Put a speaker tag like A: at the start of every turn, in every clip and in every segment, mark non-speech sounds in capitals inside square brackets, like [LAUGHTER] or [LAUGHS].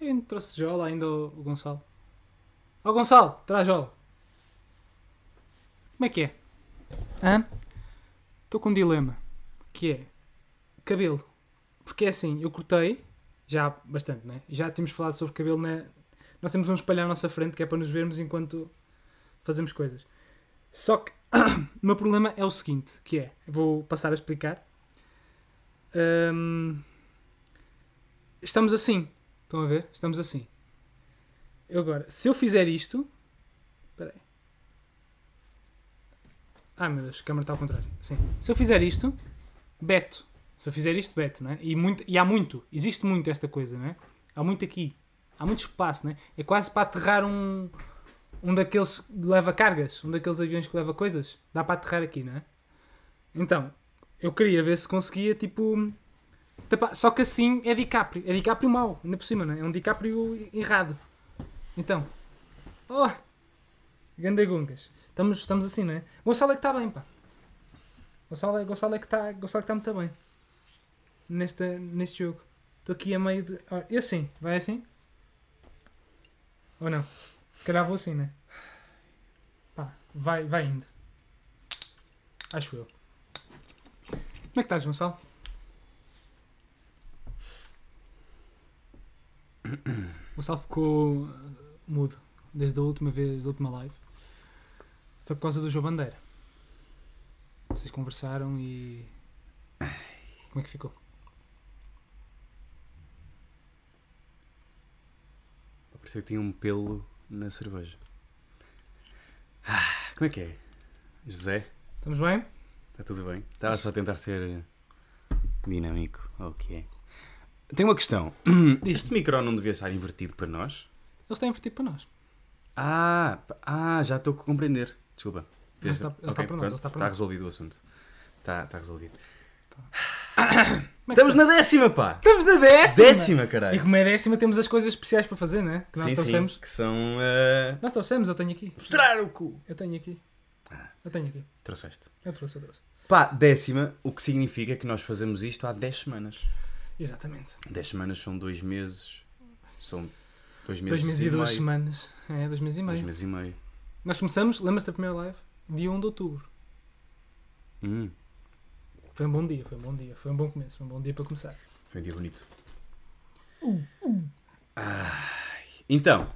A: nem trouxe Jola ainda, o Gonçalo. Ó Gonçalo, traz Jola. Como é que é? Hã? Estou com um dilema. Que é cabelo. Porque é assim, eu cortei já há bastante, né? Já tínhamos falado sobre cabelo, né? Nós temos um espelho à nossa frente que é para nos vermos enquanto fazemos coisas. Só que [COUGHS] o meu problema é o seguinte, que é, vou passar a explicar. Hum, estamos assim, estão a ver? Estamos assim. Eu agora, se eu fizer isto, espera aí. Ah, meu Deus, a câmera está ao contrário. Sim. Se eu fizer isto, Beto. Se eu fizer isto, Beto, né? E, muito, e há muito, existe muito esta coisa, né? Há muito aqui, há muito espaço, né? É quase para aterrar um, um daqueles que leva cargas, um daqueles aviões que leva coisas. Dá para aterrar aqui, não é? Então, eu queria ver se conseguia, tipo. tapar- Só que assim é DiCaprio. É DiCaprio mau, ainda por cima, não é? É um DiCaprio errado. Então. Oh! Gandagungas. Estamos, estamos assim, não é? Gonçalo é que está bem, pá. Gonçalo é, Gonçalo é que está Gonçalo é que está muito bem. Nesta, neste jogo. Estou aqui a meio de. ó, e assim? Vai assim? Ou não? Se calhar vou assim, né? Pá, vai, vai indo. Acho eu. Como é que estás, Gonçalo? O Gonçalo ficou uh, mudo desde a última vez, da última live. Foi por causa do João Bandeira. Vocês conversaram e. Como é que ficou?
B: Parecia que tinha um pelo na cerveja. Ah, como é que é? José,
A: Estamos bem?
B: está tudo bem? Estava só a tentar ser eh, dinâmico, ou o que é? Tenho uma questão. [CLEARS THROAT] Este micro não devia estar invertido para nós?
A: Eles têm invertido para nós.
B: Ah, p- ah já estou a compreender. Desculpa.
A: Ele está- ele está
B: Ok,
A: para nós,
B: pronto,
A: ele está para
B: Está
A: nós.
B: resolvido o assunto. Está, está resolvido.
A: Como é que
B: Estamos na décima, pá!
A: Estamos na décima!
B: Décima,
A: E
B: caralho!
A: como é décima, temos as coisas especiais para fazer, né? Que nós trouxemos.
B: que são... eh,
A: Nós trouxemos, eu tenho aqui.
B: Mostrar o cu!
A: Eu tenho aqui. Eu tenho aqui.
B: Trouxeste.
A: Eu trouxe, eu trouxe.
B: Pá, décima, o que significa que nós fazemos isto há 10 semanas.
A: Exatamente.
B: 10 semanas são 2 meses. São 2 meses
A: Dois meses e
B: meio.
A: duas semanas. É, dois meses e
B: Dois
A: meio.
B: meses e meio.
A: Nós começamos, lembras-te da primeira live? Dia 1 de outubro.
B: Hum,
A: Foi um bom dia, foi um bom dia. Foi um bom começo, foi um bom dia para começar.
B: foi um dia bonito.
A: Uh,
B: Ai, então,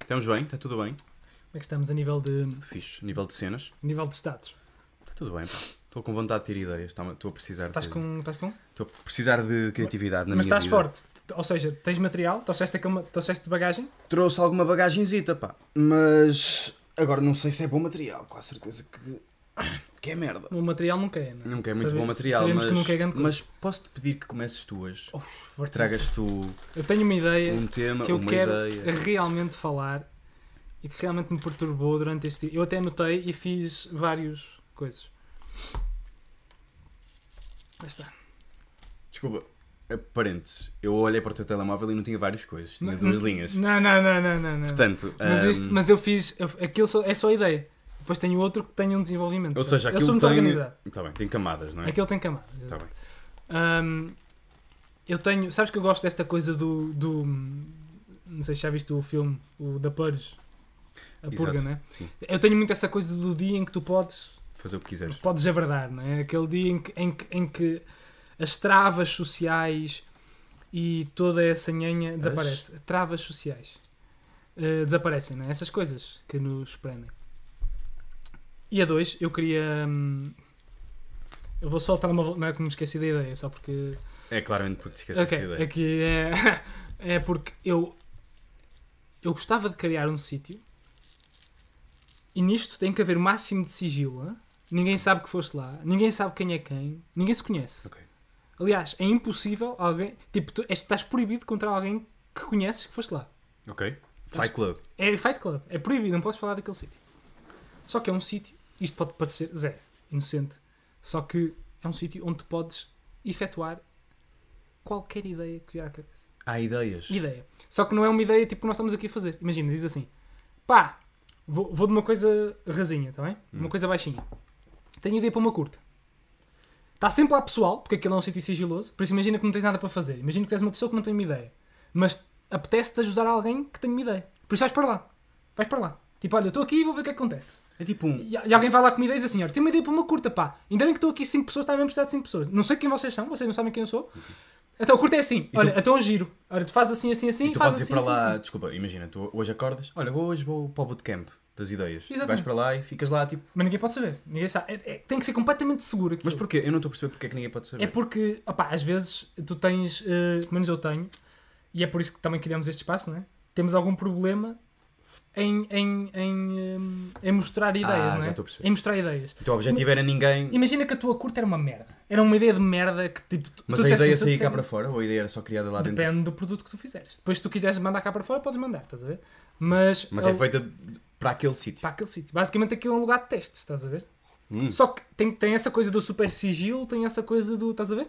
B: estamos bem? Está tudo bem?
A: Como é que estamos a nível de,
B: Tudo fixe. A nível de cenas,
A: nível de status? está
B: está tudo bem. pá. Estou com vontade de ter ideias. Tá- Estou a precisar
A: Estás
B: de...
A: com. Estás com?
B: Estou a precisar de criatividade na
A: Mas
B: minha
A: estás
B: vida.
A: forte. Ou seja, tens material, trouxeste, a cama, trouxeste bagagem.
B: Trouxe alguma bagagenzita, pá. Mas agora não sei se é bom material. Com a certeza que... Que é merda.
A: O material nunca é, não é?
B: Nunca é muito
A: Sabe-
B: bom material,
A: Sabemos
B: mas,
A: que nunca é grande coisa.
B: mas posso-te pedir que comeces tuas?
A: Uf, fortíssimo.
B: Tragas tu
A: Eu tenho uma ideia.
B: um tema,
A: É que eu
B: uma
A: quero
B: ideia.
A: realmente falar e que realmente me perturbou durante este dia. Eu até anotei e fiz vários coisas. Aí está.
B: Desculpa, é, parênteses. Eu olhei para o teu telemóvel e não tinha várias coisas, tinha duas linhas.
A: Não, não, não, não, não. não.
B: Portanto,
A: mas, isto-
B: hum,
A: mas eu fiz. eu- aquilo só- é só ideia. Depois tenho outro que tem um desenvolvimento.
B: ou seja,
A: eu sou
B: aquilo
A: muito
B: tem.
A: organizado.
B: Tá bem, tem camadas, não é?
A: Aquilo tem camadas.
B: Tá bem.
A: Hum, eu tenho. Sabes que eu gosto desta coisa do. do não sei se já viste o filme, o da Purge. A
B: Exato.
A: Purga, né?
B: Sim,
A: Eu tenho muito essa coisa do dia em que tu podes
B: fazer o que quiseres.
A: podes averdar, não é? Aquele dia em que, em que- em que as travas sociais e toda essa nhanha desaparece. Travas sociais eh, desaparecem, não é? Essas coisas que nos prendem. E a dois, eu queria. hum, eu vou soltar uma. vo- Não é que me esqueci da ideia, só porque.
B: É claramente porque te esqueces da
A: Ok,
B: ideia.
A: aqui é. é [LAUGHS] porque eu. Eu gostava de criar um sítio e nisto tem que haver o máximo de sigilo. hã? Ninguém sabe que foste lá, ninguém sabe quem é quem, ninguém se conhece.
B: Ok.
A: Aliás, é impossível alguém. Tipo, tu és- estás proibido de encontrar alguém que conheces que foste lá.
B: Ok. Fight Club.
A: É Fight Club, é proibido, não podes falar daquele sítio. Só que é um sítio, isto pode parecer zero, inocente, só que é um sítio onde tu podes efetuar qualquer ideia que te vier à cabeça
B: Há ideias.
A: ideia. Só que não é uma ideia tipo que nós estamos aqui a fazer. Imagina, diz assim: pá, vou, vou de uma coisa rasinha, está bem? Uma coisa baixinha. Tenho ideia para uma curta. Está sempre lá pessoal, porque aquilo é um sítio sigiloso. Por isso, imagina que não tens nada para fazer. Imagina que tens uma pessoa que não tem uma ideia. Mas apetece-te ajudar alguém que tem uma ideia. Por isso vais para lá. Vais para lá. Tipo, olha, eu estou aqui e vou ver o que é que acontece.
B: É tipo um.
A: E, e alguém vai lá com uma ideia e diz assim: olha, tenho uma ideia para uma curta, pá. Ainda bem que estou aqui 5 pessoas, está a precisar de 5 pessoas. Não sei quem vocês são, vocês não sabem quem eu sou. Então, o curto é assim:
B: tu-
A: olha, então eu giro. Olha, tu fazes assim, assim, assim,
B: E tu
A: faz
B: podes ir
A: assim,
B: para
A: assim,
B: lá,
A: assim.
B: desculpa, imagina, tu hoje acordas, olha, vou hoje vou para o bootcamp das ideias.
A: Exatamente.
B: Vais para lá e ficas lá, tipo.
A: Mas ninguém pode saber. Ninguém sabe. É- é- tem que ser completamente seguro aquilo.
B: Mas porquê? Eu não estou a perceber porque é que ninguém pode saber.
A: É porque, opá, às vezes tu tens, eh, pelo menos eu tenho, e é por isso que também criamos este espaço, não é? Temos algum problema em, em, em, eh, em mostrar ideias,
B: Ah, já
A: não é?
B: estou a perceber.
A: Em mostrar ideias.
B: O teu objetivo era ninguém.
A: Imagina que a tua curta era uma merda. Era uma ideia de merda que tipo. tu-
B: Mas
A: tu
B: a
A: disseste
B: ideia
A: assim, tu
B: saía cá para
A: disseste-
B: fora ou a ideia era só criada lá dentro?
A: Depende do produto que tu fizeres. Depois, se tu quiseres mandar cá para fora, podes mandar, estás a ver? Mas.
B: Mas
A: é
B: é
A: o-
B: feita para aquele sítio.
A: Para aquele sítio. Basicamente, aquilo é um lugar de testes, estás a ver?
B: Hum.
A: Só que tem, tem essa coisa do super sigilo, tem essa coisa do. Estás a ver?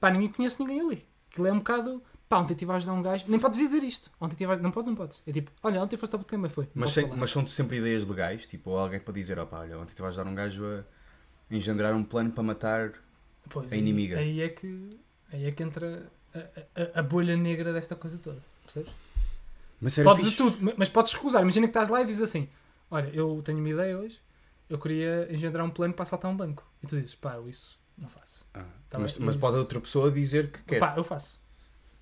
A: Pá, ninguém conhece ninguém ali. Aquilo é um bocado. Pá, ontem estive a ajudar um gajo. Nem podes dizer isto. Ontem estive a... Não podes, não podes. É tipo, olha, ontem foste ao bootcamp, mas foi. Não
B: Mas,
A: posso
B: sem-
A: falar.
B: mas são sempre ideias legais, tipo, ou alguém para dizer, opá, olha, ontem tu vais dar um gajo a engendrar um plano para matar.
A: Pois,
B: a
A: aí-
B: inimiga.
A: Aí é que, aí é que entra a, a- a bolha negra desta coisa toda. Percebes?
B: Mas era
A: Podes
B: fixe.
A: de tudo, ma- mas podes recusar. Imagina que estás lá e dizes assim: Olha, eu tenho uma ideia hoje, eu queria engendrar um plano para assaltar um banco. E tu dizes: Pá, eu isso não faço.
B: Ah,
A: Tá
B: mas,
A: bem,
B: mas
A: isso.
B: pode outra pessoa dizer que quer.
A: Pá, eu faço.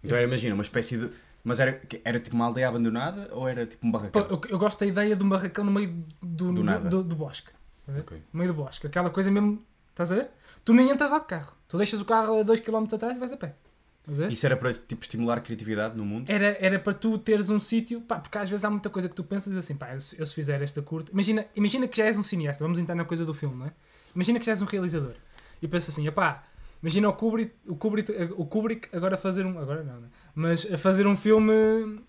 B: Então era, imagina, uma espécie de. Mas era, era tipo uma aldeia abandonada ou era tipo um
A: Pá,
B: barracão?
A: eu, eu gosto da ideia de um barracão no meio do,
B: Do
A: do,
B: nada.
A: do- do bosque. Estás a ver?
B: Ok.
A: No meio do bosque. Aquela coisa mesmo. Estás a ver? Tu nem entras lá de carro. Tu deixas o carro a 2km atrás e vais a pé. Estás a ver?
B: Isso era para tipo, estimular a criatividade no mundo?
A: Era, era para tu teres um sítio, pá, porque às vezes há muita coisa que tu pensas assim, pá, eu, se- eu se fizer esta curta. Imagina, imagina que já és um cineasta, vamos entrar na coisa do filme, não é? Imagina que já és um realizador e pensas assim, pá, imagina o Kubrick, o, Kubrick, o Kubrick agora fazer um. Agora não, né? Mas a fazer um filme.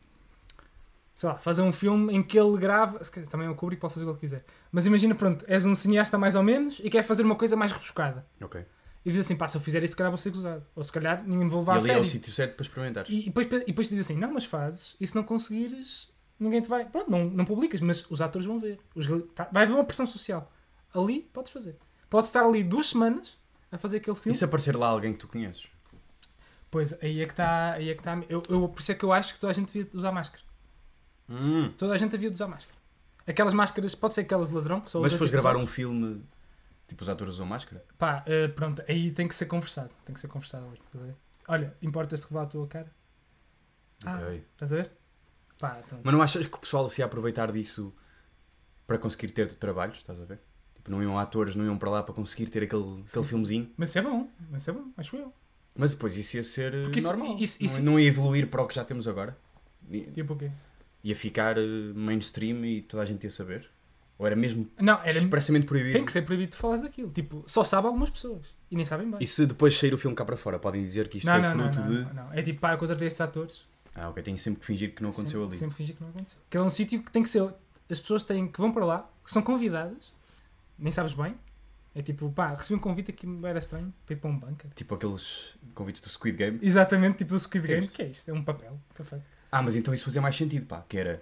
A: Sei lá, fazer um filme em que ele grava. se calhar Também é o Kubrick, pode fazer o que ele quiser. Mas imagina, pronto, és um cineasta mais ou menos e quer fazer uma coisa mais rebuscada.
B: Ok.
A: E diz assim, pá, se eu fizer isso, se calhar vou ser gozado. Ou se calhar ninguém me vou
B: e
A: levar a
B: ali é
A: sério.
B: o sítio certo para experimentar.
A: E, e depois, e depois te diz assim: não, mas fazes, e se não conseguires, ninguém te vai. Pronto, não, não publicas, mas os atores vão ver. Os reali- tá- vai haver uma pressão social. Ali podes fazer. Podes estar ali duas semanas a fazer aquele
B: E
A: filme.
B: se aparecer lá alguém que tu conheces?
A: Pois aí é que está. Aí é que está. Eu, eu, por isso é que eu acho que toda a gente devia usar máscara.
B: Hum.
A: Toda a gente havia de usar máscara. Aquelas máscaras, pode ser aquelas de ladrão que só
B: Mas
A: usa
B: se fores
A: tipo-
B: gravar um filme, tipo, os atores usam máscara?
A: Pá, eh, pronto, aí tem que ser conversado. Tem que ser conversado ali. estás a ver? Olha, importas-te que vá a tua cara? Ah.
B: Ok.
A: Estás a ver? Pá, pronto.
B: Mas não achas que o pessoal se ia aproveitar disso para conseguir ter trabalhos? Estás a ver? Tipo, não iam atores, não iam para lá para conseguir ter aquele,
A: Sim.
B: aquele filmezinho.
A: Mas isso é bom, mas isso é bom, acho eu.
B: Mas depois isso ia ser eh,
A: Porque isso-
B: normal.
A: isso-
B: Não-
A: isso-
B: Não, ia evoluir para o que já temos agora. I-
A: Tipo o quê?
B: Ia ficar eh, mainstream e toda a gente ia saber. Ou era mesmo
A: Não, era,
B: expressamente proibido?
A: Tem que ser proibido de falares daquilo. Tipo, só sabe algumas pessoas. E nem sabem bem.
B: E se depois sair o filme cá para fora, podem dizer que isto
A: não,
B: foi
A: não, não,
B: fruto
A: não,
B: de.
A: não, não. É tipo, pá, eu contratei estes atores.
B: Ah, ok, tenho sempre que fingir que não aconteceu
A: sempre,
B: ali.
A: Sempre fingir que não aconteceu. Que é um sítio que tem que ser... As pessoas têm que vão para lá, que são convidadas, nem sabes bem. É tipo, pá, recebi um convite aqui, era estranho, para ir para um banco.
B: Tipo aqueles convites do Squid Game.
A: Exatamente, tipo do Squid
B: Que é
A: Game.
B: isto?
A: que é isto? É um papel. what the fuck?
B: Ah, mas então isso fazia mais sentido, pá, que era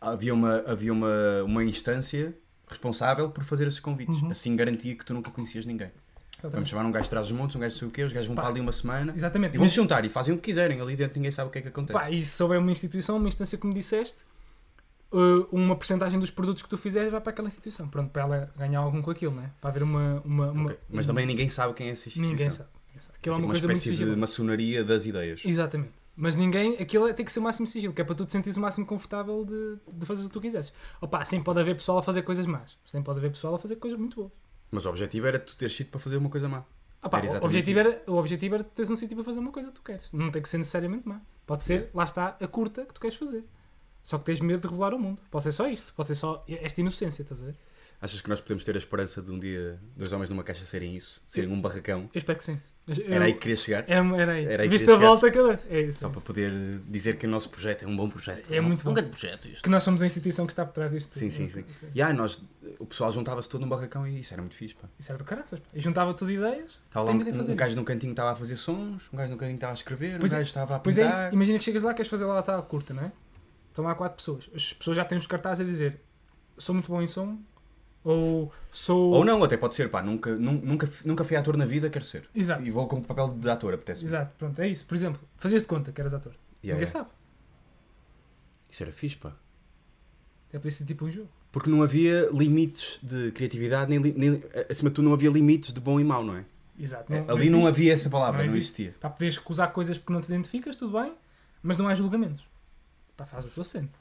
B: havia uma, havia uma, uma instância responsável por fazer esses convites.
A: Uhum.
B: Assim garantia que tu nunca conhecias ninguém. Vamos
A: Exatamente.
B: chamar um gajo de trás dos montes, um gajo de sei o quê, os gajos vão
A: Pá.
B: para ali uma semana
A: Exatamente.
B: e vão se juntar e fazem o que quiserem ali dentro, ninguém sabe o que é que acontece.
A: Pá, e se houver uma instituição, uma instância como disseste, eh, uma porcentagem dos produtos que tu fizeres vai para aquela instituição. Pronto, para ela ganhar algum com aquilo, né? Para haver uma. uma, uma
B: Ok. Mas também ninguém sabe quem é essa instituição.
A: Ninguém sabe. Ninguém sabe. Aquilo é
B: Tipo,
A: uma, coisa muito
B: espécie de
A: sigilosa.
B: maçonaria das ideias.
A: Exatamente. Mas ninguém, aquilo é- tem que ser o máximo sigilo, que é para tu te sentires o máximo confortável de, de fazer o que tu quiseres. Opa, sim, pode haver pessoal a fazer coisas más. Mas também pode haver pessoal a fazer coisas muito boas.
B: Mas o objetivo era tu teres sido para fazer uma coisa má.
A: Opa,
B: Era
A: o,
B: exatamente
A: objetivo
B: isso.
A: era, o objetivo era tu teres um sítio para fazer uma coisa que tu queres. Não tem que ser necessariamente má. Pode ser, lá está, a curta que tu queres fazer. Só que tens medo de revelar ao mundo. Pode ser só isto. Pode ser só esta inocência, estás a ver?
B: Achas que nós podemos ter a esperança de um dia dois homens numa caixa serem isso? Serem um barracão?
A: Eu espero que sim. Eu-
B: Era aí que querias chegar?
A: era, era aí.
B: era aí que
A: Viste a
B: queria chegar.
A: volta que eu dei? É isso.
B: Só
A: é
B: para
A: isso.
B: poder dizer que o nosso projeto é um bom projeto.
A: É
B: um-
A: muito
B: um
A: bom.
B: grande projeto isto.
A: Que nós somos a instituição que está por trás disto.
B: Sim,
A: tudo.
B: sim,
A: Isso-
B: sim.
A: isso é-
B: E aí nós, o pessoal juntava-se todo num barracão e isso era muito fixe, pá.
A: Isso era do caraças. pá. E juntava tudo ideias.
B: Estava lá
A: Tem
B: um,
A: que ter fazer
B: um gajo num cantinho estava a fazer sons, um gajo num cantinho estava a escrever,
A: Pois
B: um
A: é,
B: gajo estava a
A: Pois é isso.
B: pintar.
A: Imagina que chegas lá, queres fazer lá a tal curta, não é? Estão lá quatro pessoas. As pessoas já têm os cartazes a dizer sou muito bom em som ou sou.
B: Ou não, até pode ser, pá, nunca, nun- nunca, nunca fui ator na vida, quero ser.
A: Exato.
B: E vou com o papel de ator, apetece.
A: Exato, pronto, é isso. Por exemplo, fazias de conta que eras ator. Ninguém sabe.
B: Isso era fixe, pá.
A: É para esse tipo um jogo.
B: Porque não havia limites de criatividade, nem, li- nem- acima de tudo não havia limites de bom e mau, não é?
A: Exato.
B: Ali não
A: existe.
B: havia essa palavra, não,
A: existe.
B: existia.
A: Pá, podes recusar coisas porque não te identificas, tudo bem, mas não há julgamentos. Pá, faz o que você sente.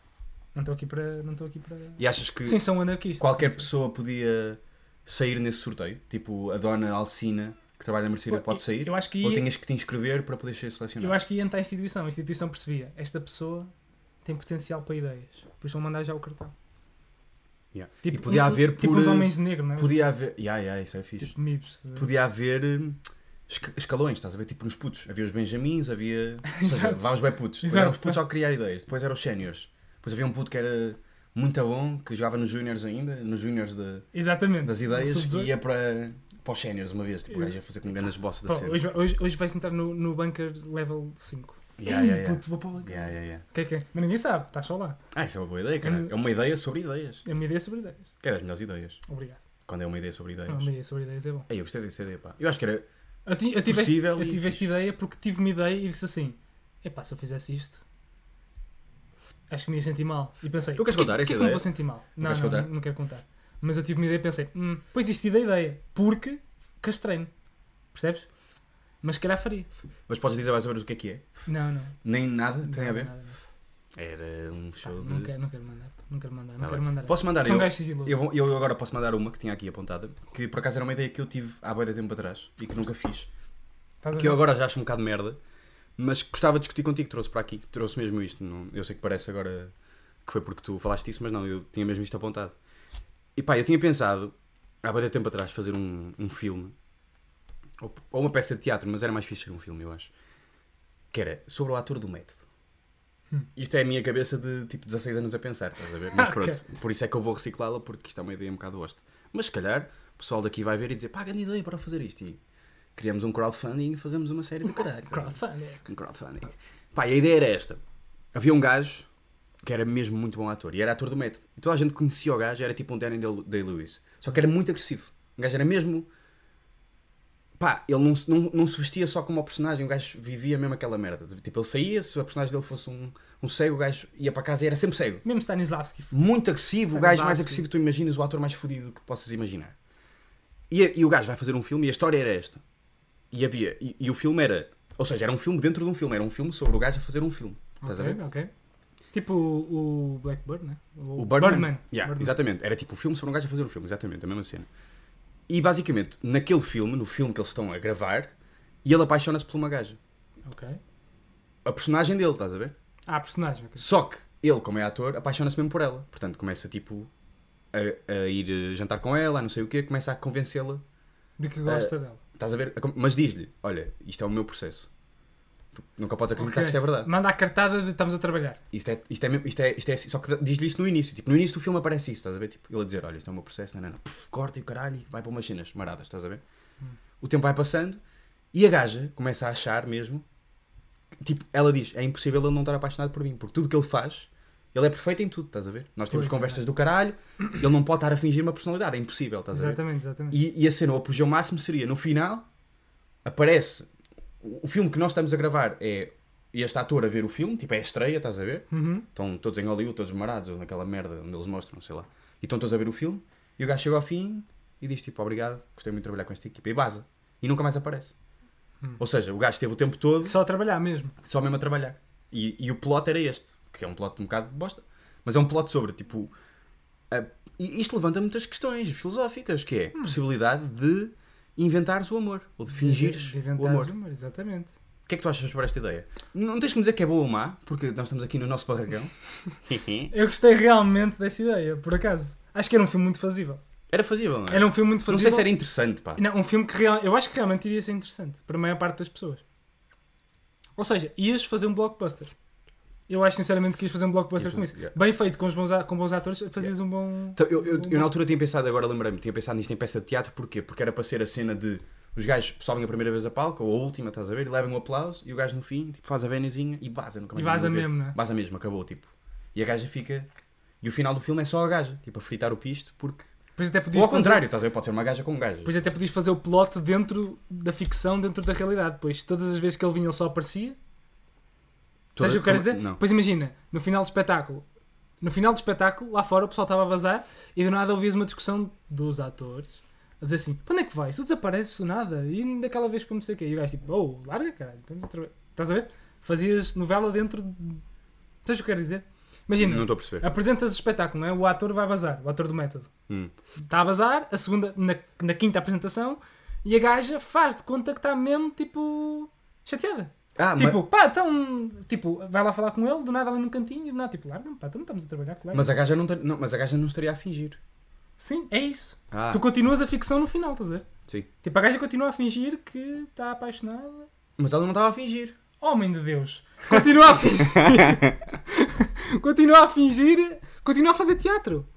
A: Não estou aqui para. Não estou aqui para.
B: E achas que
A: Sim, são anarquistas.
B: qualquer
A: sim, sim.
B: pessoa podia sair nesse sorteio? Tipo, a dona Alcina, que trabalha na mercearia,
A: Pô,
B: pode sair?
A: Eu acho que
B: Ou
A: ia,
B: tinhas que te inscrever para poder ser
A: eu
B: selecionado?
A: acho que ia entrar a instituição. A instituição percebia. Esta pessoa tem potencial para ideias. Por isso vão mandar já o cartão.
B: Yeah.
A: Tipo,
B: e podia
A: um-
B: haver
A: Tipo
B: por... eh,
A: os homens de negro, não é?
B: Podia haver... Yeah, yeah, isso é fixe.
A: Tipo mibs.
B: podia haver hum, esca- escalões, estás a ver? Tipo nos putos. Havia os Benjamins, havia.
A: [LAUGHS]
B: Ou seja,
A: Exato.
B: vámos bem putos. Depois
A: Exato,
B: eram os putos
A: exato.
B: ao criar ideias, depois eram os séniores. Depois havia um puto que era muito bom, que jogava nos Júniors ainda, nos Júniors da-
A: Exatamente.
B: das ideias,
A: Sub-18.
B: e ia para, para os séniores uma vez. Tipo, o gajo ia fazer com grandes bosses da
A: Pá,
B: cena.
A: hoje, hoje, hoje vais entrar no, no bunker level 5.
B: Yeah, yeah, yeah.
A: Puto, vou para o bunker.
B: Yeah, yeah, yeah.
A: O que é que é? Mas ninguém sabe, estás só lá.
B: Ah, isso é uma boa ideia, cara.
A: Hum.
B: É uma ideia sobre ideias.
A: É uma ideia sobre ideias.
B: Que é das melhores ideias.
A: Obrigado.
B: Quando é uma ideia sobre ideias.
A: Não, uma ideia sobre ideias é bom.
B: Ei, eu gostei dessa ideia, pá. Eu acho que era.
A: Eu, ti- eu tive, este-
B: Possível
A: eu
B: e
A: tive esta
B: fixe.
A: ideia porque tive uma ideia e disse assim: epá, se eu fizesse isto, acho que me ia sentir mal. E pensei:
B: Eu queres
A: "Porquê-
B: contar
A: porquê
B: essa
A: que eu me
B: ideia?
A: vou sentir mal? Não,
B: queres
A: não,
B: contar?
A: não, quero contar. Mas eu tive uma ideia e pensei: hum, pois desisti da ideia, porque castrei-me. Percebes? Mas se calhar faria.
B: Mas podes dizer mais ou menos o que é que é?
A: Não, não.
B: Nem nada tem
A: não,
B: a ver?
A: nada, não.
B: Era um
A: Pá,
B: show
A: não,
B: de.
A: quero, não quero mandar. Não quero mandar.
B: Tá
A: Não quero
B: bem.
A: mandar.
B: Posso mandar
A: São
B: eu?
A: gajos sigilosos.
B: Eu, vou- eu agora posso mandar uma que tinha aqui apontada, que por acaso era uma ideia que eu tive há bué de tempo atrás e que nunca fiz,
A: Estás a
B: que eu
A: ver?
B: agora já acho um bocado merda, mas que gostava de discutir contigo, trouxe para aqui, trouxe mesmo isto. não- eu sei que parece agora que foi porque tu falaste isso, mas não, eu tinha mesmo isto apontado. E pá, eu tinha pensado há bué de tempo atrás fazer um, um filme, ou, ou uma peça de teatro, mas era mais fixe ser um filme, eu acho, que era sobre o ator do método.
A: Hum.
B: Isto é a minha cabeça de tipo 16 anos a pensar, estás a ver? Mas
A: Ah,
B: pronto,
A: [LAUGHS] ok.
B: por isso é que eu vou reciclá-la, porque isto é uma ideia um bocado hoste. Mas se calhar o pessoal daqui vai ver e dizer, pá, grande ideia para fazer isto. E criamos um crowdfunding e fazemos uma
A: Um
B: série de caralho. estás a ver?
A: Crowdfunding.
B: Um crowdfunding. Pá, e a ideia era esta. Havia um gajo que era mesmo muito bom ator e era ator do método. E toda a gente conhecia o gajo, era tipo um Danny Day- Day-Lewis. Só que era muito agressivo. O gajo era mesmo. Pá, ele não, se- não, não se vestia só como o personagem, o gajo vivia mesmo aquela merda. Tipo, ele saía, se o personagem dele fosse um, um cego, o gajo ia para casa e era sempre cego
A: Mesmo Stanislavski.
B: muito agressivo, o
A: Está
B: gajo
A: no
B: mais
A: básico.
B: agressivo que tu imaginas, o ator mais fodido que tu possas imaginar. E, e o gajo vai fazer um filme e a história era esta. E havia, e, e o filme era, ou seja, era um filme dentro de um filme, era um filme sobre o gajo a fazer um filme. Estás a ver?
A: Ok, ok. Tipo o, o Blackbird, né?
B: O Birdman. Yeah,
A: Birdman.
B: Exatamente, era tipo o filme sobre um gajo a fazer um filme, exatamente, a mesma cena. E basicamente, naquele filme, no filme que eles estão a gravar, e ele apaixona-se por uma gaja.
A: Ok.
B: A personagem dele, estás a ver?
A: Ah, a personagem. ok.
B: Só que ele, como é ator, apaixona-se mesmo por ela. Portanto, começa tipo a, a ir eh, jantar com ela, a não sei o quê, começa a convencê-la
A: De que gosta
B: Eh,
A: dela.
B: Estás a ver? É Mas diz-lhe, olha, isto é o meu processo. Tu nunca podes acreditar
A: Ok.
B: que isto é verdade.
A: Manda a cartada de estamos a trabalhar.
B: Isto é, isto é, mesmo- isto é, isto é assim. Só que diz-lhe isto no início. Tipo, no início do filme aparece isso, estás a ver? Tipo, ele a dizer, olha, isto é o meu processo, não, não, não. Puf, corta e o caralho, e vai para umas cenas maradas, estás a ver?
A: Hum.
B: O tempo vai passando e a gaja começa a achar mesmo. Tipo, ela diz, é impossível ele não estar apaixonado por mim, porque tudo que ele faz, ele é perfeito em tudo, estás a ver? Nós temos
A: Pois,
B: conversas do caralho, ele não pode estar a fingir uma personalidade, é impossível, estás a ver?
A: Exatamente, exatamente.
B: E, e a cena, o apogeu máximo seria no final, aparece o o filme que nós estamos a gravar é este ator a ver o filme, tipo é a estreia, estás a ver?
A: Uhum.
B: Estão todos em Hollywood, todos marados, ou naquela merda onde eles mostram, sei lá. E estão todos a ver o filme, e o gajo chega ao fim e diz tipo, obrigado, gostei muito de trabalhar com esta equipa, e vaza. E nunca mais aparece.
A: Hum.
B: Ou seja, o gajo esteve o tempo todo
A: Só a trabalhar mesmo.
B: só mesmo a trabalhar. E, e o plot era este, que é um plot um bocado de bosta, mas é um plot sobre, tipo. a- e isto levanta muitas questões filosóficas, que é a possibilidade de inventares o amor, ou de fingires
A: Hum. De
B: o
A: inventares
B: amor.
A: o amor. Exatamente.
B: O que é que tu achas sobre esta ideia? Não tens que me dizer que é boa ou má, porque nós estamos aqui no nosso
A: [LAUGHS]
B: barracão.
A: Eu gostei realmente dessa ideia, por acaso. Acho que era um filme muito fazível.
B: era fazível, não é?
A: Era um filme muito
B: Não
A: fazível.
B: sei se era interessante, pá.
A: Não, um filme que real... eu acho que realmente iria ser interessante para a maior parte das pessoas. Ou seja, ias fazer um blockbuster. Eu acho sinceramente que ias fazer um blockbuster
B: Ia
A: com
B: fazer-
A: isso.
B: yeah.
A: Bem feito com, os bons a- com bons atores, fazias um bom.
B: Então, eu,
A: um
B: eu, eu na
A: bom-
B: altura tinha pensado, agora lembrei-me, tinha pensado nisto em peça de teatro, porquê? Porque era para ser a cena de os gajos sobem a primeira vez a palco, ou a última, estás a ver, e levam um aplauso, e o gajo no fim tipo, faz a venazinha e vaza, nunca mais
A: E vaza
B: ninguém o vê.
A: mesmo, não é?
B: Vaza mesmo, acabou, tipo. E a gaja fica. E o final do filme é só a gaja, tipo, a fritar o pisto, porque.
A: Depois até podias
B: Ou ao
A: fazer-
B: contrário, estás a ver, pode ser uma gaja com um gajo.
A: Depois até podias fazer o plot dentro da ficção, dentro da realidade. Pois todas as vezes que ele vinha, ele só aparecia. Sabes o que eu quero
B: como- é
A: dizer?
B: Não.
A: Pois imagina, no final do espetáculo, no final do espetáculo, lá fora o pessoal estava a bazar e do nada ouvias uma discussão dos atores a dizer assim: para onde é que vais? Tu desapareces do nada e daquela vez como sei o quê. E o gajo tipo: oh, larga caralho, estamos a trabalhar. Estás a ver? Fazias novela dentro. De... Sabes o que eu quero dizer? Imagina,
B: Não estou a perceber.
A: apresentas o espetáculo, não é? O ator vai bazar, o ator do método
B: Hum.
A: está a bazar, a segunda, na, na quinta apresentação, e a gaja faz de conta que está mesmo, tipo, chateada.
B: Ah, mas-
A: tipo, pá, então, tipo, vai lá falar com ele, do nada ali num cantinho, do nada, tipo, larga-me, pá, então não estamos a trabalhar, colega.
B: mas, a gaja não, tar- não, mas a gaja não estaria a fingir.
A: Sim, é isso.
B: Ah,
A: Tu continuas a ficção no final, estás a ver?
B: sim.
A: Tipo, a gaja continua a fingir que está apaixonada.
B: Mas ela não estava a fingir.
A: Homem de Deus, continua a
B: [LAUGHS]
A: fingir. continua a fingir, continua a fazer teatro.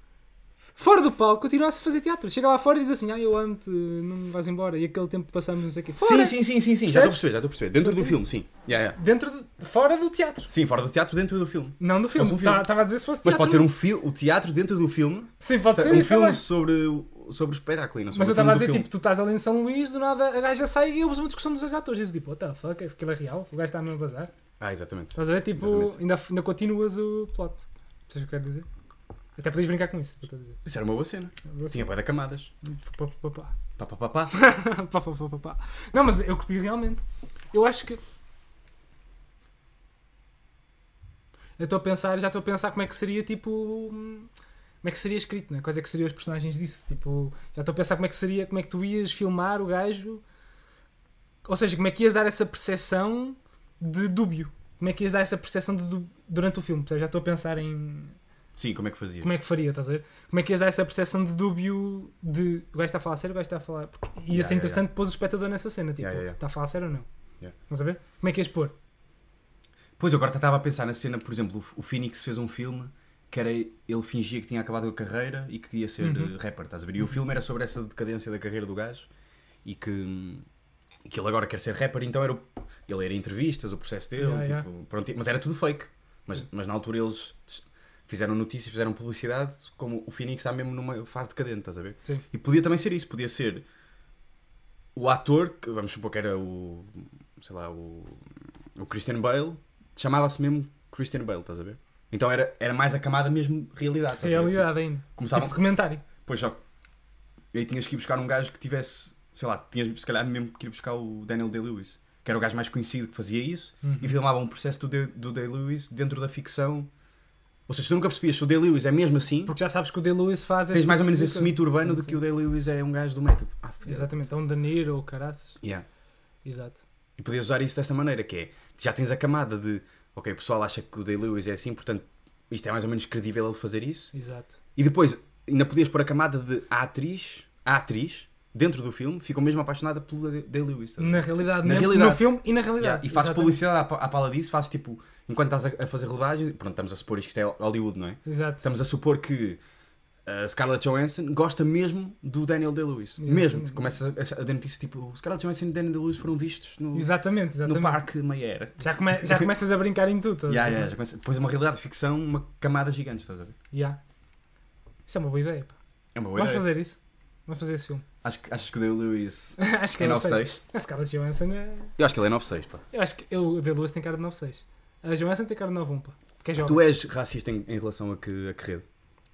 A: Fora do palco, continua-se a fazer teatro. Chega lá fora e diz assim: Ah, eu amo-te, não me vais embora. E aquele tempo que passamos, não sei o quê. Fora!
B: Sim, sim, sim, sim, sim. Já estou a perceber, já estou a perceber. Dentro do filme, sim. Yeah, yeah.
A: Dentro de- fora do teatro.
B: Sim, fora do teatro, dentro do filme.
A: Não do filme.
B: fosse um filme.
A: Estava a dizer se fosse
B: Mas
A: teatro.
B: pode ser um fi- o teatro dentro do filme.
A: Sim, pode ser.
B: um
A: isso
B: filme
A: também.
B: sobre, o- sobre o espetáculo. e não
A: Mas
B: sobre
A: eu
B: o filme
A: estava a
B: do
A: dizer,
B: filme.
A: tipo, tu estás ali em São Luís, do nada a gaja sai e ouves uma discussão dos dois atores. E tu, tipo, what the fuck, aquilo é real, o gajo está mesmo a bazar.
B: Ah, exatamente.
A: Estás a ver? Tipo,
B: Exatamente.
A: ainda, ainda continuas o plot. Sabes o que eu quero dizer? Até podias brincar com isso. eu estou a dizer.
B: Isso era uma boa cena.
A: Vou assim,
B: Tinha bué da camadas.
A: pá, pá, pá. [LAUGHS]
B: Pá, pá, pá, pá.
A: Pá, pá, pá, pá, pá. Não, mas eu curti realmente. Eu acho que. Eu estou a pensar, já estou a pensar como é que seria tipo. hum, Como é que seria escrito, né? Quais é que seriam os personagens disso? Tipo, já estou a pensar como é que seria, como é que tu ias filmar o gajo. Ou seja, como é que ias dar essa percepção de dúbio? Como é que ias dar essa percepção de dú- durante o filme? Percebes? Já estou a pensar em,
B: Sim, como é que fazias?
A: como é que faria, estás a ver? Como é que ias dar essa percepção de dúbio de o gajo está a falar sério, o gajo está a falar. Porque ia
B: Yeah,
A: ser
B: yeah,
A: interessante pôr o espectador nessa cena, tipo,
B: Yeah, yeah, yeah.
A: está a falar sério ou não?
B: Yeah.
A: Vamos a ver? Como é que ias pôr?
B: Pois, eu agora estava a pensar na cena, por exemplo, o- o Phoenix fez um filme que era ele fingia que tinha acabado a carreira e que ia ser
A: Uhum.
B: eh, rapper, estás a ver? E o filme era sobre essa decadência da carreira do gajo e que, hum, que ele agora quer ser rapper, então era o- ele era em entrevistas, o processo dele,
A: Yeah,
B: tipo, pronto, mas era tudo fake. Mas, mas na altura eles s- fizeram notícias, fizeram publicidade, como o Phoenix está mesmo numa fase decadente, estás a ver?
A: Sim.
B: E podia também ser isso, podia ser o ator, que vamos supor que era o, sei lá, o, o Christian Bale, chamava-se mesmo Christian Bale, estás a ver? Então era, era mais a camada mesmo realidade. estás a ver?
A: Realidade ainda.
B: Tipo, Começavam,
A: Tipo documentário.
B: Pois já. E aí tinhas que ir buscar um gajo que tivesse, sei lá, tinhas se calhar mesmo que ir buscar o Daniel Day-Lewis, que era o gajo mais conhecido que fazia isso,
A: Uhum.
B: e filmava um processo do, Day- do Day-Lewis dentro da ficção. Ou seja, tu nunca percebias se o Day-Lewis é mesmo assim,
A: Porque já sabes que o De Lewis faz.
B: tens
A: esse
B: mais ou
A: tipo
B: menos
A: de
B: esse
A: coisa.
B: mito urbano
A: Sim,
B: de
A: sim.
B: que o Day-Lewis é um gajo do método. Ah, filha.
A: Exatamente, é um Danilo ou caraças.
B: Yeah.
A: Exato.
B: E podias usar isso dessa maneira, que é, já tens a camada de, ok, o pessoal acha que o Day-Lewis é assim, portanto, isto é mais ou menos credível ele fazer isso.
A: Exato.
B: E depois, ainda podias pôr a camada de a atriz, a atriz, dentro do filme, ficou mesmo apaixonada pelo Day- Day-Lewis. estás a ver?
A: Na realidade,
B: Na
A: mesmo,
B: realidade.
A: no filme e na
B: Yeah,
A: realidade.
B: E faço
A: Exatamente.
B: publicidade à, pa- à pala disso, faço tipo, enquanto estás a, a fazer rodagem, pronto, estamos a supor isto que é Hollywood, não é?
A: Exato.
B: Estamos a supor que a Scarlett Johansson gosta mesmo do Daniel Day-Lewis.
A: Exatamente.
B: Mesmo, começa a, a dar notícia tipo, Scarlett Johansson e Daniel Day-Lewis foram vistos no,
A: Exatamente,
B: no
A: exatamente.
B: parque Mayer.
A: Já, come- já começas a brincar em tudo. estás a
B: Yeah,
A: ver?
B: yeah, já começa- Depois é uma realidade de ficção, uma camada gigante, estás a ver?
A: Yeah. Isso é uma boa ideia. pá.
B: É uma boa
A: Vamos
B: ideia.
A: fazer isso. Vamos fazer esse filme.
B: Acho, que- achas que o Day-Lewis
A: [LAUGHS] Acho que
B: é
A: é 96.
B: 9.6?
A: A Scarlett Johansson é.
B: Eu acho que ele é 9.6, pá.
A: Eu acho que eu, a De Lewis tem cara de 96. A Johansson tem cara de 91, pá. Porque é jovem.
B: Ah, Tu é- és racista em, em relação a que, a que rede?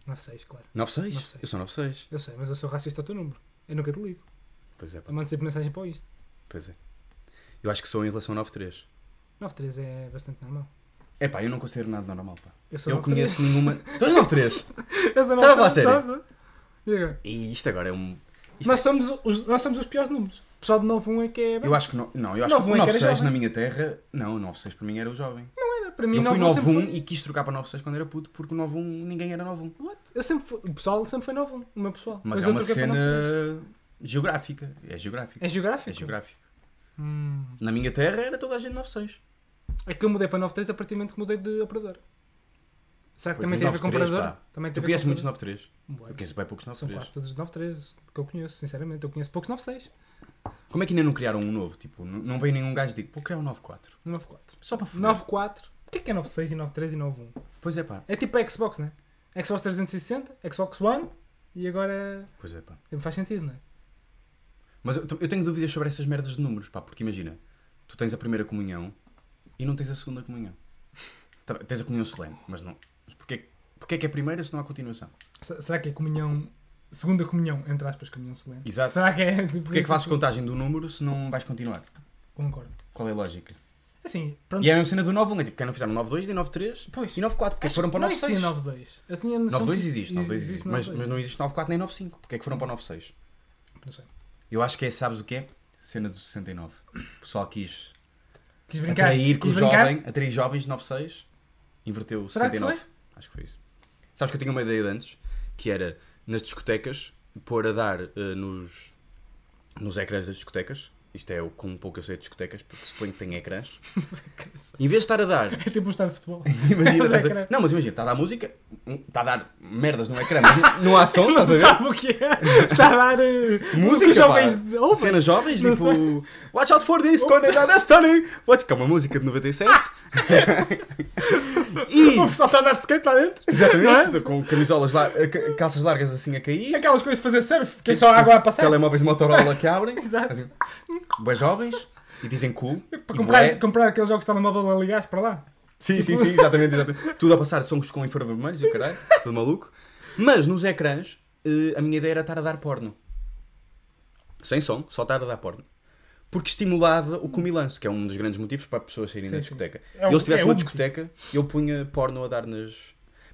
A: 96, claro.
B: 96?
A: 9.6.
B: Eu sou 96.
A: Eu sei, mas eu sou racista ao teu número. Eu nunca te ligo.
B: Pois é, pá.
A: Eu mando sempre mensagem para o isto.
B: Pois é. Eu acho que sou em relação a 93.
A: 93 é bastante normal.
B: É pá, eu não considero nada normal, pá.
A: Eu sou
B: Eu
A: 93. [LAUGHS]
B: conheço nenhuma. Tu és 93?
A: Eu sou
B: Estava a
A: 93,
B: sério?
A: sou, sou. E agora?
B: E isto agora é um. Isto
A: Nós somos, os, nós somos os piores números. O pessoal de 91 é que é.
B: Eu acho que não. Não, eu acho que o
A: 91 é que era
B: 96 na
A: jovem.
B: minha terra. Não, o 96 para mim era o jovem.
A: Não, para mim,
B: Eu fui
A: 91 sempre
B: 91 e quis trocar para 96 quando era puto porque o 91 ninguém era 91.
A: foi- What? Eu sempre fui- O pessoal sempre foi 91. O meu pessoal.
B: Mas
A: Depois
B: é
A: eu
B: uma
A: troquei para
B: cena
A: 93.
B: geográfica. É geográfica.
A: É geográfico?
B: É geográfico.
A: Hum.
B: Na minha terra era toda a gente 96.
A: É que eu mudei para 93 a partir do momento que mudei de operador. Será que
B: Foi
A: também
B: de
A: tem a ver com
B: 93,
A: operador?
B: pá.
A: Também tem
B: Tu
A: a ver
B: conheces
A: com
B: muitos
A: operador?
B: 93?
A: Bué.
B: Eu conheço bem poucos
A: São
B: 93.
A: quase todos 93 que eu conheço, sinceramente. Eu conheço poucos 93.
B: Como é que ainda não criaram um novo? Tipo, n- não veio nenhum gajo e digo, vou criar um 94.
A: 94.
B: Só para foder.
A: 94. O que é que é 96 e 93 e 91?
B: Pois é pá.
A: É tipo a Xbox, né? Xbox 360, Xbox One e agora.
B: Pois é pá.
A: Não faz sentido, né?
B: Mas eu, eu tenho dúvidas sobre essas merdas de números, pá, porque imagina, tu tens a primeira comunhão e não tens a segunda comunhão. Tá bem, Tens a comunhão solene, mas não. Mas porquê, porquê que é a primeira se não há continuação?
A: Se- Será que é comunhão. Segunda comunhão, entre aspas, comunhão solene?
B: Exato.
A: Será que é. [LAUGHS]
B: Porquê é que fazes contagem do número se não vais continuar?
A: Concordo.
B: Qual é a lógica?
A: Assim, pronto.
B: E é a mesma cena do 9-1, é tipo, quem não fizeram 9-2 e 9-3
A: Pois.
B: e 9-4, porque é que foram para o
A: não um, existia
B: 9-6?
A: 9-2. Eu tinha a noção
B: 9-2
A: que
B: existe, 9-2 existe, mas,
A: 9-2.
B: mas não existe 9-4 nem 9-5, porque é que foram para o 9-6?
A: Não sei.
B: Eu acho que é, sabes o que é? Cena do 69. O pessoal quis
A: Quis brincar.
B: atrair com o
A: Quis brincar?
B: jovem, atrair jovens de 9-6, inverteu o
A: Será que
B: 69. Acho que foi isso. Sabes que eu tinha uma ideia de antes, que era nas discotecas, pôr a dar eh, nos, nos ecrãs das discotecas, isto é o com um pouco eu sei de discotecas, porque suponho que tem ecrãs, em vez de estar a dar
A: [LAUGHS] [LAUGHS] É tipo um estádio de futebol.
B: Imagina,
A: Mas é
B: estás a-
A: que não.
B: Não, mas imagina, está a dar música, um, está a dar merdas no ecrã, mas não- não há
A: [LAUGHS]
B: som, estás a ver?
A: Sabe o que é? Está a dar. eh,
B: Música,
A: os jovens
B: pá.
A: ouvem.
B: Cenas jovens,
A: Não
B: tipo Watch out for this, Conan and Destiny! Watch, que é uma música de 97.
A: Ah! [LAUGHS]
B: e,
A: O pessoal está a dar de skate lá dentro.
B: exatamente,
A: Não é?
B: com camisolas, lar- eh, ca- calças largas assim a
A: E
B: cair.
A: aquelas coisas de fazer surf, que é só água a passar.
B: Telemóveis de Motorola que
A: [LAUGHS]
B: abrem.
A: Exato.
B: Assim, bué jovens e dizem cool.
A: Para
B: e bué-
A: comprar, comprar aqueles jogos de telemóvel a ligares para lá.
B: Sim, sim, sim, exatamente, exatamente. Tudo a passar sons com infravermelhos e o caralho, tudo maluco. Mas nos ecrãs, eh, a minha ideia era estar a dar porno. Sem som, só estar a dar porno. Porque estimulava o comilanço, que é um dos grandes motivos para as pessoas saírem
A: Sim,
B: da
A: sim.
B: discoteca.
A: É um-
B: eu se tivesse
A: é
B: uma
A: um
B: discoteca, eu punha porno a dar nas.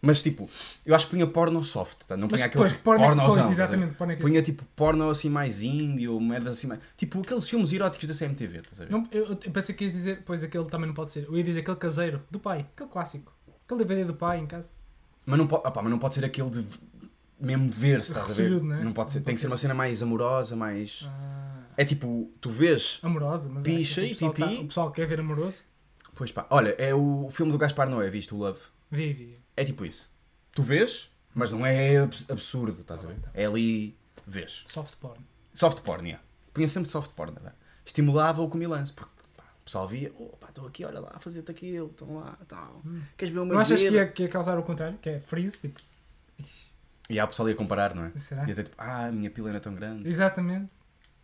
B: Mas tipo, eu acho que punha porno soft, tá? não
A: Mas
B: punha
A: depois,
B: aquele
A: porno é que
B: pornozão,
A: depois,
B: tá?
A: exatamente, porno é que-
B: Punha tipo porno assim mais indie ou merda assim mais. Tipo aqueles filmes eróticos da CMTV, estás a ver?
A: Não, eu, eu pensei que ias dizer, pois aquele também não pode ser. Eu ia dizer aquele caseiro, do pai, aquele clássico. Aquele DVD do pai em casa.
B: Mas não, po- opá, mas não pode ser aquele de v- mesmo ver, se estás a ver.
A: Recebido, né?
B: Não, pode ser.
A: Não
B: Tem
A: pode
B: que ser uma cena mais amorosa, mais.
A: Ah,
B: É tipo, tu vês.
A: amorosa, mas
B: Picha
A: acho que
B: e
A: o pessoal
B: pipi.
A: tá- o pessoal quer ver amoroso,
B: Pois pá, olha, é o filme do Gaspar Noé, viste o Love.
A: vi, vi.
B: É tipo isso. Tu vês, mas não é abs- absurdo, estás a ver?
A: Tá bem,
B: É ali. vês.
A: Soft porn.
B: Soft porn, yeah. Punha sempre de soft porn, não é? Estimulava o comilance, porque pá, o pessoal via, oh pá, estou aqui, olha lá, a fazer-te aquilo, estão lá, tal. Queres ver o meu
A: Hum. Não achas que
B: dedo?
A: ia, que ia causar o contrário? Que é freeze, tipo. ixi,
B: E há o pessoal ia comparar, não é?
A: Será?
B: Ia dizer tipo, ah, a minha pila não é tão grande.
A: Exatamente.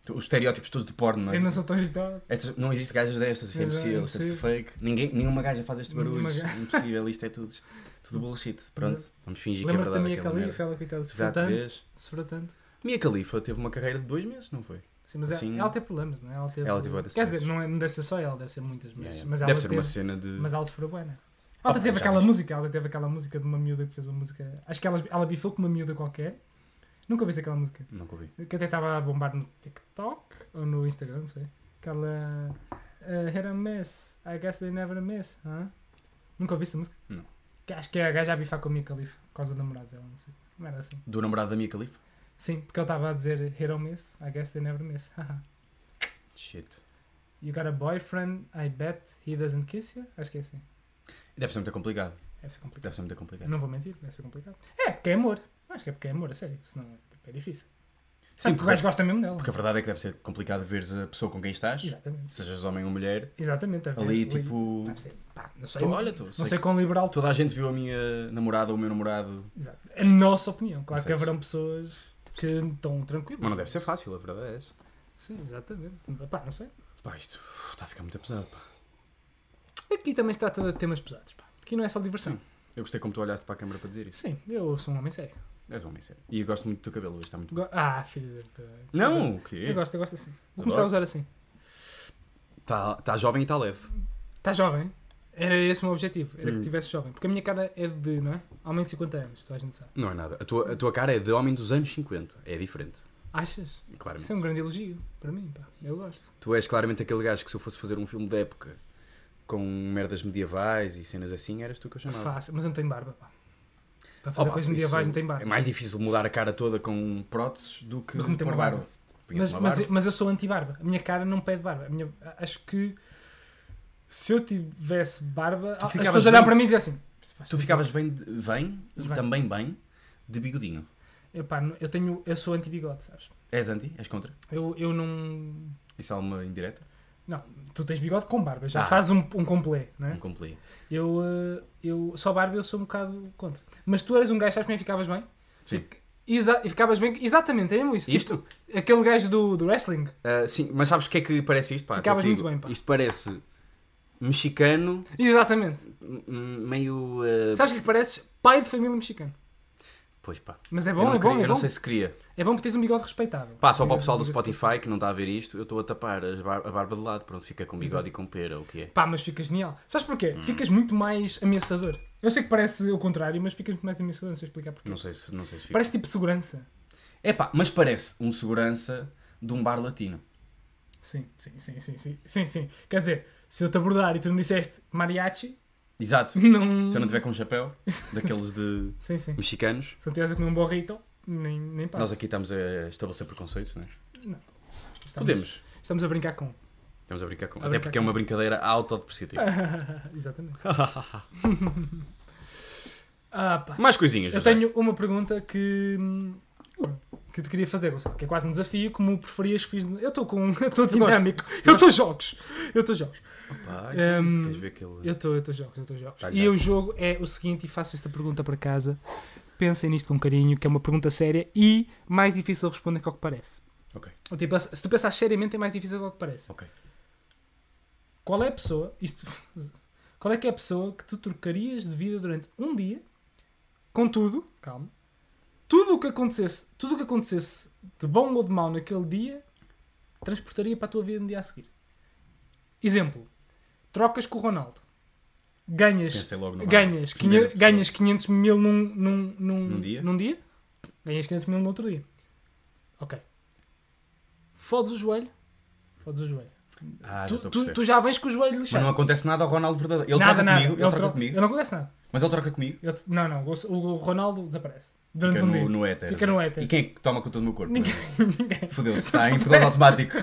B: Os estereótipos todos de porno, não é?
A: Eu não sou tão idosa.
B: Estas- não existe gajas destas, isto é
A: Exato,
B: impossível, isto é tudo fake. Ninguém, nenhuma gaja faz este barulho,
A: Nenhuma
B: isto é
A: gaja.
B: impossível, isto é tudo, isto- tudo bullshit. Pronto, vamos fingir que é
A: Lembra-te da
B: verdade
A: Mia
B: aquela merda.
A: Khalifa, ela coitada,
B: Exato,
A: desfrutando.
B: vês?
A: Desfrutando.
B: Mia Khalifa teve uma carreira de dois meses, não foi?
A: Sim, mas
B: Assim-
A: ela, ela teve problemas, não é? Ela teve,
B: Ela teve outras
A: Quer
B: cenas.
A: dizer, não, é- não deve ser só ela, deve ser muitas, mas,
B: Yeah, yeah.
A: mas ela
B: Deve ser
A: teve,
B: uma cena de...
A: Mas ela sofreu buena. Ela
B: pá,
A: teve
B: já
A: aquela
B: viste.
A: música, ela teve aquela música de uma miúda que fez uma música. Acho que ela, ela bifou com uma miúda qualquer. Nunca viste aquela música.
B: Nunca ouvi.
A: Que até estava a bombar no TikTok ou no Instagram, não sei. Aquela. Uh, hit and miss. I guess they never miss. hã? Nunca ouviste essa música?
B: Não.
A: Que acho que é a gaja a bifar com a minha califa por causa do namorado dela, não sei. Merda assim.
B: Do namorado da Mia Khalifa?
A: Sim, porque ele estava a dizer hit or miss. I guess they never miss. haha.
B: Shit.
A: you got a boyfriend, I bet he doesn't kiss you. Acho que é assim.
B: Deve ser muito complicado,
A: Deve ser complicado.
B: deve ser muito complicado.
A: Não vou mentir, deve ser complicado. É, porque é amor. Acho que é porque é amor, a sério. Senão tipo, é difícil. Sim,
B: Sim,
A: porque o gajo
B: porque,
A: gosta mesmo dela.
B: porque a verdade é que deve ser complicado veres a pessoa com quem estás,
A: Exatamente.
B: sejas homem ou mulher,
A: Exatamente. deve
B: ali
A: haver-
B: tipo...
A: Deve ser, pá, não sei.
B: "Tô- Olha tu,
A: não
B: sei
A: sei quão liberal tu.
B: Toda a gente viu a minha namorada ou o meu namorado.
A: Exato. A nossa opinião. Claro
B: Não
A: que
B: sei.
A: haverão pessoas que estão tranquilas.
B: Mas não deve ser fácil, a verdade é essa.
A: Sim, exatamente. Pá, não sei.
B: Pá, isto uf, está a ficar muito pesado, pá.
A: Aqui também se trata de temas pesados, pá. Aqui não é só diversão.
B: Eu gostei como tu olhaste para a câmara para dizer isso.
A: Sim, eu sou um homem sério.
B: És um homem sério. E eu gosto muito do teu cabelo, hoje está muito bom.
A: Go- ah, filho. de-
B: Não, É. o
A: Eu
B: quê?
A: gosto, eu gosto assim. Vou começar a usar assim.
B: Está tá jovem e está leve.
A: Estás Tá jovem? Era esse o meu objetivo. Era que
B: Hum.
A: estivesse jovem. Porque a minha cara é de, não é? Homem de 50 anos, toda a gente sabe.
B: Não é nada. A tua, a tua cara é de homem dos anos 50. É diferente.
A: Achas?
B: Claramente.
A: Isso é um grande elogio para mim, pá. Eu gosto.
B: Tu és claramente aquele gajo que se eu fosse fazer um filme da época com merdas medievais e cenas assim, eras tu que eu chamava.
A: Fácil, mas eu não tenho barba, pá. Para fazer
B: Opa,
A: coisas medievais
B: isso
A: não tenho
B: É
A: barba.
B: mais difícil mudar a cara toda com próteses do que
A: Do que meter
B: com
A: é uma
B: barba.
A: barba.
B: Punhas
A: Mas,
B: uma
A: mas,
B: barba.
A: mas eu sou anti-barba. A minha cara não pede barba. A minha, acho que se eu tivesse barba, as
B: ficavas
A: pessoas olhavam
B: bem-
A: para mim e diziam assim. "Se faz
B: Tu
A: tudo
B: ficavas bem, de- bem e
A: Bem.
B: também bem de bigodinho.
A: bem." Eu, pá, não- eu, tenho, eu sou anti-bigode, sabes?
B: És anti? És contra?
A: Eu, eu não.
B: Isso é uma indireta?
A: Não, tu tens bigode com barba, já
B: Ah.
A: fazes um, um complé, não é?
B: Não cumpri.
A: Eu, eh, eu só barba eu sou um bocado contra. Mas tu eras um gajo, sabes como é que ficavas bem?
B: Sim.
A: Fica- exa- e ficavas bem, exatamente, é mesmo isso.
B: Isto?
A: Tipo, aquele gajo do, do wrestling.
B: Ah, sim, mas sabes o que é que parece isto? Pá,
A: Ficavas
B: Contigo.
A: muito bem, pá.
B: Isto parece mexicano,
A: Exatamente.
B: m- m- meio. eh,
A: Sabes o que é que pareces? Pai de família mexicana.
B: Pois pá.
A: Mas é
B: eu
A: bom,
B: não,
A: é
B: queria-
A: bom,
B: eu
A: é
B: não
A: bom.
B: sei se queria.
A: É bom porque tens um bigode respeitável.
B: Pá, só para o pessoal do
A: Diga-se-
B: Spotify que não está a ver isto, eu estou a tapar as bar- a barba de lado. Pronto, fica com bigode e com pera, o que é?
A: Pá, mas fica genial. Sabes porquê?
B: Hum.
A: Ficas muito mais ameaçador. Eu sei que parece o contrário, mas ficas muito mais ameaçador, não sei explicar porquê.
B: Não sei se, não sei se fica.
A: Parece tipo segurança.
B: É pá, mas parece um segurança de um bar latino.
A: Sim, sim, sim, sim, sim, sim, sim. Quer dizer, se eu te abordar e tu me disseste mariachi,
B: Exato.
A: não.
B: Se eu não tiver com um
A: [LAUGHS]
B: chapéu, daqueles de
A: Sim, sim.
B: mexicanos,
A: Se não estiveres a comer um borrito, nem, nem passa.
B: nós aqui estamos a estabelecer preconceitos, não é?
A: Estamos-
B: Podemos.
A: Estamos a brincar com. um.
B: Estamos a brincar com.
A: A
B: Até
A: brincar
B: porque é
A: com.
B: uma brincadeira autodepreciativa.
A: [LAUGHS]
B: [LAUGHS]
A: Exatamente. [LAUGHS] ah, pá.
B: Mais coisinhas,
A: Eu
B: José.
A: tenho uma pergunta que. hum, que te queria fazer, Gonçalo, que é quase um desafio, como preferias que fiz. Eu estou com. um, [LAUGHS] Eu estou dinâmico. Eu estou jogos. Eu estou jogos.
B: Opa,
A: Hum,
B: queres ver aquele...
A: Eu estou, eu estou jogos, eu estou jogos.
B: Tá
A: e
B: ligado.
A: o jogo é o seguinte, e faço esta pergunta para casa. Pensem nisto com carinho, que é uma pergunta séria e mais difícil de responder que ao que parece.
B: Ok,
A: Ou Tipo, se tu pensares seriamente é mais difícil do que parece.
B: ok.
A: Qual é a pessoa, isto, [LAUGHS] qual é que é a pessoa que tu trocarias de vida durante um dia, contudo, calma, tudo o que acontecesse, tudo o que acontecesse de bom ou de mau naquele dia, transportaria para a tua vida no dia a seguir. Exemplo, trocas com o Ronaldo, ganhas,
B: Pensei logo no
A: ganhas,
B: Ronaldo.
A: quinhe-
B: Primeira pessoa.
A: ganhas 500 mil num, num, num,
B: Num dia?
A: num dia, ganhas 500 mil no outro dia. Ok. Fodes o joelho, fodes o joelho
B: Ah, já
A: tu,
B: estou
A: tu-
B: a perceber.
A: tu já vens com o joelho
B: Mas
A: lixado.
B: não acontece nada ao Ronaldo verdadeiro. Ele troca comigo, ele,
A: Ele
B: troca
A: troca-
B: comigo.
A: ele não acontece nada.
B: Mas ele troca comigo.
A: Ele- não, não. O, o Ronaldo desaparece. Durante
B: Fica
A: um
B: no,
A: dia.
B: no éter.
A: Fica no éter.
B: E quem é que toma conta do meu corpo?
A: Ninguém, [LAUGHS] ninguém.
B: [LAUGHS] Fodeu-se,
A: [LAUGHS]
B: está em piloto automático.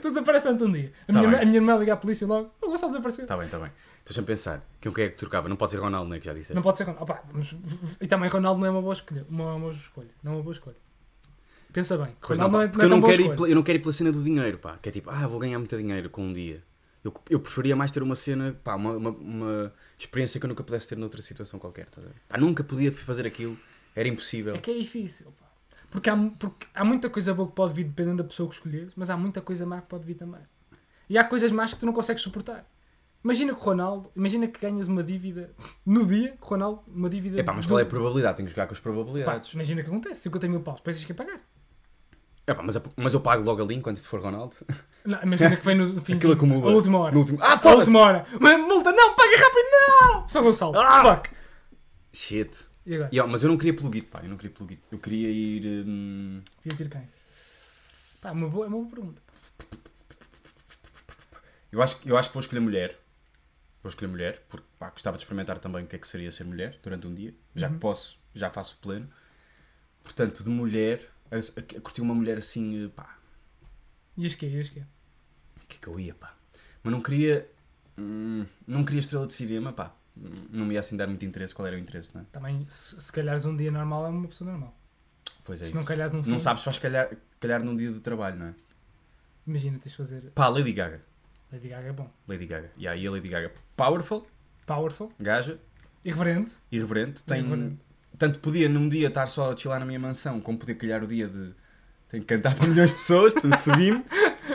A: Tu desapareces durante um dia. A,
B: Tá
A: minha,
B: bem. Tá,
A: a minha irmã liga à polícia logo. O Gonçalo desapareceu.
B: Está bem, está bem. Estou sempre a pensar. Quem quem é que trocava? Não pode ser Ronaldo, não é que já disseste?
A: Não pode ser Ronaldo. Opa, vamos- v- v- e também Ronaldo não é uma boa escolha. Uma, uma boa escolha. Não é uma boa escolha. Pensa bem.
B: Pois
A: Ronaldo não, é, não
B: pá, porque
A: é
B: eu
A: tão
B: não,
A: boa
B: quero ir,
A: escolha.
B: pela- eu não quero ir pela cena do dinheiro, pá. Que é tipo, ah, vou ganhar muito dinheiro com um dia. Eu, eu preferia mais ter uma cena, pá, uma, uma, uma experiência que eu nunca pudesse ter noutra situação qualquer. estás a ver? Pá, nunca podia fazer aquilo, era impossível.
A: É que é difícil. pá. Porque há, mu- porque há muita coisa boa que pode vir dependendo da pessoa que escolheres, mas há muita coisa má que pode vir também. E há coisas más que tu não consegues suportar. Imagina que o Ronaldo, imagina que ganhas uma dívida no dia, que o Ronaldo, uma dívida.
B: Epá, mas
A: do-
B: qual é a probabilidade? Tenho que jogar com as
A: Pá,
B: probabilidades.
A: Imagina que acontece, 50 mil paus, depois tens que pagar.
B: Epá, mas, eu- mas eu pago logo ali enquanto for Ronaldo.
A: Não, imagina que vem no fim
B: Aquilo acumula.
A: a última hora.
B: No último... Ah,
A: A
B: foda-se!
A: última hora. Uma multa, não, paga rápido, não! São Gonçalo.
B: Ah!
A: Fuck.
B: Shit.
A: E agora?
B: E, ó, mas eu não queria plugit, pá. Eu não queria plugit. Eu queria ir... hum,
A: Ias ir quem? Pá, uma boa, é uma boa pergunta.
B: Eu acho, que- eu acho que vou escolher mulher. Vou escolher mulher, porque pá, gostava de experimentar também o que é que seria ser mulher durante um dia. Já
A: Uhum.
B: que posso, já faço pleno. Portanto, de mulher, eu, eu curti uma mulher assim, eh, pá,
A: Ias quê? Ias quê?
B: o que é que eu ia, pá? Mas não queria. hum, não queria estrela de cinema, pá. Hum, Não me ia assim dar muito interesse qual era o interesse, não é?
A: Também, se, se calhares um dia normal, é uma pessoa normal.
B: Pois é
A: se
B: isso.
A: não calhares num
B: Não
A: filme-
B: sabes se vais calhar, calhar num dia de trabalho, não é?
A: Imagina, tens de fazer.
B: Pá, Lady Gaga.
A: Lady Gaga é bom.
B: Lady Gaga. E aí a Lady Gaga, powerful,
A: Powerful,
B: gaja,
A: irreverente.
B: irreverente, tem.
A: Irreverente.
B: Tanto podia num dia estar só a chilar na minha mansão, como podia calhar o dia de. Tenho que cantar [LAUGHS] para milhões de pessoas, portanto fodi-me.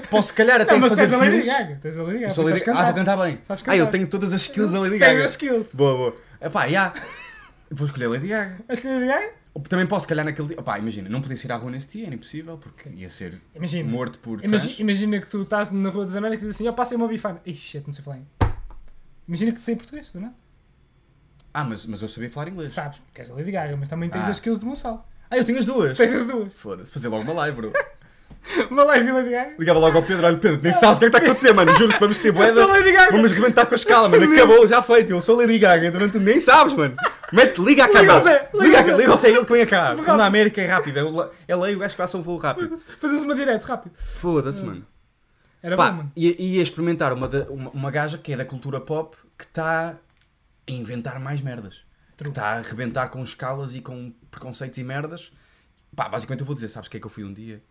B: Posso calhar até
A: Não, mas
B: fazer
A: tens a Lady
B: filmes.
A: Gaga. Tens a Lady
B: Eu
A: Gaga.
B: sou
A: sabes
B: Lady Gaga. Ah,
A: cantar.
B: vou cantar bem.
A: Sabes
B: Ah, eu
A: cantar.
B: tenho todas as skills da Lady
A: Tens
B: Gaga.
A: as skills.
B: Boa, boa. Epá, já. Vou escolher Lady Gaga.
A: As Lady Gaga?
B: Também posso calhar naquele dia. Opá, imagina, não podia ir à rua nesse dia, era impossível, porque ia ser
A: Imagina.
B: morto por
A: imagi-
B: trans.
A: imagina que tu estás na Rua das Américas e dizes assim: ó, passei uma bifana. Ixi, shit, não sei falar inglês. Imagina que te sei português, não é?
B: Ah, mas, mas eu sabia falar inglês.
A: Sabes, porque és a Lady Gaga, mas também tens
B: Ah.
A: as skills de Gonçalo.
B: Ah, eu tenho as duas.
A: Tens as duas.
B: Foda-se, fazer logo uma live, bro.
A: Uma live e Lady Gaga.
B: Ligava logo ao Pedro, olha Pedro, nem sabes o que é que está a acontecer,
A: [LAUGHS]
B: mano. Juro-te, vamos ter
A: Eu
B: boeda.
A: sou a Lady Gaga.
B: Vamos rebentar com a escala, mano. Acabou, já feito. Eu sou Lady Gaga. Durante um... Nem sabes, mano. Mete, liga a
A: Liga
B: câmara.
A: ao Zé, liga ao
B: Liga a
A: Zé.
B: câmara. Liga ao Zé, ele que vem cá.
A: Rápido.
B: Tudo na América é rápido. É o- É lei, o gajo que passa um voo rápido.
A: Fazemos uma direto, rápido.
B: Foda-se, mano.
A: Era bom,
B: Pá,
A: mano.
B: ia, ia experimentar uma, da- uma, uma gaja que é da cultura pop que está a inventar mais merdas. Que
A: True.
B: está a arrebentar com escalas e com preconceitos e merdas. Pá, basicamente eu vou dizer, sabes o que é que eu fui um dia?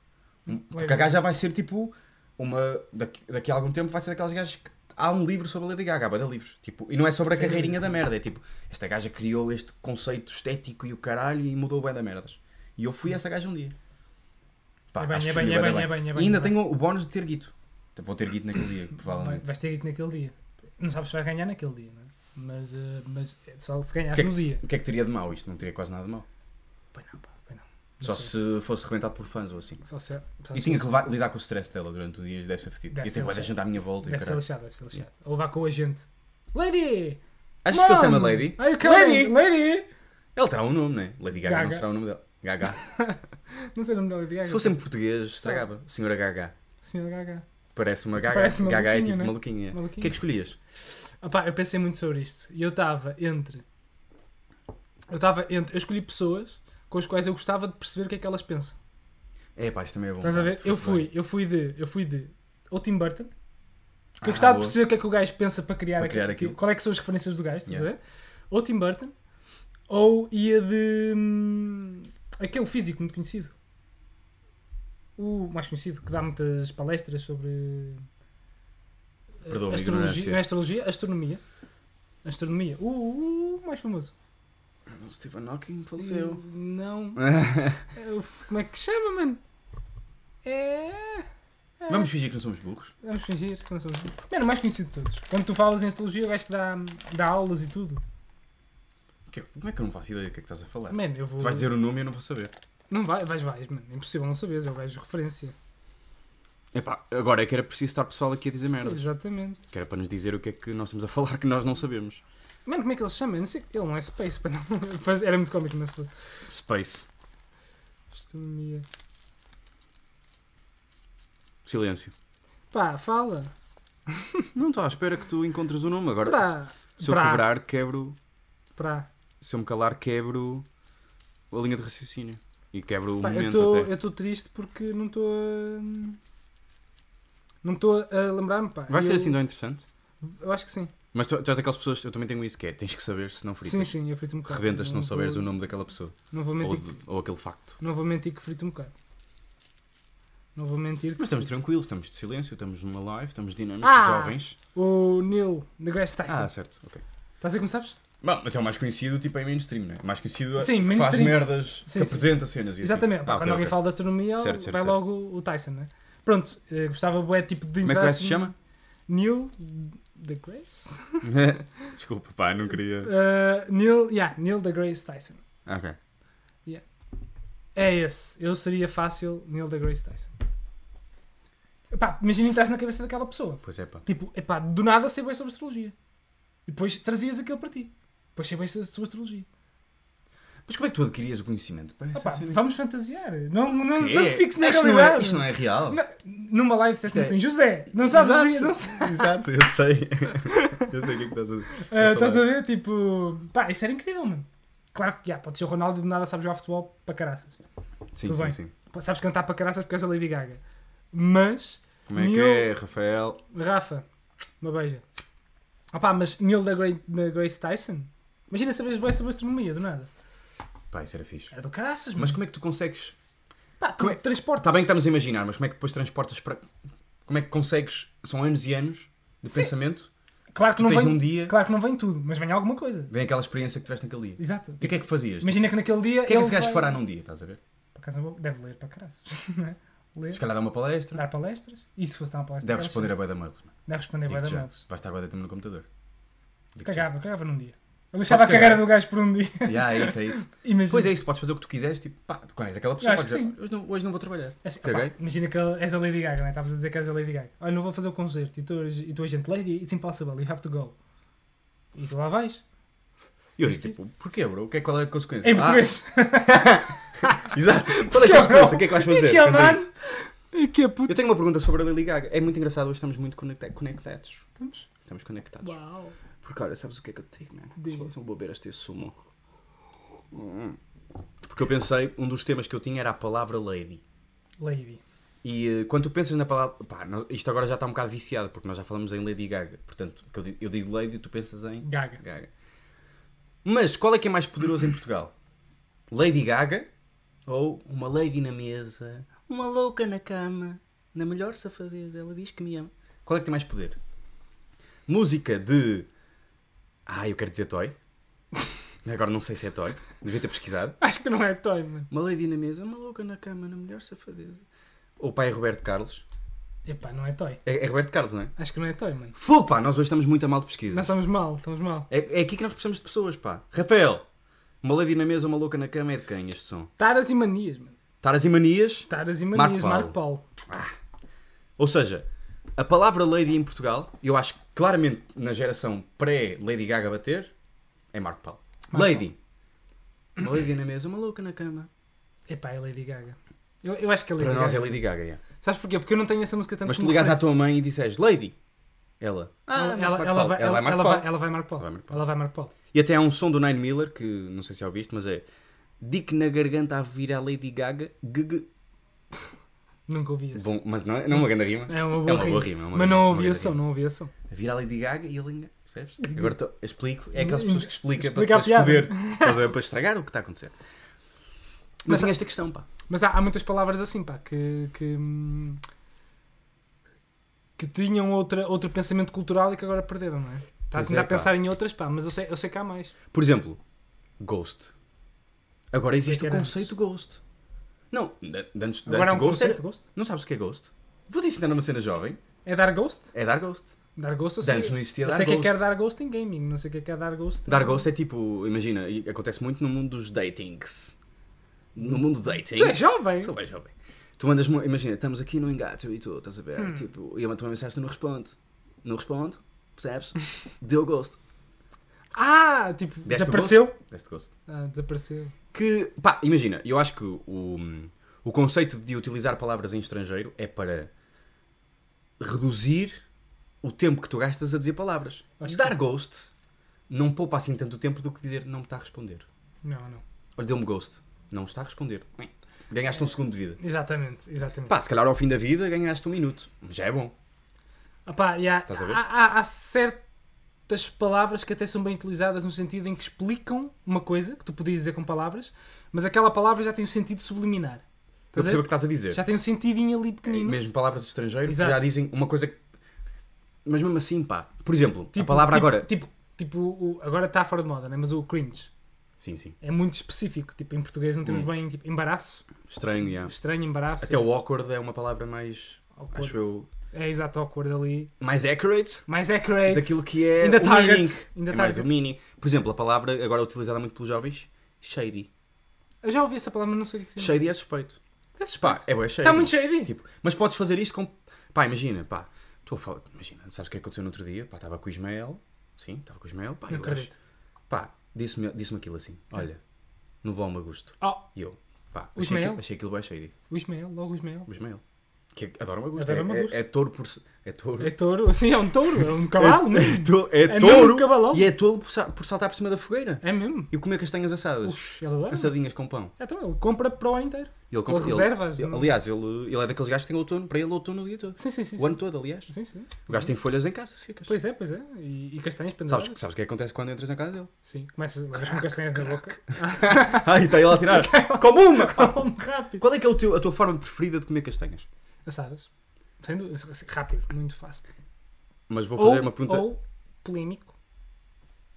B: Um- Porque a gaja vai ser tipo uma. Daqui, daqui a algum tempo vai ser daquelas gajas que. Há um livro sobre a Lady Gaga, vai dar livros. Tipo, e não é sobre a
A: Sim,
B: carreirinha
A: sim.
B: da merda, é tipo, esta gaja criou este conceito estético e o caralho e mudou bem da merdas. E eu fui essa gaja um dia. Pá,
A: É bem,
B: acho que
A: é bem,
B: escolhi
A: é
B: bué da
A: bem, é bem, é
B: E
A: bem,
B: ainda
A: é bem.
B: tenho o bónus de ter guito. Então Vou ter guito naquele dia,
A: Vai-
B: provavelmente.
A: Vais ter ido naquele dia. Não sabes se vai ganhar naquele dia, não é? Mas, eh, mas é só se ganhar
B: O que, é
A: no
B: que,
A: dia.
B: o que é que teria de mau isto? Não teria quase nada de mau.
A: Pois não, pá, pois não. Não
B: Só
A: sei.
B: se fosse arrebentado por fãs ou assim.
A: Só se- só
B: E
A: se-
B: tinha que levar- lidar com o stress dela durante o dia, deve ser fedido.
A: Deve
B: E tem
A: ser
B: boa da
A: lixado.
B: gente à minha volta. e
A: Deve ser
B: caralho.
A: lixado, deve ser lixado. Ou vá com a gente. Lady!
B: Achas que ele se chama
A: Mom!
B: Lady?
A: Are you
B: Lady!
A: coming? Lady!
B: Ele terá um nome, não é? Lady Gaga, não
A: Gaga.
B: será o nome dela. Gaga.
A: Não sei o nome da Lady Gaga.
B: se fosse em português, estragava. Senhora Gaga.
A: Senhora Gaga.
B: Parece uma Gaga.
A: Parece uma
B: Gaga é
A: maluquinha,
B: tipo
A: né?
B: maluquinha. O que é
A: Maluquinha.
B: que escolhias?
A: Opá, eu pensei muito sobre isto. E eu estava entre. Eu estava entre. Eu escolhi pessoas com as quais eu gostava de perceber o que é que elas pensam.
B: É pá, isto também é bom.
A: Estás a
B: pá,
A: ver?
B: tu
A: Eu
B: foste
A: fui,
B: bem.
A: eu fui de. Eu fui de. Ou Tim Burton. Porque
B: Ah,
A: eu gostava
B: boa.
A: de perceber o que é que o gajo pensa para criar,
B: Para
A: aquilo.
B: criar aquilo.
A: Qual é que são as referências do gajo, estás
B: Yeah.
A: a ver? Ou Tim Burton. Ou ia de. hum, aquele físico muito conhecido. O mais conhecido, que dá muitas palestras sobre. eh,
B: Perdoa-me a
A: astrologia,
B: ignorância.
A: não é astrologia, astronomia. Astronomia. O o- o mais famoso.
B: O Stephen Hawking faleceu.
A: Não. É, uf, Como é que chama, mano? É. é.
B: Vamos fingir que não somos burros.
A: Vamos fingir que não somos. Mano, mais conhecido de todos. Quando tu falas em astrologia, eu acho que dá, dá aulas e tudo.
B: Que- Como é que eu não faço ideia do que é que estás a falar?
A: Mano, eu vou.
B: Tu vais dizer o nome e eu não vou saber.
A: Não vai, vais, vais, mano. É impossível não saberes, é o gajo de referência.
B: Epá, agora é que era preciso estar pessoal aqui a dizer merdas.
A: Exatamente.
B: Que era para nos dizer o que é que nós estamos a [LAUGHS] falar que nós não sabemos.
A: Mano, como é que ele se chama? Eu não sei. Ele não é Space, para não. [LAUGHS] Faz- Era muito cómico, não se fosse.
B: Space.
A: Astronomia.
B: Silêncio.
A: Pá, fala.
B: Não estou à espera que tu encontres o nome. Agora,
A: Pra.
B: se, se eu
A: pra-
B: quebrar, quebro.
A: pra.
B: Se eu me calar, quebro a linha de raciocínio. E quebro o
A: Pá, eu
B: momento
A: tô-
B: até.
A: eu estou triste porque não estou a. Não estou a lembrar-me, pá.
B: Vai
A: E
B: ser
A: eu-
B: assim é? tão interessante.
A: Eu acho que sim.
B: Mas tu, tu és daquelas pessoas, eu também tenho isso, que é, tens que saber, se não fritas.
A: Sim, sim, eu frito um bocado.
B: Rebentas se não souberes
A: vou,
B: o nome daquela pessoa.
A: Não vou mentir
B: Ou,
A: que-
B: de- ou aquele facto.
A: Não vou mentir que frito um bocado. Não vou mentir que
B: Mas estamos
A: frito.
B: tranquilos, estamos de silêncio, estamos numa live, estamos dinâmicos,
A: Ah!
B: jovens.
A: O Neil deGrasse Tyson.
B: Ah, certo, ok.
A: Estás a começar?
B: Bom, mas é o mais conhecido, tipo, é mainstream, não é? O mais conhecido é
A: Sim,
B: que faz
A: mainstream.
B: merdas,
A: Sim,
B: que
A: sim.
B: apresenta cenas e assim.
A: Exatamente. Pá,
B: Ah, ok,
A: Quando alguém
B: ok.
A: fala de astronomia,
B: Certo, certo,
A: vai
B: certo.
A: logo o Tyson, né? Pronto, eh, gostava bué tipo de
B: Como é que
A: entrar
B: o gajo se
A: assim-
B: chama?
A: Neil deGrasse. [LAUGHS]
B: Desculpa, pá, não queria...
A: Uh, Neil, yeah, Neil deGrasse Tyson.
B: Ah, Ok.
A: É esse. Eu seria fácil Neil deGrasse Tyson. Epá, imagina que estás na cabeça daquela pessoa.
B: Pois é, pá.
A: Tipo, epá, do nada sei bem sobre astrologia. E depois trazias aquilo para ti. Depois sei bem sobre astrologia.
B: Mas como é que tu adquirias o conhecimento? Pá, essa
A: Opa,
B: é cena-
A: vamos fantasiar. Não, não,
B: Quê?
A: não te fiques na
B: Isto não é-
A: realidade.
B: Isto não é real.
A: Na- Numa live disseste
B: É.
A: assim, José, não sabes
B: Exato.
A: assim, não sei.
B: Exato, eu
A: [LAUGHS]
B: sei. Eu sei o que é que estás a dizer.
A: Ah,
B: Eu
A: estás a
B: falei.
A: ver? Tipo, pá, isso era incrível, mano. Claro que, já, pode ser o Ronaldo e do nada sabes jogar futebol para caraças.
B: Sim,
A: Tudo
B: sim,
A: bem.
B: sim.
A: Pá, Sabes cantar para caraças porque és a Lady Gaga. Mas,
B: Como é que
A: Neil-
B: é, Rafael?
A: Rafa, uma beija. Opá, mas Neil da, Gra- da Grace Tyson? Imagina saberes bem sobre astronomia, do nada.
B: Pá, isso era fixe.
A: Era do caraças,
B: Mas
A: mas
B: como é que tu consegues?
A: pá, tu
B: como é-
A: transportas.
B: Está bem que estamos a imaginar, mas como é que depois transportas para. Como é que consegues? São anos e anos de
A: Sim.
B: pensamento.
A: Claro que,
B: Tu
A: não
B: tens
A: vem,
B: num dia,
A: claro que não vem tudo, mas vem alguma coisa.
B: vem aquela experiência que tiveste naquele dia.
A: Exato.
B: E o que é que fazias? O
A: Imagina que naquele dia.
B: que é que
A: ele
B: esse gajo
A: vai-
B: fará num dia, estás a ver?
A: Por acaso não vou- deve ler para caraças. [LAUGHS] não é? ler,
B: Se calhar dá uma palestra,
A: dar palestras. E se fosse dar uma palestra.
B: deve responder a boia da mails. mano.
A: a. Deve responder
B: Digo-te
A: a
B: já.
A: mails.
B: Vai estar boia da tempo no computador. Digo-te
A: Cagava, cagava num dia. Eu deixava a
B: cagar.
A: carreira do gajo por um dia. [LAUGHS]
B: já. [LAUGHS] Yeah, é isso, é isso.
A: Imagina.
B: Pois é isso, tu podes fazer o que tu quiseres, tipo, pá, tu conheces aquela pessoa,
A: acho
B: podes
A: que
B: dizer, hoje não, hoje não vou trabalhar.
A: Assim,
B: Caguei.
A: opá, imagina que és a Lady Gaga, né? Estavas a dizer que és a Lady Gaga. Olha, não vou fazer o concerto. E tu, és- e tu és gente, Lady, it's impossible, you have to go. E tu lá vais.
B: E eu digo, tipo, porquê, bro? O que é, qual é a consequência?
A: Em
B: Ah,
A: português.
B: [LAUGHS]
A: [LAUGHS]
B: Exato. Qual é a
A: Que
B: consequência?
A: horror.
B: O que é que vais
A: [LAUGHS]
B: fazer?
A: que
B: quando é
A: amar.
B: isso?
A: E que a puta.
B: Eu tenho uma pergunta sobre a Lady Gaga. É muito engraçado, hoje estamos muito conecta- conectados.
A: Estamos?
B: Estamos conectados.
A: Uau.
B: Porque olha, sabes o que é que eu te digo, mano?
A: Diga.
B: Só vou beber este sumo. Hum. Porque eu pensei, um dos temas que eu tinha era a palavra lady.
A: Lady.
B: E eh, quando tu pensas na palavra. Pá, nós- isto agora já está um bocado viciado, porque nós já falamos em Lady Gaga. Portanto, que eu di- eu digo lady e tu pensas em
A: Gaga.
B: Gaga. Mas qual é que é mais poderoso em Portugal? Lady Gaga ou uma lady na mesa, uma louca na cama, na melhor safadez, ela diz que me ama. Qual é que tem mais poder? Música de. Ah, eu quero dizer Toy. [LAUGHS] Agora não sei se é Toy, devia ter pesquisado.
A: Acho que não é toy, mano.
B: Uma lady na mesa, uma louca na cama, na melhor safadeza. Ou pai Roberto Carlos.
A: Epá, não é toy.
B: É, é Roberto Carlos, não é?
A: Acho que não é toy, mano.
B: Fogo, pá, nós hoje estamos muito a mal de pesquisa.
A: Nós estamos mal, estamos mal.
B: É, é aqui que nós precisamos de pessoas, pá. Rafael, uma lady na mesa, uma louca na cama é de quem este som?
A: Taras e manias, mano.
B: Taras e manias?
A: Taras e
B: Marco
A: manias,
B: Paulo.
A: Marco Paulo.
B: Ou seja, a palavra lady em Portugal, eu acho que claramente na geração pré-Lady Gaga bater, é Marco Paulo. lady. Uma lady na mesa, uma louca na cama.
A: Epá, é Lady Gaga. Eu, eu acho que é Lady
B: Para
A: Gaga.
B: nós é Lady Gaga, yeah.
A: Sabes porquê? Porque eu não tenho essa música tanto
B: Mas tu
A: como
B: ligas à
A: referência.
B: tua mãe e disses Lady. Ela. Ah,
A: Ela,
B: mas
A: ela,
B: Marco
A: ela,
B: Paulo.
A: vai,
B: Ela
A: ela,
B: é Marco
A: ela,
B: Paulo.
A: vai, ela vai Marco Paulo.
B: Ela vai Marco Paulo.
A: Ela vai Marco Paulo.
B: E até há um som do Nine Miller que não sei se já ouviste, mas é Dick na garganta a vir à Lady Gaga. Gg.
A: Nunca ouvi isso.
B: Bom, mas não, não é uma grande rima.
A: É uma boa rima.
B: é
A: Mas
B: uma grande-
A: não
B: uma
A: ouvi
B: grande
A: ação, não ouvi ação.
B: A vir à Lady Gaga e ele ainda. Percebes? Agora tô- eu explico. É aquelas
A: Hum,
B: pessoas que explicam
A: explica a
B: para depois foder.
A: piada.
B: Estás a ver? para estragar o que está a acontecer.
A: Mas
B: Mas tinha esta questão, pá.
A: Mas há, há muitas palavras assim, pá, que. que hum, que tinham outra, outro pensamento cultural e que agora perderam, não é? Está a
B: Pois
A: tentar
B: é, pá.
A: pensar em outras, pá, mas eu sei, eu sei que há mais.
B: Por exemplo, Ghost. Agora existe o
A: Caralho.
B: conceito Ghost. Não, de- de antes, de
A: Agora
B: antes
A: há um
B: Ghost
A: conceito
B: era-
A: ghost.
B: Não sabes o que é Ghost? Vou-te ensinar uma cena jovem.
A: É dar ghost?
B: É dar Ghost.
A: Dar ghost eu
B: De
A: sei.
B: antes não existia
A: eu
B: dar
A: sei que é
B: Ghost.
A: que é dar ghost em gaming, não sei o que é que é dar ghost. em-
B: Dar Ghost é tipo, imagina, e acontece muito no mundo dos datings. No mundo dating.
A: Tu és jovem!
B: Sou bem jovem. Tu andas, mu- imagina, estamos aqui no engate eu e tu, estás a
A: Hum.
B: ver? Tipo, e eu mando uma mensagem, tu não responde. Não responde,
A: [LAUGHS]
B: percebes? Deu ghost.
A: Ah, tipo,
B: Deste
A: desapareceu.
B: Ghost? Deste ghost.
A: Ah, desapareceu.
B: Que, pá, imagina, eu acho que o, o conceito de utilizar palavras em estrangeiro é para reduzir o tempo que tu gastas a dizer palavras.
A: Acho que
B: Dar ghost não poupa assim tanto tempo do que dizer não me está a responder.
A: Não, não.
B: Olha, deu-me ghost. Não está a responder. Ganhaste um segundo de vida.
A: Exatamente, exatamente.
B: Pá, se calhar ao fim da vida ganhaste um minuto. Já é bom.
A: Ah pá, e há,
B: Estás a ver?
A: há- há- há certas palavras que até são bem utilizadas no sentido em que explicam uma coisa que tu podias dizer com palavras, mas aquela palavra já tem um sentido subliminar.
B: Eu
A: Estás a
B: percebo o
A: ver?
B: que estás a dizer.
A: Já tem um sentidinho ali pequenino.
B: Mesmo palavras estrangeiras
A: Exato.
B: já dizem uma coisa que... Mas mesmo assim, pá. Por exemplo, a palavra
A: tipo-
B: agora...
A: Tipo, tipo o- agora está fora de moda, né? mas o cringe
B: Sim, sim.
A: é muito específico. Tipo, em português não temos bem tipo, embaraço,
B: Estranho, yeah.
A: estranho, embaraço.
B: Hum. Até o awkward é uma palavra mais...
A: Awkward.
B: Acho eu...
A: É exato awkward ali.
B: Mais accurate
A: Mais accurate.
B: daquilo que é
A: Ainda
B: o
A: target.
B: meaning.
A: Ainda
B: é mais
A: target.
B: o meaning. Por exemplo, a palavra agora utilizada muito pelos jovens... Shady.
A: Eu já ouvi essa palavra, mas não sei o que significa.
B: Shady é suspeito. Pá, é bom, é
A: Está
B: shady.
A: Tá muito shady.
B: Tipo, mas podes fazer isso com. Pá, imagina, pá. Estou a falar, imagina, sabes o que é que aconteceu no outro dia? Pá, estava com o Ismael, sim, estava com o Ismael, pá,
A: não
B: e o gajo,
A: acredito.
B: pá, disse-me disse aquilo assim: olha, não vou ao meu gosto.
A: Oh,
B: E eu, pá,
A: O
B: achei,
A: Ismael?
B: aquilo- achei aquilo bem shady.
A: o Ismael, logo o Ismael.
B: O Ismael, que adora o meu gosto,
A: Adora o
B: é,
A: Magusto.
B: é, é touro por. se- É touro.
A: É touro, [LAUGHS] sim, é um touro, é um cavalo mesmo.
B: [LAUGHS] É touro, é
A: É mesmo
B: touro
A: um cabalão.
B: e é touro por, sa- por saltar por cima da fogueira
A: É mesmo?
B: e comer castanhas assadas,
A: Ux, ele adora.
B: assadinhas com pão.
A: Então ele compra para o ano inteiro.
B: E Ele, compra-
A: Ou reservas,
B: ele-
A: não?
B: aliás, ele, ele é daqueles gajos que tem outono, para ele outono o dia todo.
A: Sim, sim, sim.
B: o
A: sim.
B: ano todo, aliás.
A: Sim, sim.
B: O gajo tem folhas em casa secas.
A: Pois é, pois é. E, e castanhas penduradas.
B: Sabes, sabes o que é que acontece quando entras na casa dele? [LAUGHS]
A: Sim, começas levas com castanhas na boca.
B: Ai, está ele a tirar. Como uma!
A: [LAUGHS]
B: pá.
A: Come rápido.
B: Qual é que é o teu- a tua forma preferida de comer castanhas?
A: Assadas. Sem dúvida. assim, Rápido, muito fácil.
B: Mas vou
A: Ou,
B: fazer uma pergunta.
A: ou polémico,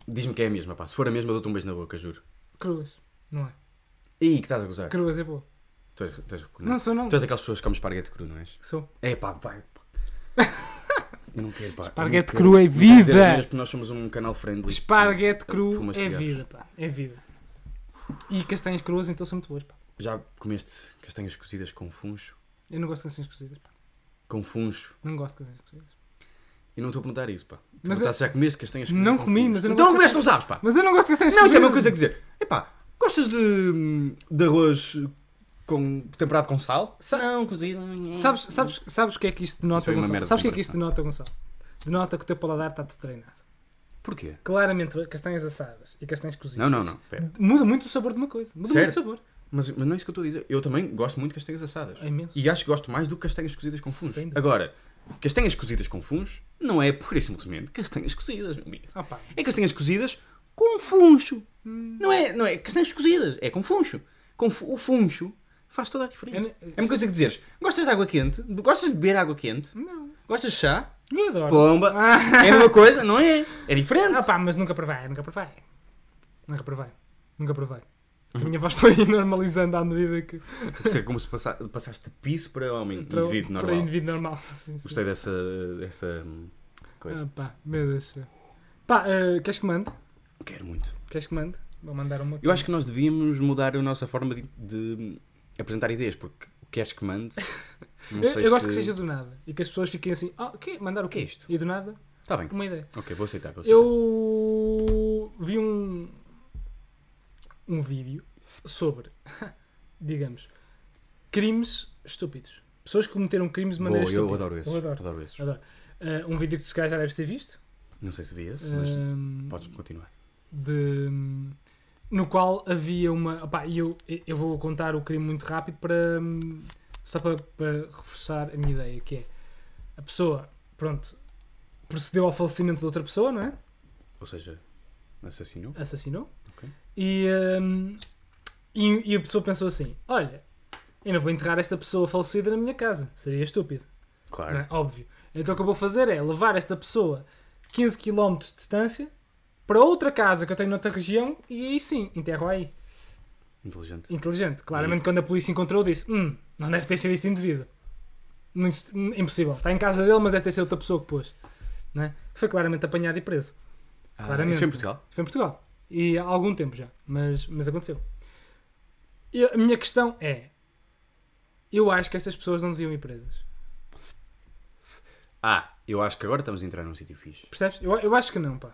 B: Diz-me que é a mesma, pá. Se for a mesma, dou-te um beijo na boca, juro.
A: cruas. Não é?
B: Ih, que estás a gozar.
A: Cruas é boa.
B: Tu és, tu és
A: Não,
B: repugnante.
A: sou não.
B: Tu és aquelas pessoas que comem esparguete cru, não és?
A: Sou.
B: É pá, vai. pá. Eu não quero, pá. Eu não
A: Esparguete
B: quero.
A: cru é
B: Não quero dizer as neiras
A: vida.
B: porque nós somos um canal friendly.
A: Esparguete cru
B: Fuma
A: é
B: cigarros.
A: vida, pá. É vida. E castanhas cruas então são muito boas, pá.
B: Já comeste castanhas cozidas com funcho?
A: Eu não gosto de castanhas cozidas, pá.
B: Com funcho.
A: Não gosto de castanhas cozidas.
B: E não estou a perguntar isso, pá. Tu
A: Mas eu-
B: perguntaste se já comeste castanhas cozidas
A: Não
B: com
A: comi,
B: funcho.
A: mas eu não
B: Então
A: gosto de
B: comeste, não sabes, pá.
A: Mas eu não gosto de castanhas
B: Não, isso é
A: cozidas.
B: uma coisa que dizer. Epá, gostas de, de arroz com, temperado com sal?
A: Sa-
B: não, cozido.
A: Sabes,
B: hum.
A: sabes, sabes o que é que isto
B: Isso
A: denota,
B: foi uma
A: Gonçalo?
B: merda de
A: Sabes o que é que isto
B: comparação.
A: denota, Gonçalo? Denota que o teu paladar está destreinado.
B: Porquê?
A: Claramente, castanhas assadas e castanhas cozidas.
B: Não, não, não. Pera.
A: Muda muito o sabor de uma coisa. Muda
B: Certo.
A: muito o sabor.
B: Mas, mas não é isso que eu estou a dizer. Eu também gosto muito de castanhas assadas.
A: É imenso.
B: E acho que gosto mais do que castanhas cozidas com funge.
A: Sem dúvida.
B: Agora, castanhas cozidas com funge não é pura e simplesmente castanhas cozidas, meu amigo.
A: Ah, pá.
B: É castanhas cozidas com funcho. Não, é, não é castanhas cozidas, é com funcho. Com fu- o funcho faz toda a diferença.
A: É-
B: É, uma coisa que dizeres, gostas de água quente? Gostas de beber água quente?
A: Não.
B: Gostas de chá?
A: Eu adoro.
B: Pomba.
A: Ah,
B: É a mesma coisa, não é? É diferente. [LAUGHS]
A: ah, pá, mas nunca provei, nunca provei. Nunca provei. Nunca provei. A minha voz foi normalizando à medida que.
B: Ou seja, é como se passa- passaste de piso para homem,
A: para-
B: indivíduo
A: para
B: normal.
A: indivíduo normal. Sim, sim.
B: Gostei dessa, dessa hum, coisa.
A: Ah, pá, meu Deus. do céu. Pá, eh, queres que mande?
B: Quero muito.
A: Queres que mande? Vou mandar uma.
B: Eu acho que nós devíamos mudar a nossa forma de, de apresentar ideias, porque o que queres
A: [LAUGHS]
B: que mande. Não
A: eu,
B: sei
A: eu gosto
B: se...
A: que seja do nada e que as pessoas fiquem assim, ah, o quê? Mandar o quê?
B: Que é isto?
A: E do nada,
B: Está Tá bem.
A: uma ideia.
B: Ok, vou aceitar. Vou aceitar.
A: Eu vi um um vídeo sobre, [LAUGHS] digamos, crimes estúpidos. Pessoas que cometeram crimes de
B: Boa,
A: maneira
B: eu
A: estúpida.
B: adoro esses.
A: Eu adoro.
B: esses.
A: Ah, um vídeo que se calhar já deves ter visto.
B: Não sei se vi esse, mas
A: Ahm,
B: podes continuar.
A: de no qual havia uma opá, e eu eu vou contar o crime muito rápido para hum, só para, para reforçar a minha ideia que é a pessoa pronto procedeu ao falecimento de outra pessoa não é
B: Ou seja, assassinou.
A: assassinou
B: Ok.
A: e, hum, e e a pessoa pensou assim olha eu não vou enterrar esta pessoa falecida na minha casa seria estúpido
B: Claro.
A: não é? óbvio então o que eu vou fazer é levar esta pessoa 15 km de distância para outra casa que eu tenho noutra região e aí sim enterro aí
B: Inteligente.
A: Inteligente. Claramente, quando a polícia encontrou, disse: Hum, não deve ter sido este indivíduo. Muito est- hum, impossível. Está em casa dele, mas deve ter sido outra pessoa que pôs. Não é? Foi claramente apanhado e preso.
B: Ah,
A: Claramente.
B: Isso é em Portugal.
A: Foi em Portugal. E há algum tempo já. Mas, mas aconteceu. E a minha questão é: Eu acho que estas pessoas não deviam ir presas.
B: Ah, eu acho que agora estamos a entrar num sítio fixe.
A: Percebes? Eu, eu acho que não, pá.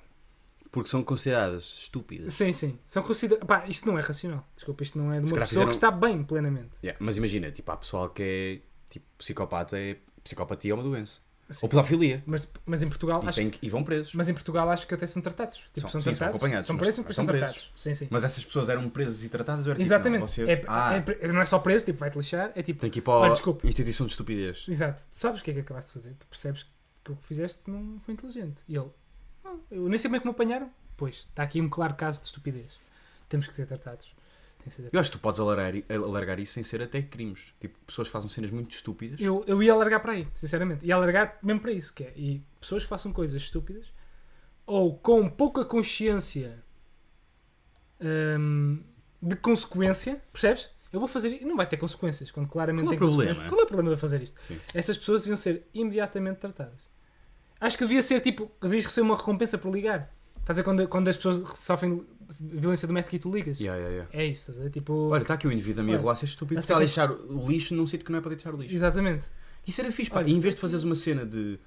B: Porque são consideradas estúpidas.
A: Sim, sim. São considera Pá, isto não é racional. Desculpa, isto não é de uma
B: Se
A: pessoa
B: calhar
A: que está bem plenamente.
B: Yeah, mas imagina, tipo, há pessoal que é tipo psicopata, é psicopatia é uma doença.
A: Assim.
B: Ou pedofilia.
A: Mas, mas em Portugal,
B: E,
A: acho
B: têm que- e vão presos.
A: Mas em Portugal acho que até são tratados. Tipo,
B: São-
A: são,
B: sim, são
A: tratados.
B: acompanhados,
A: são
B: mas-
A: presos, mas
B: mas
A: são
B: são
A: tratados. Sim, sim.
B: Mas essas pessoas eram presas e tratadas ou era tipo,
A: Exatamente.
B: não, você-
A: É,
B: Ah,
A: é pre- não é só preso, tipo, vai-te lixar. É tipo,
B: tem que ir para
A: Olha,
B: a
A: desculpa.
B: instituição de estupidez.
A: exato, tu sabes o que é que acabaste de fazer. Tu percebes que o que fizeste não foi inteligente. E ele, "Não, eu nem sei bem como apanharam. Pois, está aqui um claro caso de estupidez. Temos que ser tratados. Tem que ser
B: Eu acho que tu podes alargar, alargar isso sem ser até crimes. Tipo, pessoas fazem cenas muito estúpidas.
A: Eu, eu ia alargar para aí, sinceramente. Ia alargar mesmo para isso, que é. E pessoas que façam coisas estúpidas ou com pouca consciência hum, de consequência, percebes? Eu vou fazer. Não vai ter consequências, quando claramente
B: Qual é
A: tem
B: o problema?
A: consequências. Qual é o problema de fazer isto?
B: Sim.
A: Essas pessoas deviam ser imediatamente tratadas. Acho que devia ser tipo. Devias receber uma recompensa por ligar. Estás a ver quando, quando as pessoas sofrem violência doméstica e tu ligas?
B: Yeah, yeah, yeah.
A: É isso, estás a ver? Tipo.
B: Olha, está aqui um indivíduo a minha
A: Olha,
B: rua a ser estúpido.
A: não
B: Está
A: sei
B: a
A: como-
B: deixar o lixo num sítio que não é para deixar o lixo.
A: Exatamente.
B: Isso era fixe, pá.
A: Olha. é
B: E em vez de fazeres uma cena de.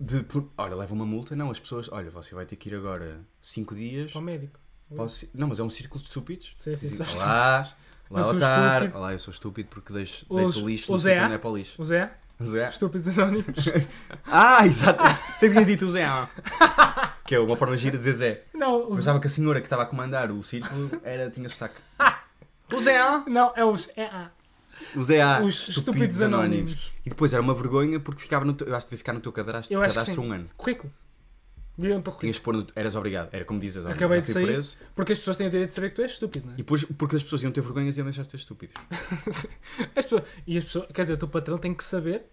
B: de por- Olha, leva uma multa. Não, as pessoas. Olha, você vai ter que ir agora 5 dias.
A: Para o médico.
B: Posso- Não, mas é um círculo de estúpidos.
A: Sim, sim,
B: Dizem,
A: só
B: Olá,
A: Eu
B: olá,
A: sou
B: Otar.
A: estúpido.
B: Olá, eu sou estúpido porque deixo,
A: Os-
B: deito o lixo
A: o
B: no
A: Zé.
B: sítio onde é para o lixo.
A: O Zé?
B: Zé.
A: Estúpidos anónimos.
B: Ah, exato. Sei que tinha dito o Zé.
A: [LAUGHS]
B: Que é uma forma gira de dizer Zé.
A: Não, o
B: Eu
A: Zé.
B: Pensava que a senhora que estava a comandar o círculo era,
A: [LAUGHS]
B: tinha sotaque. O Zé A!
A: Não, é os EA.
B: O Zé A!
A: Os estúpidos anónimos.
B: E depois era uma vergonha porque ficava no teu, eu acho que devia ficar no teu cadastro,
A: Eu acho que
B: cadastro
A: sim. Tipo
B: um ano.
A: Currículo. Deviam para currículo.
B: Tinhas de pôr no, eras obrigado, era como dizes, olha,
A: Acabei de
B: já fui
A: sair.
B: preso.
A: Porque as pessoas têm o direito de saber que tu és estúpido, não é?
B: E depois, porque as pessoas iam ter vergonhas e iam deixar de ser estúpidos.
A: As pessoas, e as pessoas, quer dizer, o teu patrão tem que saber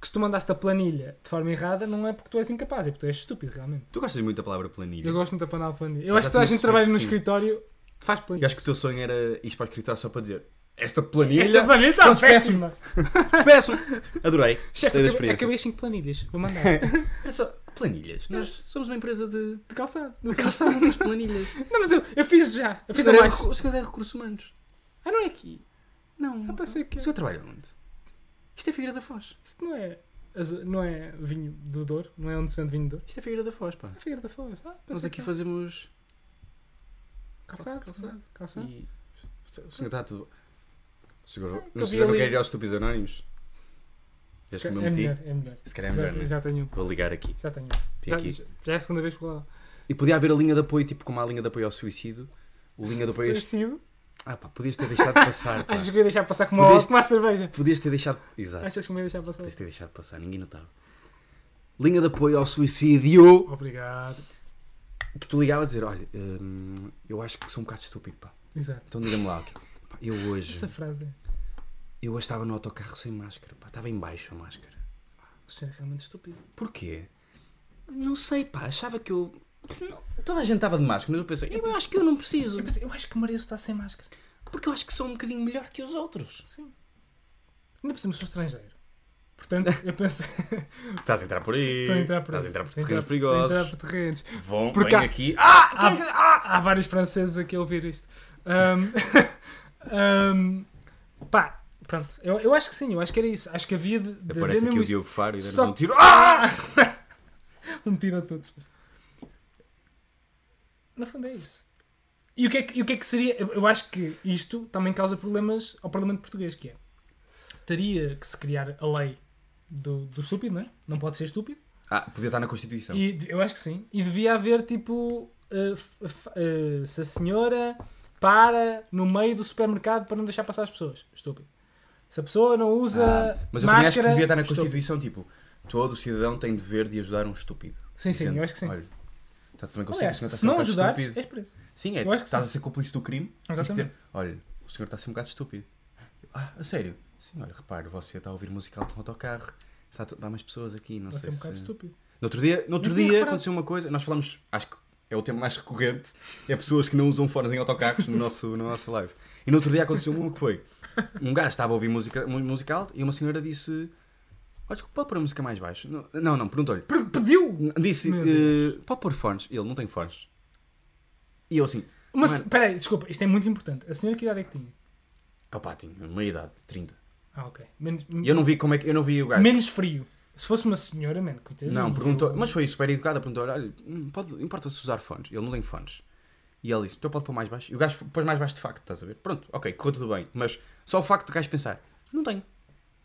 A: que se tu mandaste a planilha de forma errada, não é porque tu és incapaz, é porque tu és estúpido, realmente.
B: Tu gostas muito da palavra planilha.
A: Eu gosto muito da panela planilha. Eu acho
B: Mas já
A: que toda a
B: tinha
A: gente que
B: percebido
A: trabalha
B: que
A: no
B: sim.
A: escritório faz planilha.
B: E acho que o teu sonho era ir para o escritório só para dizer esta planilha.
A: Esta planilha está
B: Pronto, esquece-me.
A: péssima.
B: Péssimo! Adorei.
A: [LAUGHS] Chefe,
B: Gostei da
A: acabei-
B: experiência.
A: acabei as 5 planilhas. Vou mandar.
B: [LAUGHS] Olha só, que planilhas. Nós somos uma empresa de
A: De calçado.
B: de calçado, temos planilhas.
A: Não, mas eu, eu fiz já. [LAUGHS] Eu
B: O
A: fiz a
B: senhor é
A: mais.
B: recu- o senhor é recursos humanos.
A: Ah, não é aqui.
B: Não.
A: Ah, pensei que...
B: O senhor trabalha onde? Isto é Figueira da Foz.
A: Isto não é, azu- não é vinho do Douro, não é onde se vende vinho do Douro.
B: Isto é Figueira da Foz, pá.
A: É Figueira da Foz. Ah,
B: Nós
A: pensei
B: aqui
A: que
B: fazemos.
A: calçado,
B: calçado.
A: calçado. calçado.
B: E... O senhor está tudo. O senhor,
A: Ah, eu
B: o
A: vi
B: senhor não
A: ali.
B: quer ir aos estúpidos anónimos? Queres
A: É
B: que eu me meti?
A: melhor, é melhor.
B: Se calhar é melhor,
A: já,
B: né?
A: já tenho um.
B: Vou ligar aqui.
A: Já tenho um.
B: Tem
A: Já,
B: aqui.
A: já é a segunda vez que lá.
B: E podia haver a linha de apoio, tipo como há a linha de apoio ao suicídio. O linha de apoio a este-
A: Suicídio.
B: Ah pá, podias ter deixado de passar, pá.
A: Achas que eu ia deixar passar como
B: Podias-
A: uma, como uma cerveja?
B: Podias ter deixado... Exato.
A: Achas que eu ia deixar passar?
B: Podias ter deixado passar, ninguém notava. Linha de apoio ao suicídio.
A: Obrigado.
B: Que tu ligavas a dizer, olha, hum, eu acho que sou um bocado estúpido, pá.
A: Exato.
B: Então diga-me lá, ok. Pá, eu hoje...
A: Essa frase é.
B: Eu hoje estava no autocarro sem máscara, pá. Estava em baixo a máscara.
A: O senhor é realmente estúpido.
B: Porquê? Não sei, pá. Achava que eu... Toda a gente estava de máscara, mas eu pensei, eu acho que eu não preciso.
A: Eu, pensei, eu acho que mereço estar sem máscara.
B: Porque eu acho que sou um bocadinho melhor que os outros.
A: Sim. Ainda por cima sou estrangeiro. Portanto, eu [LAUGHS] pensei.
B: Estás a entrar por aí.
A: Estou a entrar por
B: Estás
A: aí.
B: a entrar por
A: Estou Estou
B: terrenos
A: a
B: perigosos.
A: entrar por terrenos.
B: Vão,
A: Porque
B: vem
A: há-
B: aqui. Ah!
A: Há, há vários franceses aqui a ouvir isto. [LAUGHS] Ahm, ahm, pá, pronto. Eu, eu acho que sim, eu acho que era isso. Acho que havia de, de haver
B: Aparece aqui
A: mesmo
B: o
A: isso.
B: Diogo Faro e dá-nos
A: Só-
B: um tiro. Ah!
A: Um tiro a todos. No fundo é isso. E o que é que, e o que, é que seria? Eu eu acho que isto também causa problemas ao Parlamento Português, que é. Teria que se criar a lei do, do estúpido, não é? Não pode ser estúpido.
B: Ah, podia estar na Constituição.
A: E de- eu acho que sim. E devia haver tipo. uh, f- f- uh, se a senhora para no meio do supermercado para não deixar passar as pessoas. Estúpido. Se a pessoa não usa.
B: Ah, mas eu também
A: máscara,
B: acho que devia estar na
A: estúpido.
B: Constituição, tipo, todo cidadão tem dever de ajudar um estúpido.
A: Sim, sim, eu acho que sim.
B: Olha, está também consigo,
A: Aliás,
B: o senhor está a
A: se
B: ser um
A: não
B: bocado
A: ajudares,
B: estúpido.
A: és preso.
B: Sim, é,
A: eu acho que
B: estás
A: sim.
B: a ser cúmplice do crime. tens de
A: Exatamente.
B: dizer, olha, o senhor está a ser um bocado estúpido. Ah, a sério? Sim, olha, repare, você está a ouvir musical de um autocarro. Está, há mais pessoas aqui, não
A: Vai ser
B: sei
A: um
B: se...
A: bocado estúpido.
B: No outro dia, no outro
A: Não tinha
B: dia
A: reparado.
B: aconteceu uma coisa, nós falamos, acho que é o tema mais recorrente, é pessoas que não usam fones em autocarros
A: [LAUGHS]
B: no nosso, na nossa live. E no outro dia aconteceu uma que foi, um gajo estava a ouvir música, mu- musical e uma senhora disse, oh, desculpa, pode pôr a música mais baixo? Não, não, não perguntou-lhe.
A: Per- Pediu!
B: Disse,
A: Meu
B: eh, pode pôr fones? E ele, não tem fones. E eu assim,
A: Mas
B: Mano.
A: espera aí, desculpa, isto é muito importante. A senhora que idade é que tinha?
B: opá, tinha meia idade, 30.
A: Ah, ok. Menos,
B: E eu não vi como é que, eu não vi o gajo.
A: menos frio. Se fosse uma senhora, mano, coitadinho.
B: Não, perguntou, mas foi super educada, perguntou, olha, hum, pode, importa-se usar fones, ele não tem fones. E ele disse, então pode pôr mais baixo. E o gajo pôs mais baixo de facto, estás a ver? Pronto, ok, correu tudo bem, mas só o facto do gajo pensar, não tenho.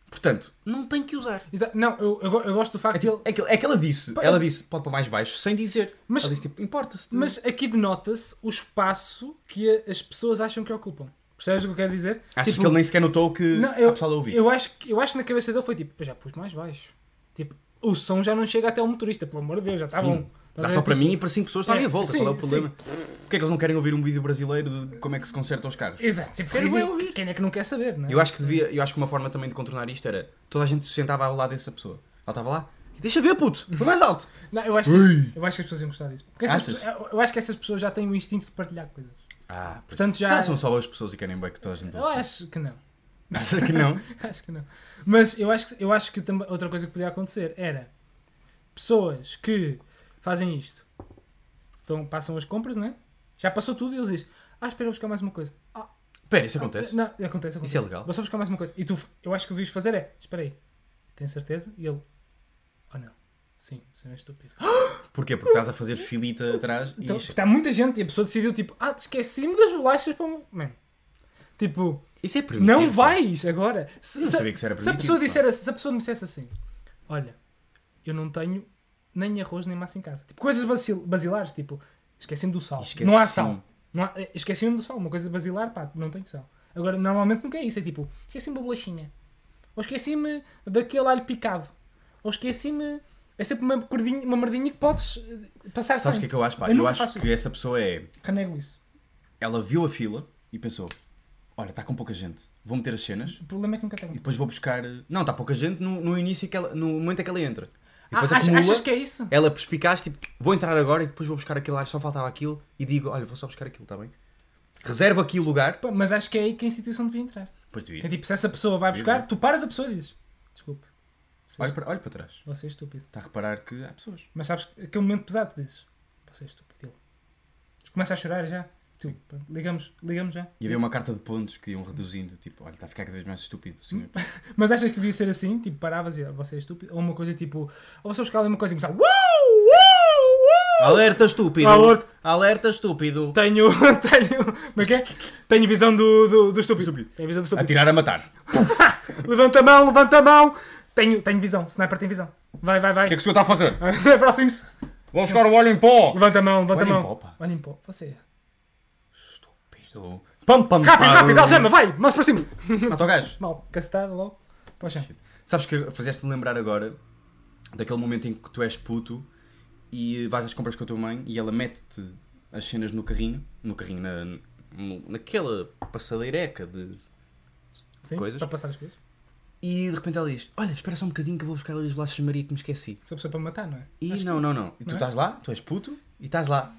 B: Portanto, não tem que usar.
A: Exa- Não, eu, eu go- eu gosto do
B: É,
A: facto
B: tipo,
A: dele.
B: é, que, é que ela disse,
A: Pá,
B: ela
A: eu-
B: disse, pode pôr mais baixo, sem dizer.
A: Mas-
B: ela disse, tipo, importa-se. de-
A: Mas aqui denota-se o espaço que a- as pessoas acham que ocupam. Percebes o que eu quero dizer?
B: Achas
A: Tipo,
B: que ele nem sequer notou que
A: Não,
B: a
A: eu,
B: pessoa a ouvir?
A: eu acho que eu acho que na cabeça dele foi tipo, eu já pus mais baixo. Tipo, o som já não chega até ao motorista, pelo amor de Deus, já está
B: Sim.
A: bom. Estás a
B: Dá
A: ver?
B: só para mim e para 5 pessoas está à
A: É,
B: minha volta,
A: sim,
B: qual é o problema? Porquê é que eles não querem ouvir um vídeo brasileiro de como é que se consertam os carros?
A: Exato, tipo,
B: Quero bem
A: ridículo.
B: ouvir.
A: quem é que não quer saber, não é?
B: Eu acho que devia, eu acho que uma forma também de contornar isto era toda a gente se sentava ao lado dessa pessoa. Ela estava lá, deixa ver, puto, foi mais alto.
A: Não, eu acho que, isso-
B: Ui.
A: eu acho que as pessoas iam gostar disso. Porque essas
B: Achas?
A: pessoas- eu- eu acho que essas pessoas já têm o instinto de partilhar coisas.
B: Ah,
A: Portanto, já-
B: são só boas pessoas e querem bem que toda a gente
A: Eu acho que não.
B: Acho que não.
A: [LAUGHS] acho que não. Mas eu acho que, eu acho que também, outra coisa que podia acontecer era pessoas que fazem isto, então, passam as compras, não é? Já passou tudo e eles dizem: Ah, espera, eu vou buscar mais uma coisa. Ah,
B: Espera, isso acontece.
A: Não, acontece, acontece.
B: Isso é legal.
A: Vou só buscar mais uma coisa. E tu, eu acho que o que devias fazer é: Espera aí, tem certeza? E ele: Oh não, sim, você não é estúpido.
B: Porquê? Porque estás a fazer filita atrás
A: Então,
B: e isto... é
A: está muita gente e a pessoa decidiu: Tipo, ah, esqueci-me das bolachas para o meu. Man. Tipo,
B: Isso é permitido.
A: não
B: pá.
A: vais agora. Se,
B: Eu não
A: se-
B: sabia que isso era
A: Se a
B: permitido.
A: pessoa
B: pá.
A: disser assim- se a pessoa me dissesse assim, olha, eu não tenho nem arroz nem massa em casa. Tipo, coisas basil- basilares, tipo, esqueci-me do sal.
B: Esquece-me.
A: Não há sal. Não há- eh, Esqueci-me do sal. Uma coisa basilar, pá, não tenho sal. Agora, normalmente nunca é isso. É tipo, esqueci-me da bolachinha. Ou esqueci-me daquele alho picado. Ou esqueci-me... É sempre uma, cordinha, uma merdinha que podes eh, passar
B: Sabes o
A: sem.
B: que é que eu acho, pá?
A: Eu
B: Eu,
A: nunca
B: acho
A: faço
B: que
A: isso.
B: essa pessoa é...
A: Renego isso.
B: Ela viu a fila e pensou... Olha, está com pouca gente. Vou meter as cenas
A: O problema é que nunca
B: e
A: tenho.
B: depois vou buscar... Não, está pouca gente no, no início, que ela, no momento em que ela entra. E
A: Ah,
B: depois
A: achas,
B: acumula-
A: achas que é isso?
B: ela perspicaz, tipo, vou entrar agora e depois vou buscar aquele ar, só faltava aquilo e digo, olha, vou só buscar aquilo, está bem? Reservo aqui o lugar.
A: Pá, Mas acho que é aí que a instituição devia entrar.
B: Depois tu
A: É tipo, se essa pessoa vai buscar, tu paras a pessoa e dizes, desculpe. Você
B: olha, para, olha para trás.
A: Você é estúpido.
B: Está a reparar que há pessoas.
A: Mas sabes, que aquele momento pesado, tu dizes, você é estúpido. Ele Começa a chorar já. Tu, pronto, ligamos, ligamos já.
B: E havia uma carta de pontos que iam reduzindo, tipo, olha, está a ficar cada vez mais estúpido, senhor.
A: Mas achas que devia ser assim? Tipo, paravas e ah, você é estúpido? Ou uma coisa tipo, ou você buscar ali uma coisa e começar, uau, uau, uau!
B: [LAUGHS] Alerta estúpido!
A: Alerta.
B: Alerta estúpido!
A: Tenho, [LAUGHS] tenho, como é que é? Tenho visão do, do, do estúpido.
B: Estúpido. Ah, tá.
A: Tenho visão do
B: A
A: estúpido.
B: tirar a matar.
A: Levanta a mão, levanta a mão. Tenho, tenho visão. Sniper tem visão. Vai, vai, vai. [LAUGHS]
B: O que é que o senhor está a fazer?
A: Aproxime-se.
B: Vou buscar o óleo em pó!
A: Levanta a mão, levanta a
B: Olha em
A: mão.
B: pó, pá.
A: Olha em pó. Você. é
B: Estou- Pam, pam,
A: Rápido,
B: pam.
A: rápido, algema, vai, mais para cima.
B: Mata o gajo!
A: Mal, castada logo. Para o chão.
B: Sabes que fizeste-me lembrar agora daquele momento em que tu és puto e vais às compras com a tua mãe e ela mete-te as cenas no carrinho, no carrinho, na, no- naquela passadeireca de...
A: Sim,
B: Coisas.
A: Para passar as coisas.
B: E de repente ela diz, olha, espera só um bocadinho que eu vou buscar ali as bolachas de Maria que me esqueci.
A: Essa pessoa para matar, não é?
B: E não, não, não. E tu
A: não é?
B: estás lá, tu és puto, e estás lá.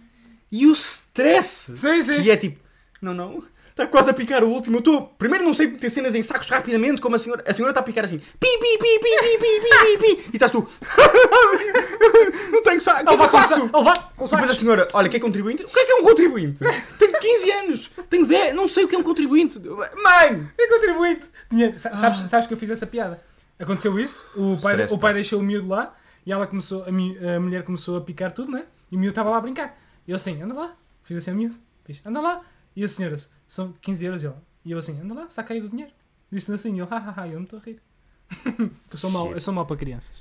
B: E o stress!
A: Sim, sim.
B: Que é tipo, não, não, está quase a picar o último. Eu estou, primeiro não sei meter cenas em sacos rapidamente, como a senhora. A senhora está a picar assim, pi, pi, pi, pi, pi, pi, pi, pi, pi. E estás tu, [LAUGHS] não tenho saco, o que é que eu faço?
A: Ele vai com
B: E depois a senhora, olha, que é contribuinte? O que é que é um contribuinte? Tenho 15 anos, tenho 10, não sei o que é um contribuinte. Mãe!
A: É contribuinte. Dinheiro. Sa- Sabes, sabes que eu fiz essa piada? Aconteceu isso, o pai,
B: Stress,
A: o pai
B: pá.
A: deixou o miúdo lá e ela começou, a, mi- a mulher começou a picar tudo, né? E o miúdo estava lá a brincar. E eu assim, anda lá, fiz assim ao miúdo, fiz, anda lá. E a senhora, são 15 euros e ela. E eu assim, anda lá, saca aí do dinheiro. Disse-lhe assim, e ele, hahaha, eu não estou a rir. [LAUGHS] eu, sou mau, eu sou mau para crianças.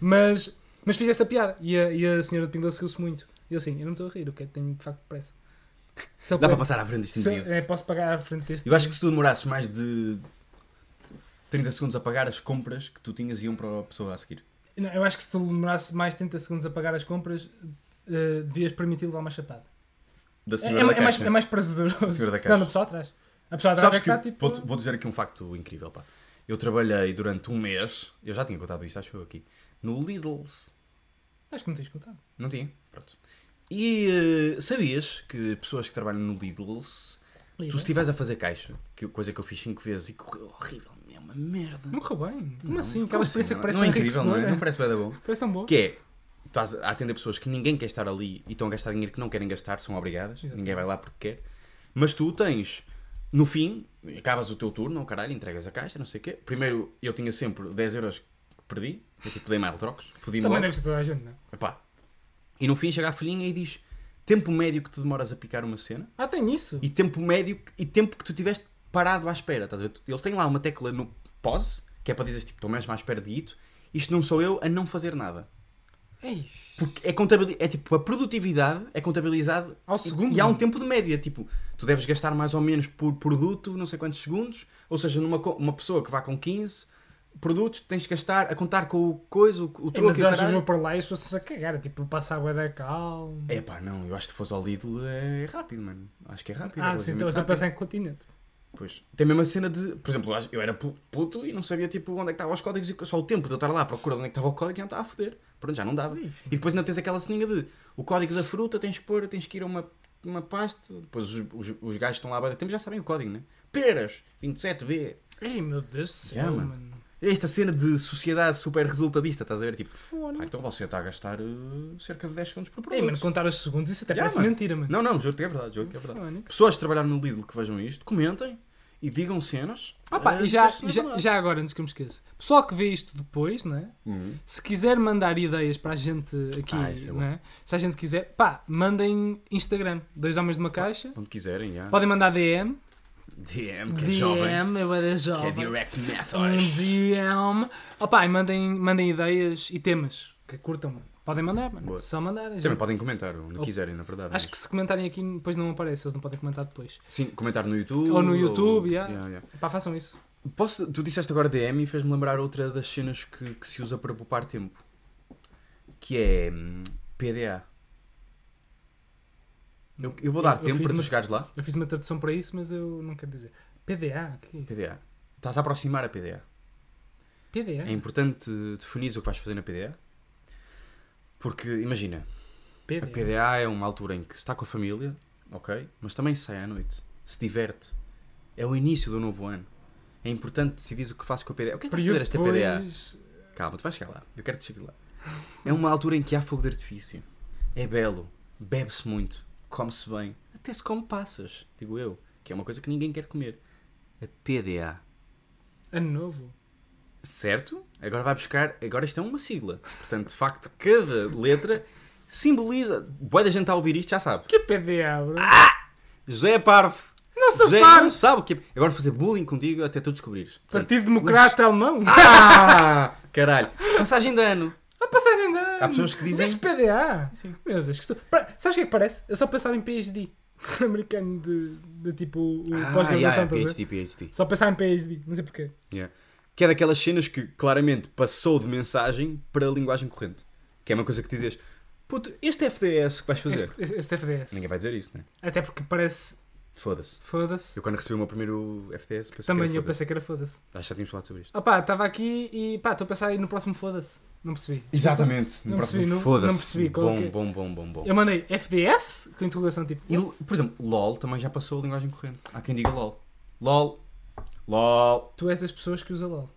A: Mas, mas fiz essa piada e a, e a senhora de Pinguelas riu-se muito. E eu assim, eu não estou a rir, eu quero, tenho de facto pressa. Se eu
B: Dá para
A: puder-
B: passar à frente deste
A: se eu-
B: indivíduo.
A: é, posso pagar à frente deste.
B: Eu acho que se tu demorasses mais de 30 segundos a pagar, as compras que tu tinhas iam para a pessoa a seguir.
A: Não, eu acho que se tu demorasse mais 30 segundos a pagar as compras, eh, devias permitir levar uma chapada.
B: Da
A: É,
B: senhora
A: é,
B: da
A: é mais,
B: caixa.
A: é mais prazeroso.
B: Senhora da
A: Não,
B: caixa.
A: na pessoa atrás. A pessoa atrás
B: Sabes
A: é que
B: que,
A: está tipo.
B: vou, vou dizer aqui um facto incrível, pá. Eu trabalhei durante um mês, eu já tinha contado isto, acho eu aqui, no Lidl's.
A: Acho que não tens contado.
B: Não tinha? Pronto. E eh, sabias que pessoas que trabalham no Lidl's, tu se estiveres a fazer caixa, que, coisa que eu fiz 5 vezes e correu horrível, é uma merda.
A: Não correu bem. Como
B: Não,
A: assim? Aquela experiência
B: não,
A: que parece
B: não é
A: tão
B: incrível, não é?
A: enriquecedora.
B: Não parece bem bom.
A: Parece tão boa.
B: Que é, estás a atender pessoas que ninguém quer estar ali e estão a gastar dinheiro que não querem gastar, são obrigadas,
A: Exato.
B: ninguém vai lá porque quer. Mas tu tens, no fim, acabas o teu turno, oh, caralho, entregas a caixa, não sei o quê. Primeiro, eu tinha sempre 10 euros que perdi, eu tipo dei mal trocos, fodi-me
A: Também
B: logo.
A: deve ser toda a gente, não é?
B: Epá. E no fim chega a folhinha e diz tempo médio que tu demoras a picar uma cena
A: Ah, tem isso.
B: e tempo médio e tempo que tu tiveste parado à espera, estás a ver? Tu- Eles têm lá uma tecla no pause, que é para dizer tipo, estou mesmo à espera de Guito, isto não sou eu a não fazer nada.
A: Eis.
B: Porque é, contabilidade, é tipo, a produtividade é contabilizada
A: Ao
B: e-
A: segundo,
B: E há um
A: mano.
B: tempo de média, tipo, tu deves gastar mais ou menos por produto, não sei quantos segundos, ou seja, numa co- uma pessoa que vá com 15 produtos, tens de gastar a contar com o coisa, o, o
A: É,
B: troco
A: mas
B: e o
A: eu acho que
B: caralho.
A: eu para lá e as pessoas se a cagar. Tipo, passar a da calma.
B: É pá, não, eu acho que se fosse ao Lidl é rápido, mano. Acho que é rápido.
A: Ah, sim, então eu estou a pensar em continente.
B: Pois. Tem mesmo a cena de. Por exemplo, eu acho- eu era pu- puto e não sabia tipo onde é que estavam os códigos e só o tempo de eu estar lá à procura de onde é que estava o código já me estava a foder. Pronto, já não dava.
A: Ixi.
B: E depois ainda tens aquela ceninha de o código da fruta, tens que pôr, tens que ir a uma, uma pasta. Depois os, os, os gajos que estão lá a bater tempo já sabem o código, né? Peras, 27B.
A: Ai, meu Deus do céu,
B: Yeah, mano.
A: mano.
B: É Esta cena de sociedade super resultadista, estás a ver? Tipo,
A: Fone.
B: "Pá, então você está a gastar eh, cerca de 10 segundos por
A: Ei,
B: produto.
A: mano, contar os segundos, isso até
B: Yeah,
A: parece
B: mano.
A: mentira, mano.
B: Não, não, juro-te que é verdade, juro-te que é verdade.
A: Fone.
B: Pessoas que trabalharam no Lidl que vejam isto, comentem e digam cenas.
A: Ah pá,
B: Ah,
A: e já,
B: isso não é
A: já,
B: verdade.
A: já agora, antes que eu me esqueça, pessoal que vê isto depois, né?
B: Uhum.
A: se quiser mandar ideias para a gente aqui,
B: Ah, isso é bom.
A: né? se a gente quiser, pá, mandem Instagram, dois homens de uma caixa,
B: Quando quiserem, já.
A: podem mandar DM,
B: DM, que é jovem.
A: DM, eu era
B: Que é
A: jovem,
B: direct
A: Um
B: message.
A: DM, opá, Oh, e mandem, mandem ideias e temas, que curtam, podem mandar, mano,
B: Boa.
A: só mandar, a
B: Também
A: gente.
B: podem comentar onde quiserem, na verdade.
A: Oh,
B: né?
A: acho que se comentarem aqui depois não aparece, eles não podem comentar depois,
B: Sim, comentar no YouTube.
A: Ou no YouTube, já.
B: Yeah, yeah.
A: pá, façam isso,
B: Posso... Tu disseste agora DM e fez-me lembrar outra das cenas que, que se usa para poupar tempo. Que é hum, PDA. Eu, eu vou dar
A: Eu- eu
B: tempo
A: fiz
B: para tu
A: uma-
B: chegares lá.
A: eu fiz uma tradução para isso, mas eu não quero dizer, PDA, o que é isso?
B: PDA. Estás a aproximar a PDA.
A: PDA?
B: É importante definir o que vais fazer na PDA. Porque, imagina, a
A: PDA.
B: PDA é uma altura em que se está com a família, ok? Mas também sai à noite, se diverte. É o início do novo ano. É importante decidir o que faço com a PDA. O que é que vais fazer esta PDA?
A: depois-
B: Calma, tu vais chegar lá. Eu quero que te chegues lá. É uma altura em que há fogo de artifício. É belo, bebe-se muito, come-se bem, até se come passas, digo eu, que é uma coisa que ninguém quer comer. A PDA.
A: Ano novo.
B: Certo? Agora vai buscar. Agora isto é uma sigla. Portanto, de facto, cada letra simboliza. Boa da gente a ouvir isto já sabe.
A: Que PDA, bro?
B: José é Parvo.
A: não sou
B: José
A: parvo.
B: não sabe o que é. Agora vou fazer bullying contigo até tu descobrires. Portanto,
A: Partido Democrata Alemão.
B: ah! Caralho. Passagem de ano.
A: A passagem de ano.
B: Há pessoas que dizem-
A: Diz PDA.
B: Sim.
A: Meu Deus, que estou... Pra- Sabes o que é que parece? Eu só pensava em PhD. [LAUGHS] Americano de, de tipo
B: Ah,
A: o pós-graduação. estás a ver?
B: PhD, PhD.
A: Só pensava em PhD. Não sei porquê.
B: Yeah. Que é daquelas cenas que claramente passou de mensagem para a linguagem corrente. Que é uma coisa que dizes, puto, este FDS que vais fazer.
A: Este, este- este FDS.
B: é. Ninguém vai dizer isso, né?
A: Até porque parece...
B: Foda-se.
A: Foda-se.
B: Eu quando recebi o meu primeiro FDS pensei
A: Também
B: que
A: eu
B: era foda-se.
A: pensei que era foda-se.
B: Acho que já tínhamos falado sobre isto.
A: Opá, estava aqui e pá, estou a pensar aí no próximo foda-se. Não percebi.
B: Exatamente.
A: Não
B: No
A: percebi,
B: próximo.
A: não- não percebi,
B: Foda-se.
A: qual é
B: Bom,
A: que é?
B: bom, bom, bom, bom.
A: Eu mandei FDS com interrogação tipo.
B: E, por exemplo, LOL também já passou a linguagem corrente. Há quem diga LOL. LOL. LOL.
A: Tu és das pessoas que usa LOL.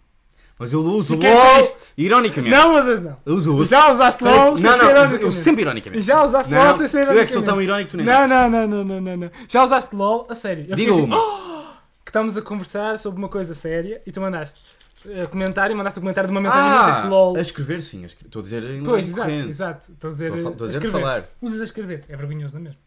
B: Mas eu uso
A: Fiquei
B: LOL.
A: triste.
B: Ironicamente.
A: Não usas não.
B: Eu uso, uso.
A: Já usaste LOL sem
B: é
A: ser
B: não, não, eu- eu
A: ironicamente.
B: sempre ironicamente.
A: Já usaste
B: Não,
A: LOL sem ser
B: eu é que sou tão
A: ironicamente.
B: irónico, tu nem
A: Não, não, não, não, não, não, não. Já usaste LOL? A sério. Eu
B: Diga
A: fiquei assim,
B: uma.
A: que estamos a conversar sobre uma coisa séria e tu mandaste eh, comentário, mandaste o comentário de uma mensagem
B: Ah,
A: e disseste LOL.
B: A escrever, sim. a escre- Estou a dizer em
A: Pois,
B: linguagem
A: exato,
B: corrente.
A: exato. Estou a dizer,
B: Estou a fal- estou a dizer de
A: escrever.
B: falar.
A: Usas a escrever. É vergonhoso, não é mesmo?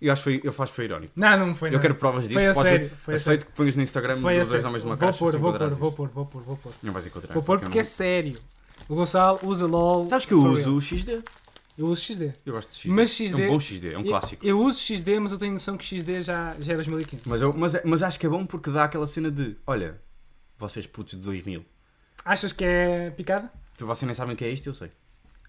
B: Eu acho que foi, eu acho que foi irónico.
A: Não, não foi.
B: Eu
A: não.
B: quero provas disso.
A: Foi a
B: podes-
A: sério. Foi a sério.
B: Aceito que ponhas no Instagram
A: Foi a
B: dos dois
A: sério.
B: homens de uma
A: Vou
B: caixa.
A: pôr,
B: se
A: vou pôr,
B: enquadrares
A: vou
B: isso.
A: pôr, vou pôr, vou pôr.
B: Não vais encontrar.
A: Vou pôr porque é sério. O Gonçalo usa LOL.
B: Sabes que eu
A: for
B: uso
A: real.
B: o XD?
A: Eu uso XD.
B: Eu gosto de XD.
A: Mas
B: É
A: XD
B: um bom XD, é um clássico.
A: Eu, eu uso XD, mas eu tenho noção que XD já, já é 2015.
B: Mas, eu, mas, é- mas acho que é bom porque dá aquela cena de: olha, vocês putos de 2000,
A: Achas que é picada?
B: tu, vocês nem sabem o que é isto, eu sei.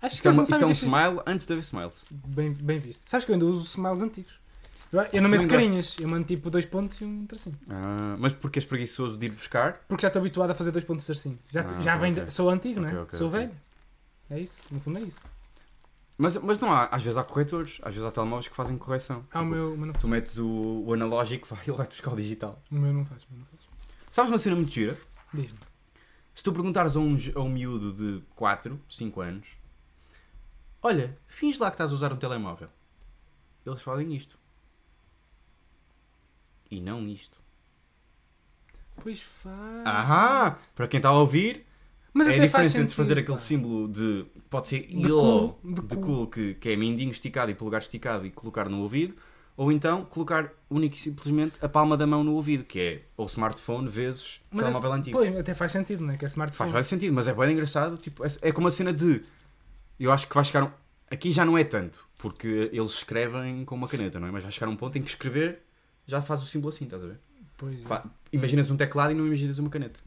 A: Achas
B: Isto é,
A: eles
B: uma-
A: não
B: isto é
A: sabem
B: um
A: o que é XD?
B: smile antes de haver smiles.
A: Bem, bem visto. Sabes que eu ainda uso smiles antigos. Eu, eu não
B: Também
A: meto
B: gosto.
A: carinhas, eu mando tipo dois pontos e um tracinho.
B: Ah, mas porque és preguiçoso de ir buscar?
A: Porque já estou habituado a fazer dois pontos de tracinho. Já,
B: Ah,
A: já
B: ok,
A: vem de-
B: ok.
A: Sou antigo, né?
B: Ok, ok,
A: sou
B: ok.
A: velho. É isso, no fundo é isso.
B: Mas, mas não há, às vezes há corretores, às vezes há telemóveis que fazem correção.
A: Ah, o
B: Tipo,
A: meu, o meu não,
B: Tu metes o, o analógico [LAUGHS] vai, ele vai buscar o digital.
A: o meu não faz, o meu não faz.
B: Sabes uma cena muito gira?
A: Diz-me.
B: Se tu perguntares a um, jo- a um miúdo de 4, 5 anos, olha, finge lá que estás a usar um telemóvel. Eles fazem isto. E não isto.
A: Pois faz.
B: Ahá! Para quem está a ouvir,
A: Mas
B: é a
A: até faz
B: diferença
A: sentido,
B: entre fazer
A: pá.
B: aquele símbolo de. Pode ser
A: De
B: ilo,
A: cool, de
B: de
A: cool.
B: cool, que, que é mindinho esticado e polegar esticado e colocar no ouvido, ou então colocar única e simplesmente a palma da mão no ouvido, que é ou smartphone vezes
A: Mas é-
B: telemóvel antigo.
A: Pois, até faz sentido, né? Que é smartphone.
B: Faz mais sentido, mas é bem engraçado. Tipo, é, é como a cena de. Eu acho que vai chegar. Um, aqui já não é tanto, porque eles escrevem com uma caneta, não é? Mas vai chegar um ponto em que escrever já faz o símbolo assim, estás a ver?
A: Pois é.
B: Fa- Imaginas um teclado e não imaginas uma caneta.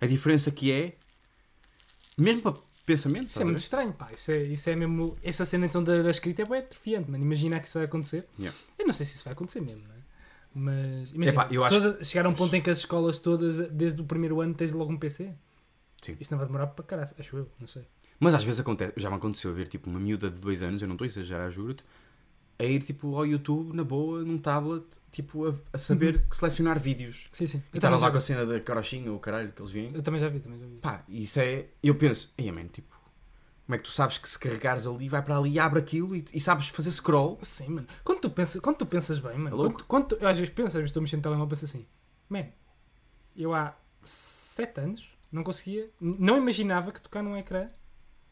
B: A diferença aqui é. Mesmo para pensamento,
A: Isso é
B: estás a
A: muito
B: ver?
A: estranho, pá. Isso é, isso é mesmo. Essa cena então da, da escrita é bem atrofiante, mano. Imagina que isso vai acontecer.
B: Yeah.
A: Eu não sei se isso vai acontecer mesmo, né? Mas imagina,
B: Epá, eu acho
A: toda- chegar a um ponto em que as escolas todas, desde o primeiro ano, tens logo um PC.
B: Sim.
A: Isso não vai demorar para caralho, acho eu, não sei.
B: Mas às vezes acontece. Já me aconteceu ver tipo uma miúda de dois anos, eu não estou a exagerar, juro-te, a ir tipo ao YouTube, na boa, num tablet, tipo a, a saber selecionar vídeos.
A: Sim, sim.
B: E estava
A: Uhum. também já
B: Então, lá com a
A: vi.
B: cena da carochinha ou o caralho que eles virem.
A: Eu também já vi, também já vi.
B: Pá, isso é. Eu penso, ei, man, tipo, como é que tu sabes que se carregares ali, vai para ali e abre aquilo e, e sabes fazer scroll?
A: Sim, mano. Quando tu, pensas, quando tu pensas bem, mano.
B: É
A: quando,
B: louco.
A: tu- quando tu- eu às vezes penso, às vezes estou mexendo no telemóvel e penso assim, man, eu há 7 anos não conseguia, não imaginava que tocar num ecrã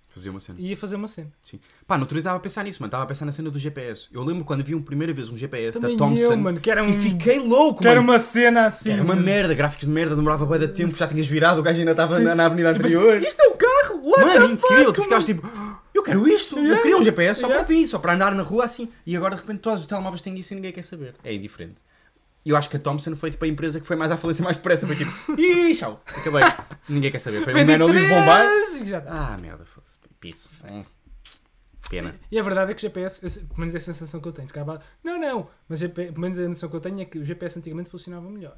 B: Fazer uma cena.
A: ia fazer uma cena.
B: Sim. Pá, no outro dia estava a pensar nisso, mano. Estava a pensar na cena do GPS. Eu lembro quando vi uma primeira vez um GPS
A: Também
B: da Thomson
A: eu, mano, que era um.
B: e fiquei louco,
A: que era
B: mano.
A: uma cena assim.
B: Era uma
A: mano.
B: merda, gráficos de merda, demorava bem de tempo, já tinhas virado, o gajo ainda estava
A: Sim.
B: na, na avenida
A: Eu pensei,
B: anterior.
A: Isto é um carro! What
B: Mano,
A: the fuck?
B: incrível, tu
A: mano?"
B: ficaste tipo, "Ah, eu quero isto, eu
A: Yeah.
B: queria um GPS só
A: Yeah.
B: para mim, só para andar na rua assim. E agora de repente todos os telemóveis têm isso e ninguém quer saber. É indiferente. E eu acho que a Thomson foi tipo a empresa que foi mais à falência mais
A: [LAUGHS]
B: depressa. Foi tipo, ih, tchau, acabei. ninguém quer saber. Foi um
A: Vendi
B: menino ali de bombar.
A: tipo três e já está.
B: Ah, merda, foda-se. Piso. Hum. Pena.
A: E a verdade é que o GPS, esse- pelo menos é a sensação que eu tenho, se calhar, não, não, mas GP pelo menos a noção que eu tenho é que o GPS antigamente funcionava melhor.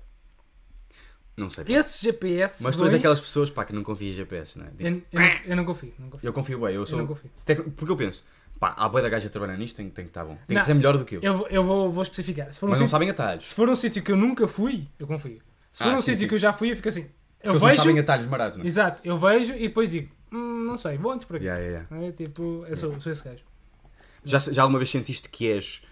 B: Não sei.
A: Esses GPS.
B: Mas tu és daquelas pessoas, pá, que não confia em GPS, né?
A: Eu, eu não- eu não confio, não confio.
B: Eu confio bem, eu
A: Eu não
B: sou.
A: confio.
B: tec- Porque eu penso, pá, há boia da gaja a trabalhar nisto, tem, tem que estar bom. Tem
A: Não.
B: que ser melhor do que eu.
A: Eu, vou- eu vou, vou especificar. Se for, um
B: Mas não
A: sítio,
B: sabem atalhos.
A: se for um sítio que eu nunca fui, eu confio. Se for
B: Ah,
A: um
B: sim,
A: sítio
B: sim.
A: que eu já fui, eu fico assim. Eu
B: Eles não
A: vejo.
B: sabem atalhos marados, não é?
A: Exato, eu vejo e depois digo, "Hum, não sei, vou antes por aqui.
B: Yeah, yeah, yeah.
A: É, tipo, eu sou, sou esse gajo.
B: Já, já alguma vez sentiste que és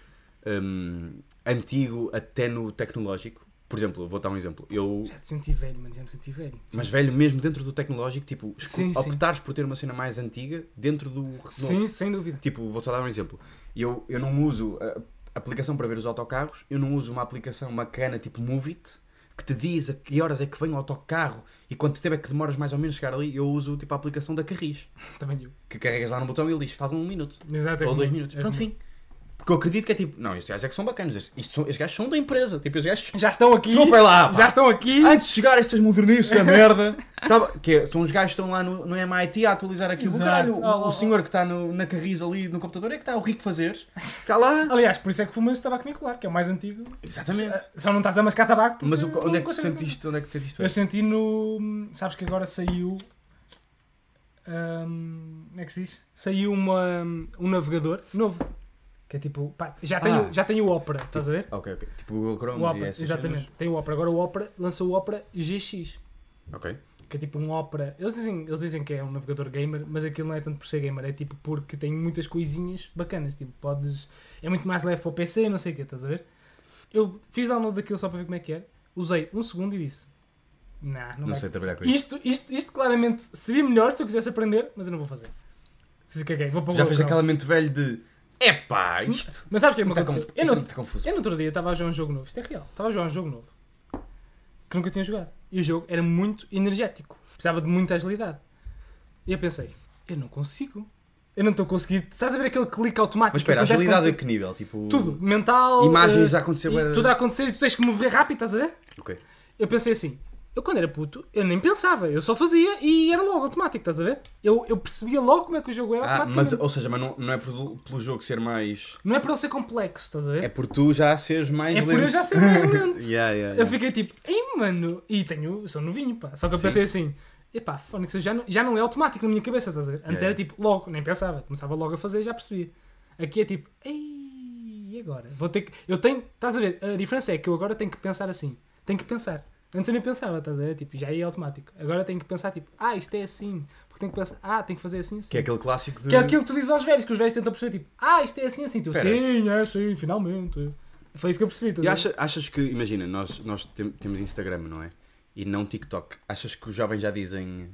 B: hum, antigo até no tecnológico? Por exemplo, vou dar um exemplo. Eu,
A: Já te senti velho, mano, já me senti velho.
B: mas velho, mesmo dentro do tecnológico, tipo, esco-
A: Sim, sim.
B: optares por ter uma cena mais antiga dentro do novo.
A: Sim, sem dúvida.
B: Tipo, vou-te só dar um exemplo. Eu, eu não uso a a aplicação para ver os autocarros, eu não uso uma aplicação bacana tipo Movit, que te diz a que horas é que vem o autocarro e quanto tempo é que demoras mais ou menos a chegar ali. Eu uso tipo a aplicação da Carris,
A: Também eu.
B: que carregas lá no botão e ele diz, faz um minuto. um
A: Exato, é
B: ou
A: como-
B: dois minutos.
A: é
B: Pronto,
A: como-
B: fim. Porque eu acredito que é tipo, não, estes gajos é que são bacanas, estes, isto são- estes gajos são da empresa, tipo, estes [LAUGHS] gajos.
A: Já estão aqui.
B: Desculpem lá, pá.
A: Já estão aqui.
B: Antes de chegar a estas modernices da merda, tava- que é, são os gajos que estão lá no, no MIT a atualizar aquilo. O
A: Exato.
B: Caralho,
A: Oh,
B: o,
A: oh, oh.
B: o senhor que está no- na carris ali no computador é que está o rico fazer. Está lá.
A: Aliás, por isso é que fumas tabaco nicolar, que é o mais antigo.
B: Exatamente.
A: Só não estás a mascar tabaco. porque
B: ah, Mas o-
A: não
B: onde é que tu
A: consegues-
B: sentiste? Onde é que tu sentiste?
A: Eu senti no. Sabes que agora saiu hum, como é que se diz? Saiu uma, um navegador novo. Que é tipo, pá, já tem,
B: Ah.
A: o- já tem o Opera, estás a ver?
B: Ah, ok, ok. Tipo Google Chrome
A: O
B: e
A: Opera,
B: essas
A: exatamente. Tem o Opera. Agora o Opera lançou o Opera GX.
B: cenas. Ok.
A: Que é tipo um Opera. Eles dizem, eles dizem que é um navegador gamer, mas aquilo não é tanto por ser gamer, é tipo porque tem muitas coisinhas bacanas. Tipo, podes. É muito mais leve para o PC, não sei o que, estás a ver? Eu fiz download daquilo só para ver como é que era. Usei um segundo e disse: Nah, não,
B: Não
A: vai
B: sei trabalhar com isto.
A: isto, isto, isto claramente seria melhor se eu quisesse aprender, mas eu não vou fazer. Se caguei, vou para o
B: Já
A: meu
B: fez
A: canal.
B: aquela mente velha de epá, isto.
A: Mas sabes o que é que me
B: Está
A: aconteceu?
B: confuso.
A: Eu
B: Isto é
A: no,
B: muito confuso.
A: eu no outro dia estava a jogar um jogo novo, isto é real. Estava a jogar um jogo novo que nunca tinha jogado. E o jogo era muito energético, precisava de muita agilidade. E eu pensei, eu não consigo. Eu não estou a conseguir. Estás a ver aquele clique automático?
B: Mas espera, a
A: que acontece
B: agilidade a
A: quando
B: que nível?
A: tu-
B: Tipo.
A: Tudo, mental.
B: Imagens
A: eh,
B: a acontecer.
A: e
B: bué de-
A: Tudo a acontecer e tu tens que mover rápido, estás a ver?
B: Ok.
A: eu pensei assim, eu quando era puto, eu nem pensava, eu só fazia e era logo automático, estás a ver? Eu, eu percebia logo como é que o jogo era
B: Ah, mas,
A: automaticamente.
B: ou seja, mas não, não é pelo, pelo jogo ser mais.
A: Não é para ele ser complexo, estás a ver?
B: É por tu já seres mais
A: É por eu
B: lento.
A: já ser mais
B: [LAUGHS]
A: lento.
B: Yeah, yeah,
A: Eu
B: yeah.
A: fiquei tipo, ei mano, e tenho, eu sou novinho, pá. Só que eu
B: Sim.
A: pensei assim, epá, Fónix, eu já, não- já não é automático na minha cabeça, estás a ver? Antes
B: Yeah,
A: era
B: yeah.
A: tipo, logo, nem pensava, começava logo a fazer e já percebia. Aqui é tipo, ei, e agora? Vou ter que, eu tenho, estás a ver? A diferença é que eu agora tenho que pensar assim, tenho que pensar. Antes eu nem pensava, estás a ver? Tipo, já é automático. Agora tenho que pensar, tipo, ah, isto é assim. Porque tenho que pensar, ah, tenho que fazer assim, assim.
B: Que é aquele clássico de.
A: Que é aquilo que tu dizes aos velhos, que os velhos tentam perceber, tipo, ah, isto é assim, assim. Tu,
B: Espera.
A: sim, é assim, finalmente. Foi isso que eu percebi, estás
B: E
A: a ver?
B: acha- achas que, imagina, nós, nós tem- temos Instagram, não é? E não TikTok. Achas que os jovens já dizem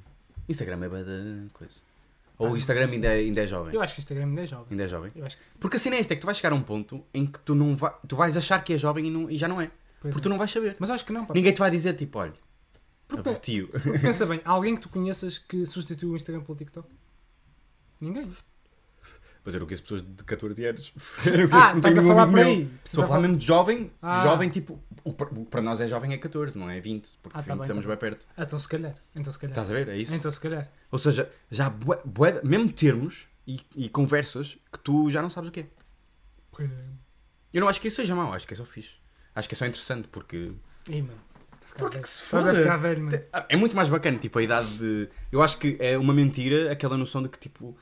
B: Instagram é bada coisa? Ou
A: Pá,
B: o Instagram ainda é, ainda é jovem?
A: Ah, Eu acho que o Instagram ainda é jovem.
B: Ainda é jovem?
A: Eu acho que,
B: Porque assim é isto, é que tu vais chegar a um ponto em que tu, não vai, tu vais achar que é jovem e, não- e já não é.
A: pois
B: porque
A: é.
B: tu não vais saber.
A: Mas acho que não, pá.
B: Ninguém te vai dizer, tipo, olha,
A: Porque-
B: tio. [LAUGHS]
A: Porque pensa bem, há alguém que tu conheças que substitui o Instagram pelo TikTok? Ninguém.
B: Mas eu não conheço pessoas de 14 [LAUGHS] anos. Eu não
A: Ah,
B: conheço-
A: estás
B: não
A: a
B: tenho um
A: falar
B: amigo
A: para
B: meu.
A: aí.
B: Estou a falar mesmo de jovem,
A: Ah.
B: jovem tipo, o que para- o que para nós é jovem é 14, não é 20, porque
A: Ah, tá
B: enfim,
A: bem,
B: estamos
A: tá
B: bem perto.
A: Ah, então se calhar. Então se calhar.
B: Estás a ver? É isso?
A: Então se calhar.
B: Ou seja, já há bué- bué- mesmo termos e, e conversas que tu já não sabes o que é. Eu não acho que isso seja mau, acho que é só fixe. Acho que é só interessante porque.
A: Ih, mano. Tá a ficar
B: Porque
A: velho.
B: que se
A: Estás a
B: foda.
A: ficar velho, mano.
B: É muito mais bacana, tipo, a idade de. Eu acho que é uma mentira aquela noção de que, tipo,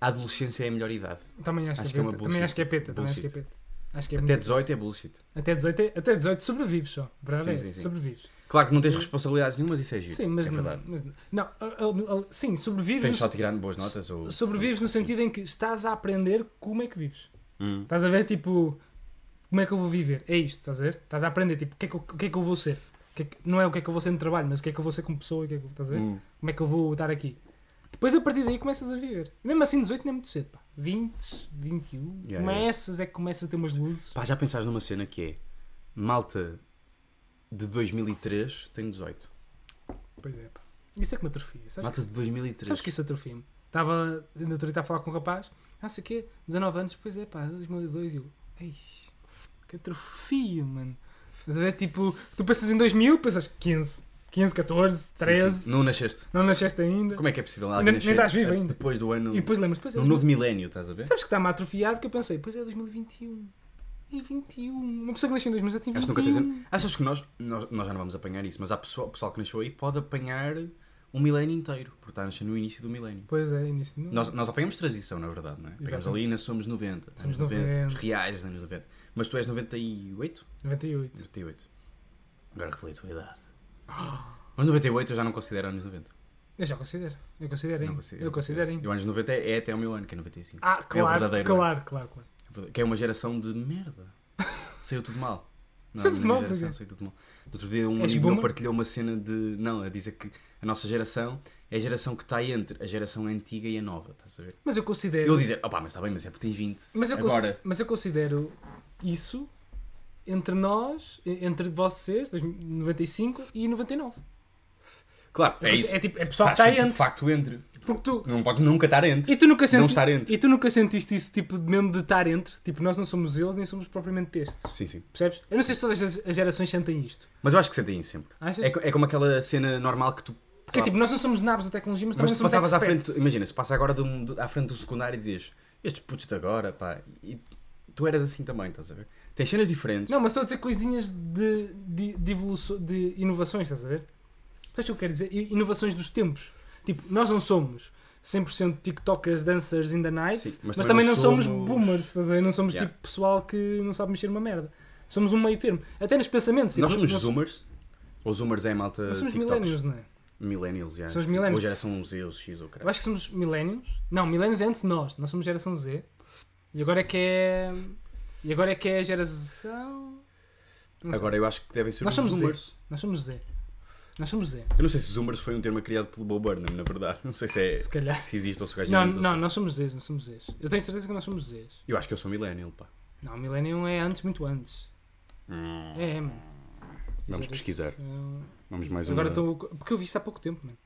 B: a adolescência é a melhor idade.
A: Também acho,
B: Acho
A: que é
B: que é uma
A: peta. Também
B: bullshit.
A: acho que é peta. Também acho que é
B: Bullshit.
A: peta. Acho que é
B: Até
A: muito-
B: 18 é bullshit.
A: até 18 é- até 18 sobrevives só. Verdade é
B: Sim, sim,
A: essa,
B: sim.
A: Sobrevives.
B: Claro que não tens responsabilidades nenhumas, isso é giro.
A: Hum. Sim, mas
B: é
A: não.
B: verdade.
A: mas não- Não, ah, ah, ah, sim, sobrevives.
B: Tens só
A: no-
B: de tirar boas notas ou.
A: Sobrevives no sentido em que estás a aprender como é que vives.
B: Hum.
A: Estás a ver, tipo, como é que eu vou viver? É isto, estás a ver? Estás a aprender, tipo, o que é que eu, o que é que eu vou ser? O que é que- não é o que é que eu vou ser no trabalho, mas o que é que eu vou ser como pessoa, o que é que, estás a ver?
B: Hum.
A: Como é que eu vou estar aqui? Depois, a partir daí, começas a viver. E mesmo assim, 18 não é muito cedo, pá. 20, 21,
B: Yeah,
A: começas, é que começas a ter umas luzes.
B: Pá, já pensaste numa cena que é. Malta de 2003 tem 18.
A: Pois é, pá. Isso é que me atrofia, sabes?
B: Malta de
A: que,
B: 2003.
A: sabes que isso atrofia-me? Estava, ainda outro dia estava a falar com um rapaz, ah, sei o quê, 19 anos, pois é, pá, 2002, e eu, ei, que atrofio, mano. Estás a ver, tipo, tu pensas em 2000, pensas 15, 15, 14,
B: Sim,
A: 13,
B: sim. Não nasceste.
A: Não nasceste ainda.
B: Como é que é possível?
A: Nem-
B: Alguém
A: nem
B: nascer
A: estás vivo ainda.
B: Depois do ano.
A: E depois lembras, pois é.
B: No novo milénio, estás a ver?
A: Sabes que está-me a atrofiar porque eu pensei, pois é 2021. E 21. Uma pessoa que nasceu em 2000 já tinha
B: Acho que
A: 21.
B: nunca tens. Achas que nós, nós, nós já não vamos apanhar isso, mas há pessoal, pessoal que nasceu aí pode apanhar um milénio inteiro, porque está a nascer no início do milénio.
A: Pois é, início de novo.
B: Nós, nós apanhamos transição, na verdade, não é? Apanhamos
A: Exatamente.
B: ali e ainda somos 90.
A: Somos
B: anos 90,
A: 90.
B: Os reais dos anos 90. Mas tu és 98?
A: 98.
B: 98. Agora reflito a tua idade. Mas 98 eu já não considero anos 90.
A: Eu já considero. Eu considero
B: Não
A: ainda.
B: considero.
A: Eu considero ainda.
B: Eu anos 90 é, é até o meu ano, que é 95.
A: Ah, claro,
B: verdadeiro, é.
A: claro, claro, claro.
B: Que é uma geração de merda.
A: [LAUGHS]
B: Saiu tudo mal.
A: Saiu tudo
B: a minha
A: mal,
B: geração
A: porquê?
B: saiu tudo mal. No outro dia um
A: És
B: amigo meu
A: boomer?
B: partilhou uma cena de. Não, a dizer que a nossa geração é a geração que está entre a geração antiga e a nova, estás a ver?
A: Mas eu considero.
B: Eu dizer, opá, mas está bem, mas é porque tens 20.
A: Mas eu, consi-
B: Agora,
A: mas eu considero isso entre nós, e- entre vocês, 95 e 99.
B: claro,
A: Eu
B: é
A: consi-
B: isso.
A: É, tipo, é pessoal que
B: Estás
A: está
B: sempre,
A: entre.
B: De facto, entre.
A: Porque tu,
B: Não podes nunca estar entre.
A: E tu nunca
B: Não
A: senti...
B: estar entre.
A: E tu nunca sentiste isso, tipo, de mesmo de estar entre? Tipo, nós não somos eles, nem somos propriamente estes.
B: Sim, sim.
A: Percebes? Eu não sei se todas as as gerações sentem isto.
B: Mas eu acho que sentem isso sempre.
A: Achas?
B: É, co- é como aquela cena normal que tu.
A: Porque, tipo, nós não somos nabos da tecnologia, mas
B: Mas
A: também
B: tu
A: não somos
B: passavas à frente,
A: experts.
B: imagina, se passa agora de um- de- à frente do secundário e dizias estes putos de agora, pá, e tu eras assim também, estás a ver? Tens cenas diferentes.
A: Não, mas estou a dizer coisinhas de, de, de, evolução- de inovações, estás a ver? Sabes o que eu quero dizer? I- Inovações dos tempos. Tipo, nós não somos 100% TikTokers, dancers in the night,
B: Sim,
A: mas, também, não somos, boomers, estás a ver? Não somos
B: Yeah.
A: tipo pessoal que não sabe mexer uma merda. Somos um meio termo. Até nos pensamentos. tipo,
B: Nós somos
A: nós-
B: zoomers? Ou zoomers é a malta
A: nós somos
B: TikToks?
A: millennials, não é?
B: Millennials, já. tipo,
A: Somos millennials.
B: Ou geração Z ou X ou
A: Eu
B: caralho.
A: acho que somos millennials. Não, millennials é antes de nós. Nós somos geração Z. E agora é que é. E agora é que é a geração. Não sei.
B: Agora eu acho que devem ser
A: Nós
B: os
A: somos Z.
B: zoomers.
A: Nós somos Z. Nós somos Z.
B: Eu não sei se zoomers foi um termo criado pelo Bob Burnham, na verdade. [LAUGHS] Não sei se é...
A: Se calhar.
B: Se existe ou se o gajo
A: Não,
B: inventou
A: não,
B: só.
A: nós somos Zs, nós somos Zs. Eu tenho certeza que nós somos Zs.
B: Eu acho que eu sou millennial, pá.
A: Não, Millennium é antes, muito antes. É, é, mano.
B: Vamos pesquisar.
A: Geração-
B: Vamos mais
A: Agora
B: uma...
A: estou. Porque eu vi isto há pouco tempo, mano.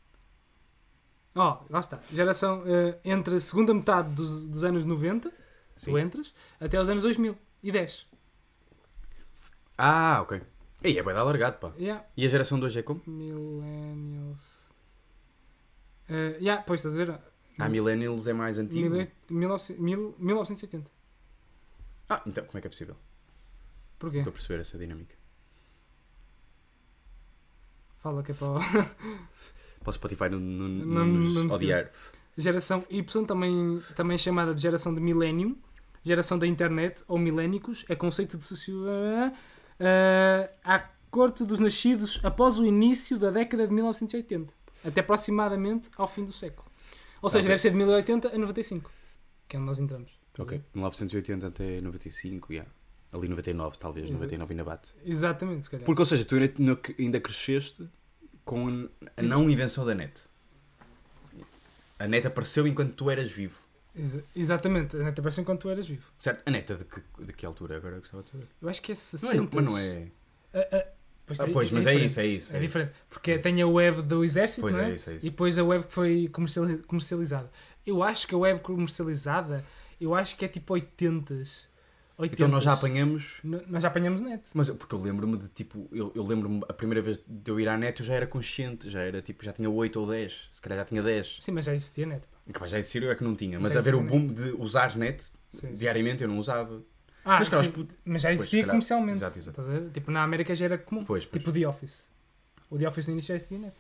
A: Ó, lá está. Geração eh, entre a segunda metade dos, dos anos 90,
B: Sim.
A: tu entras, até os anos 2010.
B: Ah, ok. Ei, é bem alargado, pá.
A: Yeah.
B: E a geração de hoje é como?
A: Millennials. Eh, yeah, pois estás a ver?
B: Ah, millennials é mais antigo.
A: Hum. Mil- mil nove- mil- 1980.
B: Ah, então como é que é possível?
A: Porquê?
B: Estou a perceber essa dinâmica.
A: Fala que é para o...
B: Para o Spotify não, não, não
A: Não-
B: nos
A: não nos
B: odiar.
A: Geração Y, também, também chamada de geração de millennium, geração da internet ou milénicos, é conceito de sociedade à corte dos nascidos após o início da década de 1980, até aproximadamente ao fim do século. Ou seja,
B: Ok.
A: deve ser de 1080 a 95, que é onde nós entramos.
B: Ok. 1980 até 95, yeah. Ali 99, talvez.
A: Exato. É.
B: 99 ainda bate.
A: Exatamente, se calhar.
B: Porque, ou seja, tu ainda, no- ainda cresceste com a não invenção da net. A net apareceu enquanto tu eras vivo.
A: Exa- exatamente, até parece enquanto tu eras vivo.
B: Certo? A neta de que, de que altura agora eu gostava de saber?
A: Eu acho que é
B: Não
A: 60.
B: é, mas não é. Ah,
A: é-
B: pois, mas é
A: diferente.
B: isso, é isso, é
A: diferente. Porque
B: É isso.
A: tem a web do exército,
B: Pois
A: não
B: é,
A: é?
B: isso, é
A: E
B: isso.
A: depois a web que foi comerciali- comercializada. Eu acho que a web comercializada, eu acho que é tipo 80s. 80s.
B: Então nós já apanhamos.
A: No- Nós já apanhamos net.
B: Mas eu- porque eu lembro-me de tipo, eu, eu lembro-me a primeira vez de eu ir à net eu já era consciente, já era tipo, já tinha 8 ou 10, se calhar já tinha 10.
A: Sim, mas já existia net. pá.
B: E capaz já existir eu é que não tinha, mas
A: Já
B: a ver o
A: existia
B: boom de usar net
A: Sim, sim.
B: diariamente eu não usava.
A: Ah,
B: Mas,
A: mas,
B: cara,
A: sim,
B: os put-
A: mas já
B: pois,
A: existia
B: se calhar.
A: comercialmente.
B: Exato, exato.
A: Estás a ver? Tipo, na América já era comum.
B: Pois, pois.
A: Tipo The Office. O The Office no início já existia net.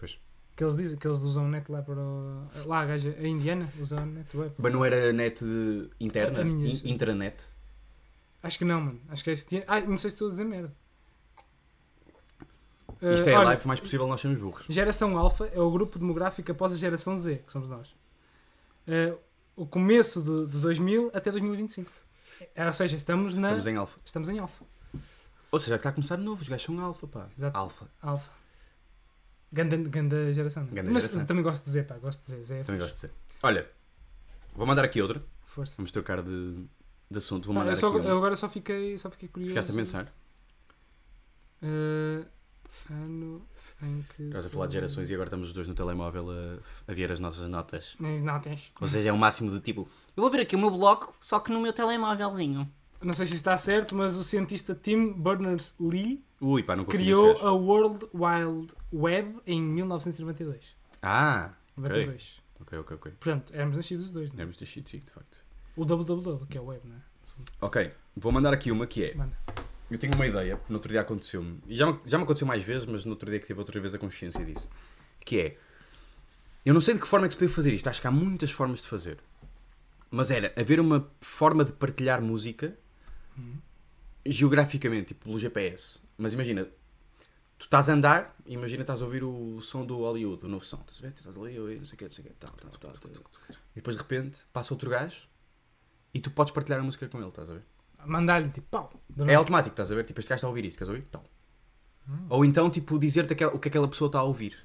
B: Pois.
A: Que eles dizem que eles usam net lá para. o- Lá a gaja, a Indiana usa net web.
B: Mas não era net de- interna,
A: A É minha-
B: in- intranet.
A: Acho que não, mano. Acho que este. Ah, não sei se estou a dizer merda.
B: Isto
A: Eh,
B: é a
A: olha,
B: live mais possível, nós somos burros.
A: Geração Alfa é o grupo demográfico após a geração Z, que somos nós. Eh, o começo de, de 2000 até 2025. Eh, ou seja, estamos na.
B: Estamos em alfa.
A: Estamos em Alfa.
B: Ou seja, está a começar de novo, os gajos são alfa, pá.
A: Exato.
B: Alfa.
A: Alfa. Ganda, ganda geração. não é?
B: Ganda
A: Mas
B: geração.
A: também gosto de Z, pá. Gosto de Z. Z é
B: Também
A: força.
B: gosto de dizer. Olha, vou mandar aqui outra.
A: Força.
B: Vamos trocar de, de assunto. Vou
A: Pá,
B: mandar
A: eu, só,
B: aqui
A: eu
B: uma.
A: agora só fiquei, só fiquei curioso.
B: Ficaste a pensar?
A: Eh, ano em que.
B: Estás a falar de gerações e agora estamos os dois no telemóvel a, a ver as nossas notas.
A: Não, tens.
B: Ou seja, é o máximo de tipo, eu vou ver aqui o meu bloco, só que no meu telemóvelzinho.
A: Não sei se isto está certo, mas o cientista Tim Berners-Lee
B: Ui, pá, não confio
A: criou
B: nisso, gajo.
A: a World Wide Web em 1992.
B: Ah,
A: 92.
B: ok, ok, ok.
A: Portanto, éramos nascidos os dois, né?
B: Temos de shit, sim, de facto.
A: O WWW, que é o web, né?
B: Ok, vou mandar aqui uma que é.
A: Manda.
B: Eu tenho uma ideia, porque no outro dia aconteceu-me, e já me, já me aconteceu mais vezes, mas no outro dia que tive outra vez a consciência disso, que é, eu não sei de que forma é que se podia fazer isto, acho que há muitas formas de fazer, mas era haver uma forma de partilhar música geograficamente, tipo pelo GPS, mas imagina, tu estás a andar, imagina estás a ouvir o som do Hollywood, o novo som, estás a ver, tu estás ali, oi, não sei o que, não sei o que, tal, tal, tal, tal, e depois de repente passa outro gajo, e tu podes partilhar a música com ele, estás a ver?
A: Mandar-lhe tipo pau. [LAUGHS]
B: É automático, estás a ver? Tipo, este gajo está a ouvir isto, queres ouvir? Tal.
A: Hum.
B: Ou então, tipo, dizer-te aquela- o que aquela pessoa está a ouvir.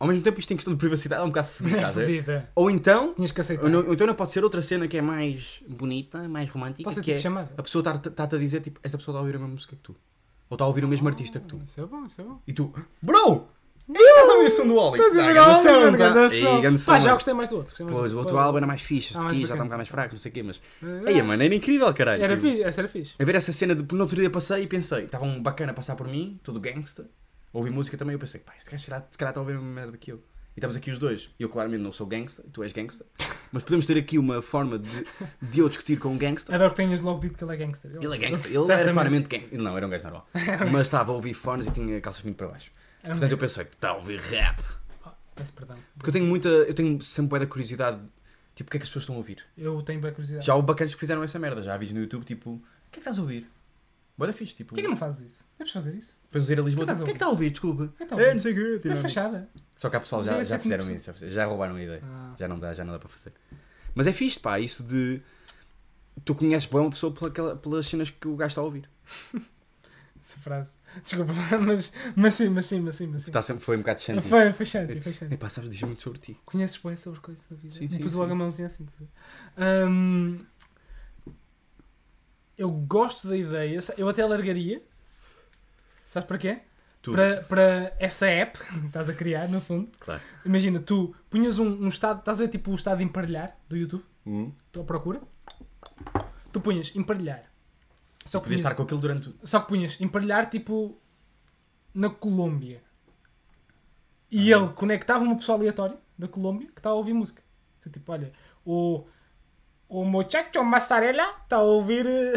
B: Ao mesmo tempo, isto tem questão de privacidade, é um bocado fedido, estás a ver?
A: fodida.
B: Ou então,
A: Tinhas que aceitar.
B: ou não- ou então não pode ser outra cena que é mais bonita, mais romântica,
A: Pode ser
B: que
A: tipo
B: é
A: chamada.
B: a pessoa está-te a dizer, tipo, esta pessoa está a ouvir a mesma música que tu. Ou está a ouvir o mesmo artista que tu.
A: Isso é bom, isso é bom.
B: E tu, bro! Estás a ouvir o som do Oli?
A: Estás a
B: Tá,
A: ver
B: grande
A: algo,
B: som,
A: mano,
B: tá?
A: grande
B: Ei,
A: som.
B: grande
A: Pá,
B: som,
A: já
B: mano.
A: gostei mais do outro. gostei mais do
B: Pois, o outro álbum né? era mais fixe,
A: Ah,
B: este
A: mais
B: aqui já está um
A: bacana.
B: bocado mais fraco, não sei o quê, mas...
A: Ah,
B: Ei, mano, era incrível, caralho.
A: Era
B: Tipo,
A: fixe, essa era fixe.
B: a ver essa cena de no outro dia passei e pensei, estava um bacana a passar por mim, todo gangsta, ouvi música também, eu pensei, pá, este gajo se calhar se calhar está a ouvir a mesma merda que eu. E estamos aqui os dois. Eu claramente não sou gangsta, tu és gangsta,
A: [LAUGHS]
B: mas podemos ter aqui uma forma de, de eu discutir com um gangsta.
A: Adoro que tenhas logo dito que ele é gangster.
B: Ele é gangsta, ele era claramente gangsta. Não, era um
A: [LAUGHS]
B: gajo normal. Mas estava "Tá a ouvir fones e tinha calças muito para baixo.
A: Era um
B: Portanto, eu pensei, está a ouvir rap.
A: Peço perdão.
B: Porque eu tenho muita. Eu tenho sempre bué da curiosidade. Tipo, o que é que as pessoas estão a ouvir?
A: Eu tenho bem curiosidade.
B: Já houve bacanas que fizeram essa merda. Já aviso no YouTube, tipo, o que é que estás a ouvir? Bué da fixe, tipo.
A: Porquê que é não fazes isso? Deves fazer isso?
B: Depois ir a Lisboa,
A: O que é que
B: tipo, o que é que está a ouvir? Desculpa.
A: que está a
B: É,
A: ouvir?
B: não sei o quê.
A: É
B: tipo.
A: fachada.
B: Só assim que há pessoal
A: Já é
B: já, já
A: sempre
B: fizeram
A: possível.
B: isso. Já, fizeram- já roubaram a ideia.
A: Ah,
B: Já não dá, já não dá para fazer. Mas é fixe, pá, isso de. Tu conheces bem uma pessoa pela, aquela- pelas cenas que o gajo está a ouvir.
A: essa frase. Desculpa, [LAUGHS] mas, mas sim, mas sim, mas sim, mas sim.
B: Está sempre, foi um bocado chante.
A: Foi, foi shanty, foi shanty.
B: E pá, sabes, diz muito sobre ti.
A: Conheces bem sobre coisas da vida.
B: Sim,
A: E
B: sim,
A: Pus
B: sim.
A: logo a mãozinha assim. quer dizer. Hum, eu gosto da ideia. sa- Eu até largaria. Sabes para quê?
B: Tu,
A: Para, para essa app [LAUGHS] que estás a criar, no fundo.
B: claro.
A: Imagina, tu punhas um, um estado, estás a ver tipo o estado de emparelhar do YouTube,
B: Hum.
A: tu à procura. Tu punhas emparelhar. Só que
B: Podias
A: punhas,
B: estar com aquilo durante.
A: só que punhas emparelhar tipo na Colômbia. E
B: Ah.
A: ele conectava uma pessoa aleatória da Colômbia que estava a ouvir música. Tu, tipo, olha, o, o muchacho Massarela está a ouvir. [LAUGHS] eh,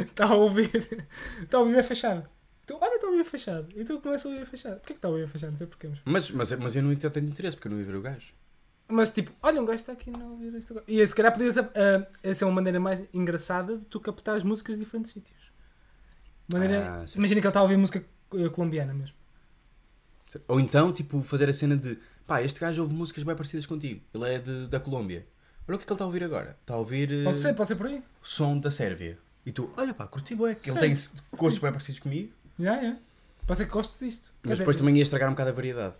A: está a ouvir. está a ouvir a fachada. Tu, olha, está a ouvir a fachada. E tu começas a ouvir a fachada. Porquê que está a ouvir a fachada? Não sei porquê, mas.
B: Mas, mas, mas eu não tenho interesse, porque eu não ia ver o gajo.
A: Mas tipo, olha, um gajo está aqui não ouvir isto agora. E se calhar podias. ah, essa é uma maneira mais engraçada de tu captares músicas de diferentes sítios. Maneira,
B: Ah, sim.
A: imagina que ele está a ouvir música eh, colombiana mesmo.
B: Ou então, tipo, fazer a cena de pá, este gajo ouve músicas bem parecidas contigo. Ele é de- da Colômbia. Olha o que é que ele está a ouvir agora. Está a ouvir eh,
A: Pode ser, pode ser por aí.
B: o som da Sérvia. E tu, olha pá, curti bué. que Ele
A: Sim.
B: tem gostos bem parecidos comigo.
A: Já, já. Pode ser que gostes disto. Quer
B: Mas É.
A: dizer,
B: depois também ia estragar um bocado a variedade.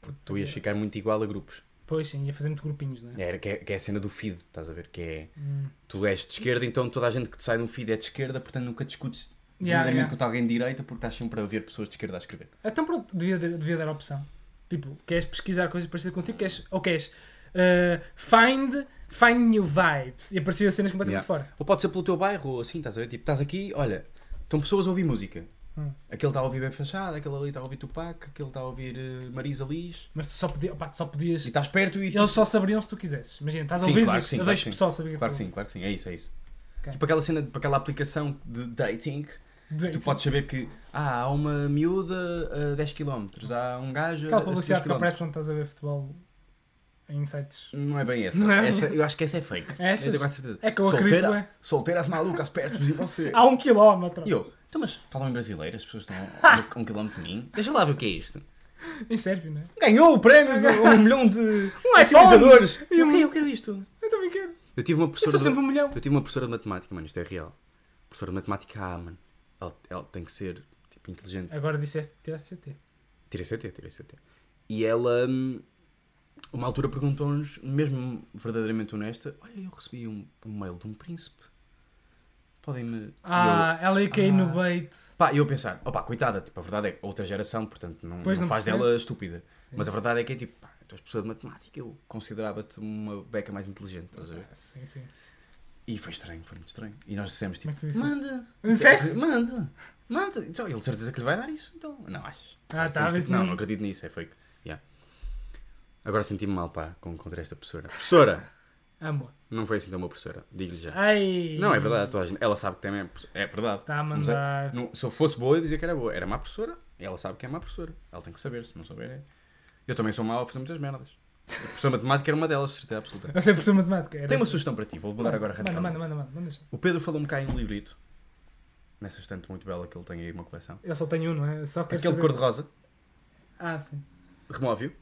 B: Porque tu ias ficar muito igual a grupos.
A: Pois sim, ia fazer muito grupinhos, não é?
B: Era, que, é, que é a cena do feed, estás a ver? Que é.
A: Hum.
B: Tu és de esquerda, então toda a gente que te sai de um feed é de esquerda, portanto nunca discutes
A: Yeah,
B: verdadeiramente
A: yeah.
B: com alguém de direita porque estás sempre a ver pessoas de esquerda a escrever.
A: Então pronto, devia, dar- devia dar a opção. Tipo, queres pesquisar coisas parecidas contigo? Queres, ou queres ah, find, find new vibes? E apareciam cenas completamente
B: Yeah.
A: fora.
B: Ou pode ser pelo teu bairro, ou assim, estás a ver? Tipo, estás aqui, olha, estão pessoas a ouvir música.
A: Hum.
B: Aquele está a ouvir Bebe Fachada, aquele ali está a ouvir Tupac, aquele está a ouvir eh, Marisa Liz.
A: Mas tu só, podia, opá, tu só podias.
B: E estás perto e.
A: Eles só saberiam se tu quisesses. Imagina, estás a
B: Sim,
A: ouvir
B: claro
A: isso,
B: que sim,
A: eu
B: claro
A: deixo
B: que
A: o pessoal saber que
B: Claro que
A: tu-
B: sim, claro que sim, é isso, é isso.
A: Uhum. Ok.
B: Tipo aquela cena, de- aquela aplicação de dating,
A: Direito.
B: tu podes saber que ah, há uma miúda a 10km, há um gajo a
A: Aquela
B: 6
A: publicidade que
B: km.
A: aparece quando estás a ver futebol em sites.
B: Não é bem essa.
A: Não é?
B: Essa- eu acho que essa é fake.
A: Essas?
B: Eu tenho quase certeza.
A: É que eu
B: solteira,
A: acredito, é.
B: Solteiras malucas perto de você.
A: Há um quilómetro.
B: E eu, então mas falam em brasileiro, as pessoas estão
A: [LAUGHS]
B: a um quilómetro de mim. Deixa lá ver o que é isto.
A: Em sérvio, não é?
B: Ganhou o
A: [LAUGHS]
B: prémio de um milhão de
A: Um iPhone!
B: utilizadores.
A: E
B: Eu,
A: um-
B: quero- eu quero isto.
A: Eu também quero.
B: Eu tive uma
A: Eu
B: professora,
A: sou sempre um milhão.
B: eu tive uma professora de matemática, mano, isto é real. Professora de matemática, ah, mano, ela, ela tem que ser tipo, inteligente.
A: Agora disseste que tiraste CT.
B: Tirei CT, tirei CT. E ela, hum, uma altura, perguntou-nos, mesmo verdadeiramente honesta: Olha, eu recebi um, um mail de um príncipe. Podem-me. E
A: Ah, ela ia cair no
B: Ah.
A: bait.
B: Eu, pá, e eu pensar: Opa, coitada, tipo, a verdade é que outra geração, portanto, não,
A: Pois,
B: não
A: não
B: faz
A: percebe.
B: dela estúpida.
A: Sim.
B: Mas a verdade é que é tipo: pá, tu és pessoa de matemática, eu considerava-te uma beca mais inteligente, estás a ver?
A: Ah, Sim, sim.
B: E foi estranho, foi muito estranho. E nós dissemos:
A: Como
B: tipo,
A: é que tu disseste?
B: Manda!
A: Disseste?
B: Manda! Manda! Então, ele de certeza que lhe vai dar isso, então. Não, achas?
A: Ah, tá,
B: Dissemos,
A: mas
B: tipo, não,
A: não-
B: não acredito nisso, é fake. Yeah. Agora senti-me mal, pá, com- contra esta professora. Professora!
A: Amor.
B: Não foi assim tão uma professora, digo-lhe já.
A: Ai.
B: Não, é verdade, toda a gente- ela sabe que também é, profe- é verdade.
A: Está Tá a
B: Mas é-
A: mandar.
B: não- se eu fosse boa, eu dizia que era boa. Era má professora, ela sabe que é má professora. Ela tem que saber, se não souber é. Eu também sou mau a fazer muitas merdas. A professora de matemática era uma delas, de certeza absoluta.
A: [LAUGHS] Eu sei por ser matemática. Era-
B: Tenho uma sugestão para ti, vou mudar agora
A: Manda,
B: radicalmente.
A: manda, manda, manda. manda já.
B: O Pedro falou-me cá em um livrito, nessa estante muito bela que ele tem aí uma coleção.
A: Eu só tenho um, não é? Eu Só quero
B: Aquele de
A: saber-
B: cor-de-rosa,
A: Ah, sim.
B: remove-o.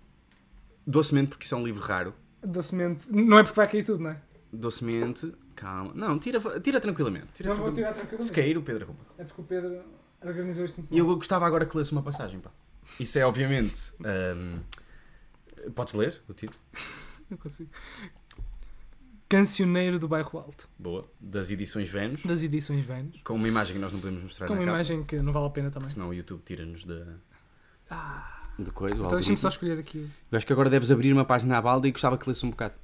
B: Docemente, porque isso é um livro raro.
A: Docemente. Não é porque vai cair tudo, não é?
B: Docemente, calma. Não, tira, tira tranquilamente. Tira
A: Não vou
B: tranquilamente.
A: tirar tranquilo.
B: Se cair, o Pedro arruma.
A: É porque o Pedro organizou isto muito
B: E eu gostava agora que lesse uma passagem, pá. Isso é, obviamente. ahm, Podes ler o título?
A: Não consigo. Cancioneiro do Bairro Alto,
B: Boa. Das edições Vênus.
A: das edições Vênus,
B: Com uma imagem que nós não podemos mostrar
A: com uma
B: na capa.
A: imagem que não vale a pena também.
B: Senão o YouTube tira-nos da. De coisa. o
A: Então deixa-me só escolher
B: algoritmo.
A: aqui.
B: Eu acho que agora deves abrir uma página à balda e gostava que lesse um bocado.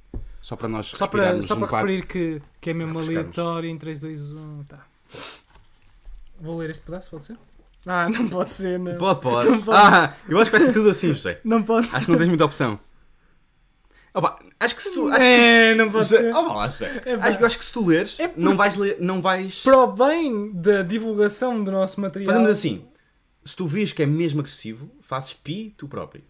B: Só para nós
A: Só para,
B: respirarmos
A: só
B: um
A: para
B: bocado.
A: referir que, que é mesmo
B: Refrescarmos.
A: aleatório em 3, 2, 1. Tá. Vou ler este pedaço, pode ser? Ah, não pode ser, não.
B: Pode, pode.
A: Não pode.
B: Ah, eu acho que vai ser tudo assim, José.
A: Não pode.
B: Acho que não tens muita opção. Opa, acho que se tu. Acho que,
A: É, não pode
B: José,
A: ser.
B: opa lá, José.
A: É pá.
B: acho, eu acho que se tu leres,
A: É porque-
B: não vais ler. Não vais.
A: Para o bem da divulgação do nosso material.
B: assim. Fazemos assim. Se tu vês que é mesmo agressivo, fazes pi tu próprio.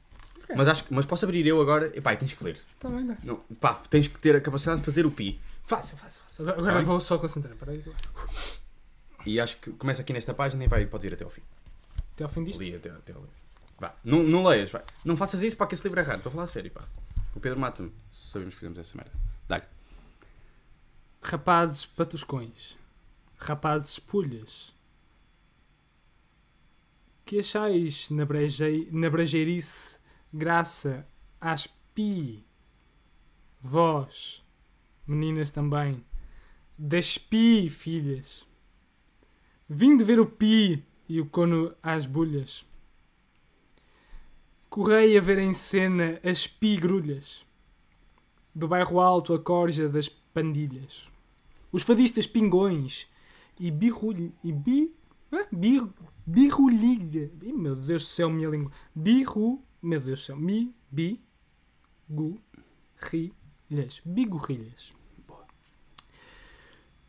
B: Mas, acho, que- mas posso abrir eu agora? Epá, e tens que ler.
A: Também não.
B: Não, pá, tens que ter a capacidade de fazer o pi.
A: Fácil, fácil, fácil. Agora, agora
B: Vai.
A: vou só concentrar. Peraí.
B: E acho que começa aqui nesta página e vai, podes ir até ao fim.
A: Até ao fim disto.
B: Li até, até ao fim. Vá, não, não leias, vai. Não faças isso, pá, que esse livro é raro. Estou a falar a sério, pá. O Pedro mata-me. se Sabemos que fizemos essa merda. Dá-lhe.
A: Rapazes patuscões. Rapazes pulhas. Que achais na, brejei, na brejeirice graça às pi? Vós, meninas também, das pi, filhas. Vim de ver o pi e o cono às bulhas. Correi a ver em cena as pi grulhas do bairro alto a corja das pandilhas. Os fadistas pingões e birrulho... e bi... hã? bir, birrulhiga... Ih, meu Deus do céu, minha língua. Birru... meu Deus do céu. Mi... bi... gu... ri... lhas. Bigorrilhas.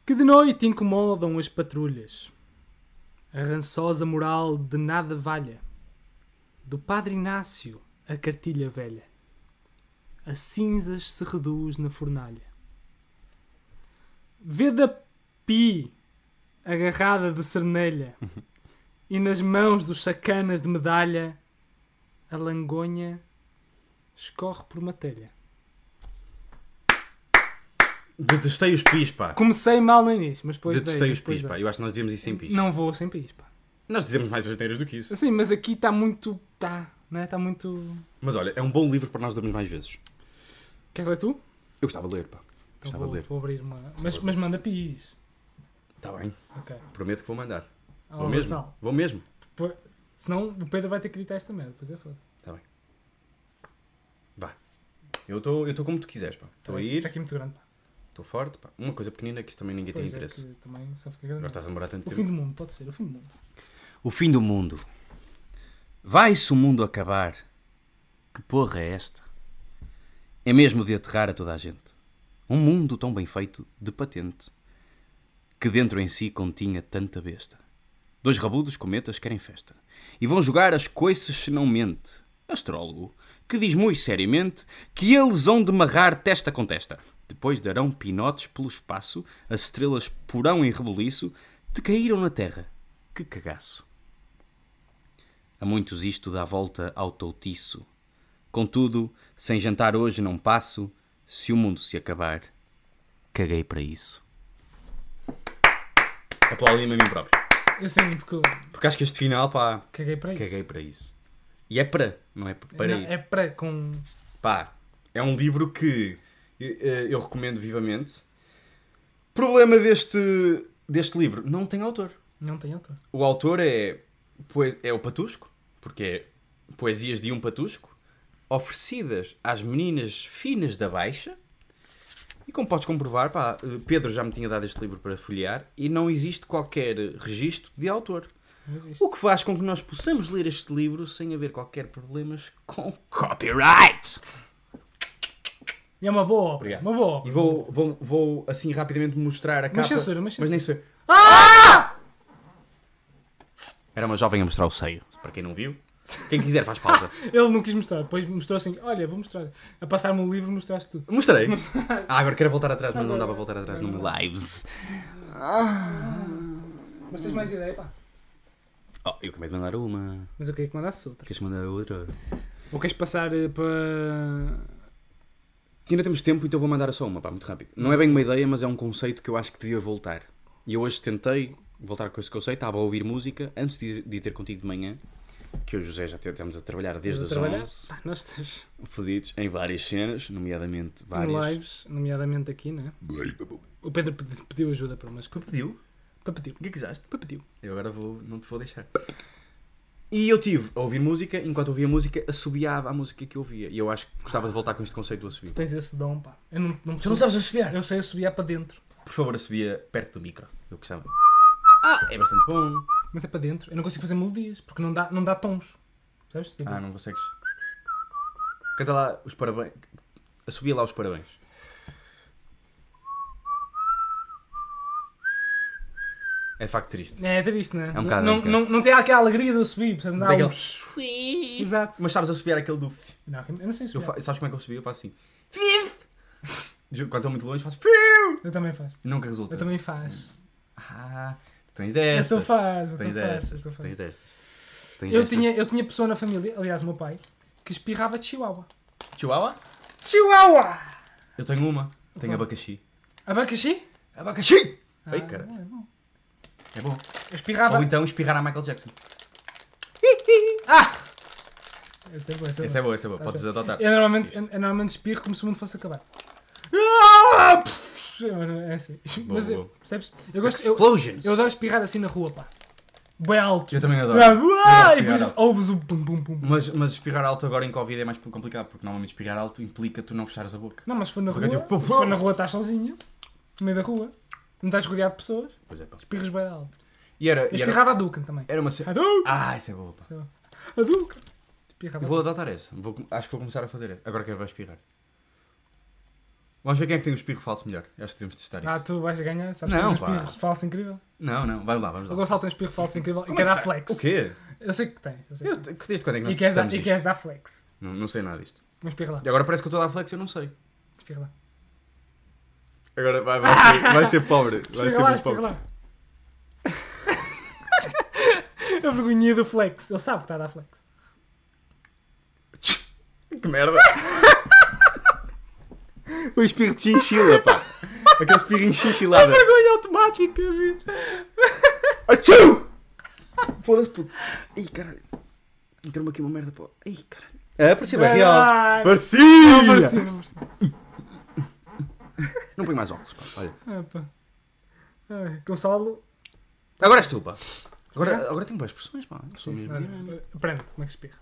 A: Que de noite incomodam as patrulhas. A rançosa moral de nada valha. Do padre Inácio a cartilha velha a cinzas se reduz na fornalha. Vê-da Pi agarrada de cernelha e nas mãos dos sacanas de medalha a langonha escorre por uma telha.
B: Detestei os pis, pá.
A: Comecei mal no início, mas depois dei,
B: Detestei os
A: depois
B: pis, pá.
A: dei.
B: Eu acho que nós devíamos ir sem pis.
A: Não vou sem pis, pá.
B: Nós dizemos mais asneiras do que isso.
A: Sim, mas aqui está muito... Está, né? Está muito...
B: Mas olha, é um bom livro para nós darmos mais vezes.
A: Queres ler tu?
B: Eu gostava de ler, pá.
A: Eu
B: Gostava de
A: vou,
B: ler.
A: vou abrir uma... Mas, mas manda pis.
B: Está Tá bem.
A: Ok.
B: Prometo que vou mandar.
A: Ao
B: Vou mesmo.
A: Gonçalo.
B: Vou mesmo.
A: Senão o Pedro vai ter que editar esta merda, pois é foda.
B: Eu estou eu tô como tu quiseres, pá. Estou a Então ir,
A: Está tá aqui muito grande, pá.
B: estou forte, pá. Uma coisa pequenina que isto também ninguém
A: Pois
B: tem
A: é,
B: interesse.
A: que também só fica
B: Agora
A: grande.
B: estás a demorar tanto
A: O
B: tempo.
A: fim do mundo, pode ser, o fim do mundo.
B: O fim do mundo. Vai-se o mundo acabar. Que porra é esta? É mesmo de aterrar a toda a gente. Um mundo tão bem feito, de patente, que dentro em si continha tanta besta. Dois rabudos cometas querem festa. E vão jogar as coices se não mente. Astrólogo, que diz muito seriamente que eles hão de marrar testa com testa. Depois darão pinotes pelo espaço, as estrelas porão em rebuliço, te caíram na terra. Que cagaço. A muitos isto dá volta ao toutiço. Contudo, sem jantar hoje não passo, se o mundo se acabar, caguei para isso. Aplaudi-me a mim próprio.
A: Eu sim, porque eu
B: Porque acho que este final, pá,
A: caguei para isso.
B: caguei para isso. E é para, não é para
A: Não,
B: isso.
A: é para com.
B: Pá, é um livro que eh, eu recomendo vivamente. Problema deste, deste livro, não tem autor.
A: Não tem autor.
B: O autor é, poe- é o Patusco, porque é poesias de um Patusco, oferecidas às meninas finas da Baixa. E como podes comprovar, pá, eh, Pedro já me tinha dado este livro para folhear e não existe qualquer registro de autor.
A: Não existe.
B: O que faz com que nós possamos ler este livro sem haver qualquer problemas com copyright.
A: E é uma boa obra.
B: Obrigado.
A: Uma boa obra.
B: E vou, vou, vou assim rapidamente mostrar a capa.
A: censura, mas
B: nem sei. Ah! Era uma jovem a mostrar o seio, para quem não [LAUGHS] viu. Quem quiser faz pausa.
A: Ele não quis mostrar, depois mostrou assim: olha, vou mostrar. A passar-me o livro, mostraste tudo.
B: Mostrei. Ah, agora quero voltar atrás, mas não dá para voltar atrás no Lives.
A: Mas tens mais ideia, pá.
B: Oh, eu acabei de mandar uma.
A: Mas eu queria que mandasse outra.
B: Queres mandar outra?
A: Ou queres passar eh, para.
B: Ainda temos tempo, então vou mandar só uma, pá, muito rápido. Não é bem uma ideia, mas é um conceito que eu acho que devia voltar. E eu hoje tentei voltar com esse conceito, estava a ouvir música antes de, de ir ter contigo de manhã, que eu e o José já te- estamos a trabalhar desde
A: a
B: as
A: trabalhar?
B: 11,
A: Pá, Ah, nós estamos
B: fodidos, em várias cenas, nomeadamente
A: em
B: várias.
A: lives, nomeadamente aqui, né? O Pedro pedi- pediu ajuda para umas coisas.
B: Pediu?
A: Para pedir.
B: O que é que usaste?
A: Para pedir.
B: Eu agora vou, não te vou deixar. E eu tive a ouvir música, enquanto ouvia música, assobiava a música que eu ouvia. E eu acho que gostava de voltar com este conceito do assobio.
A: Tu tens esse dom, pá. Eu não, não
B: assobiar?
A: Eu sei assobiar para dentro.
B: Por favor, assobia perto do micro. Eu gostava. Ah, é bastante bom.
A: Mas é para dentro. Eu não consigo fazer melodias, porque não dá, não dá tons. Sabes? Tipo,
B: Ah, não consegues. Canta lá os parabéns. Assobia lá os parabéns. É de facto triste.
A: É triste, não é?
B: um bocado,
A: não,
B: é um bocado.
A: não, não tem aquela alegria do subir, percebes? Não
B: Não
A: dá
B: tem
A: um...
B: aquele-
A: Exato.
B: Mas sabes, eu subir aquele do.
A: um- Não, eu não sei se
B: Eu
A: eu,
B: fa... Sabes como é que eu subi? Eu faço assim. Fif! Juro, Quando estou muito longe, faço. Fif!
A: eu também faço.
B: Nunca resulta.
A: Eu também faço.
B: Ah, tu tens
A: Eu
B: destas.
A: estou faz, eu
B: tens
A: estou faz, eu
B: destas.
A: estou
B: Tu
A: faz.
B: tens destas. Tu Tens
A: Eu
B: destas.
A: tinha, eu tinha pessoa na família, aliás, o meu pai, que espirrava de chihuahua.
B: Chihuahua?
A: Chihuahua!
B: Eu tenho uma. Tenho
A: Qual?
B: abacaxi.
A: Abacaxi?
B: Abacaxi! Ai, cara.
A: bom, é bom.
B: É bom.
A: Eu espirrava.
B: Ou então espirrar a Michael Jackson.
A: Tá Ah! Essa é boa, essa é
B: Essa
A: boa.
B: é boa, essa é boa. Podes adotar.
A: Eu normalmente,
B: Isto.
A: eu, eu normalmente espirro como se o mundo fosse acabar. Mas É assim.
B: Ah! Boa,
A: [LAUGHS] Mas,
B: boa.
A: percebes? Eu, gosto, eu,
B: Explosions!
A: eu adoro espirrar assim na rua, pá. Bem alto.
B: Eu também adoro.
A: Ah, ah, e
B: espirrar
A: depois
B: alto.
A: ouves o pum pum pum.
B: Mas, mas espirrar alto agora em Covid é mais complicado, porque normalmente espirrar alto implica tu não fechares a boca.
A: Não, mas se for na
B: Porque
A: rua,
B: é tipo,
A: se for na rua estás sozinho, no meio da rua, não estás rodeado de pessoas,
B: Pois é, pá.
A: espirras bem alto.
B: E era,
A: Eu
B: e era,
A: espirrava a Dukan também.
B: era uma cena.
A: Hadouken!
B: Ah, isso é boa, pá.
A: A Dukan! Espirrava.
B: Eu vou adotar essa. Vou com- acho que vou começar a fazer essa. Agora que vai espirrar. Vamos ver quem é que tem o espirro falso melhor. Acho que devemos testar isso.
A: Ah, tu vais ganhar, sabes?
B: Não,
A: Não,
B: pá.
A: espirro falso incrível.
B: Não, não, vamos lá, vamos
A: O
B: lá.
A: Gonçalo tem um espirro falso incrível e
B: Como
A: quer
B: é que
A: dar
B: sa-
A: flex.
B: O quê?
A: Eu sei que tens. Eu sei.
B: Eu, que- desde quando é que
A: E
B: nós
A: queres dar,
B: testamos
A: e
B: isto?
A: queres dar flex.
B: Não, não sei nada disto.
A: Mas espirra lá,
B: E agora parece que eu estou a dar flex e eu não sei.
A: espirra lá.
B: Agora vai, vai, ser, [LAUGHS] vai ser pobre. Vai ser
A: Espirra lá,
B: muito
A: espirra
B: pobre.
A: lá. [LAUGHS] A vergonhinha do flex. Ele sabe que está a dar flex.
B: Que merda! [LAUGHS] o espirro de chinchila, pá! Aquele espirro chinchilada.
A: Vergonha automática, gente.
B: Achou! Foda-se, puto. Ih, caralho. Entrou-me aqui uma merda, pô. Ih, caralho. Ah, parecia bem real.
A: Ah, Não
B: Parecia!
A: parecia, não parecia.
B: Não põe mais óculos, pá. Olha.
A: Ah, pá. Ah, Gonçalo.
B: Agora és tu, pá. Agora, agora tenho boas expressões, pá. Eu sou mesmo. dinâmico.
A: olha, Aprende como é que ah, espirra.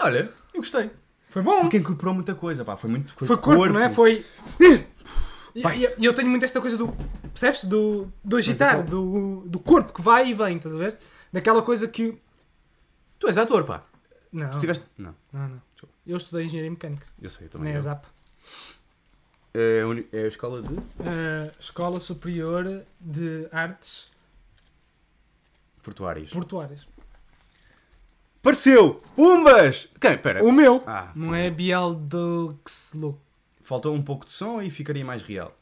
B: Olha, eu gostei.
A: Foi bom!
B: Porque incorporou muita coisa, pá. Foi muito.
A: Foi corpo, não é? Foi. E
B: Vai.
A: e- e eu tenho muito esta coisa do. Percebes? Do, do agitar,
B: é que-
A: do, do corpo que vai e vem, estás a ver? Daquela coisa que.
B: Tu és ator, pá.
A: Não.
B: Tu tiveste. Não,
A: Não, não. Eu estudei engenharia mecânica
B: eu sei, eu também.
A: na
B: eu.
A: ESAP.
B: É, a uni- é a escola de.
A: Ah, Escola Superior de Artes
B: Portuários.
A: Portuárias.
B: Pareceu! Pumbas! Quem? Pera.
A: O meu!
B: Ah,
A: Não é Bialdoxlo.
B: faltou um pouco de som e ficaria mais real.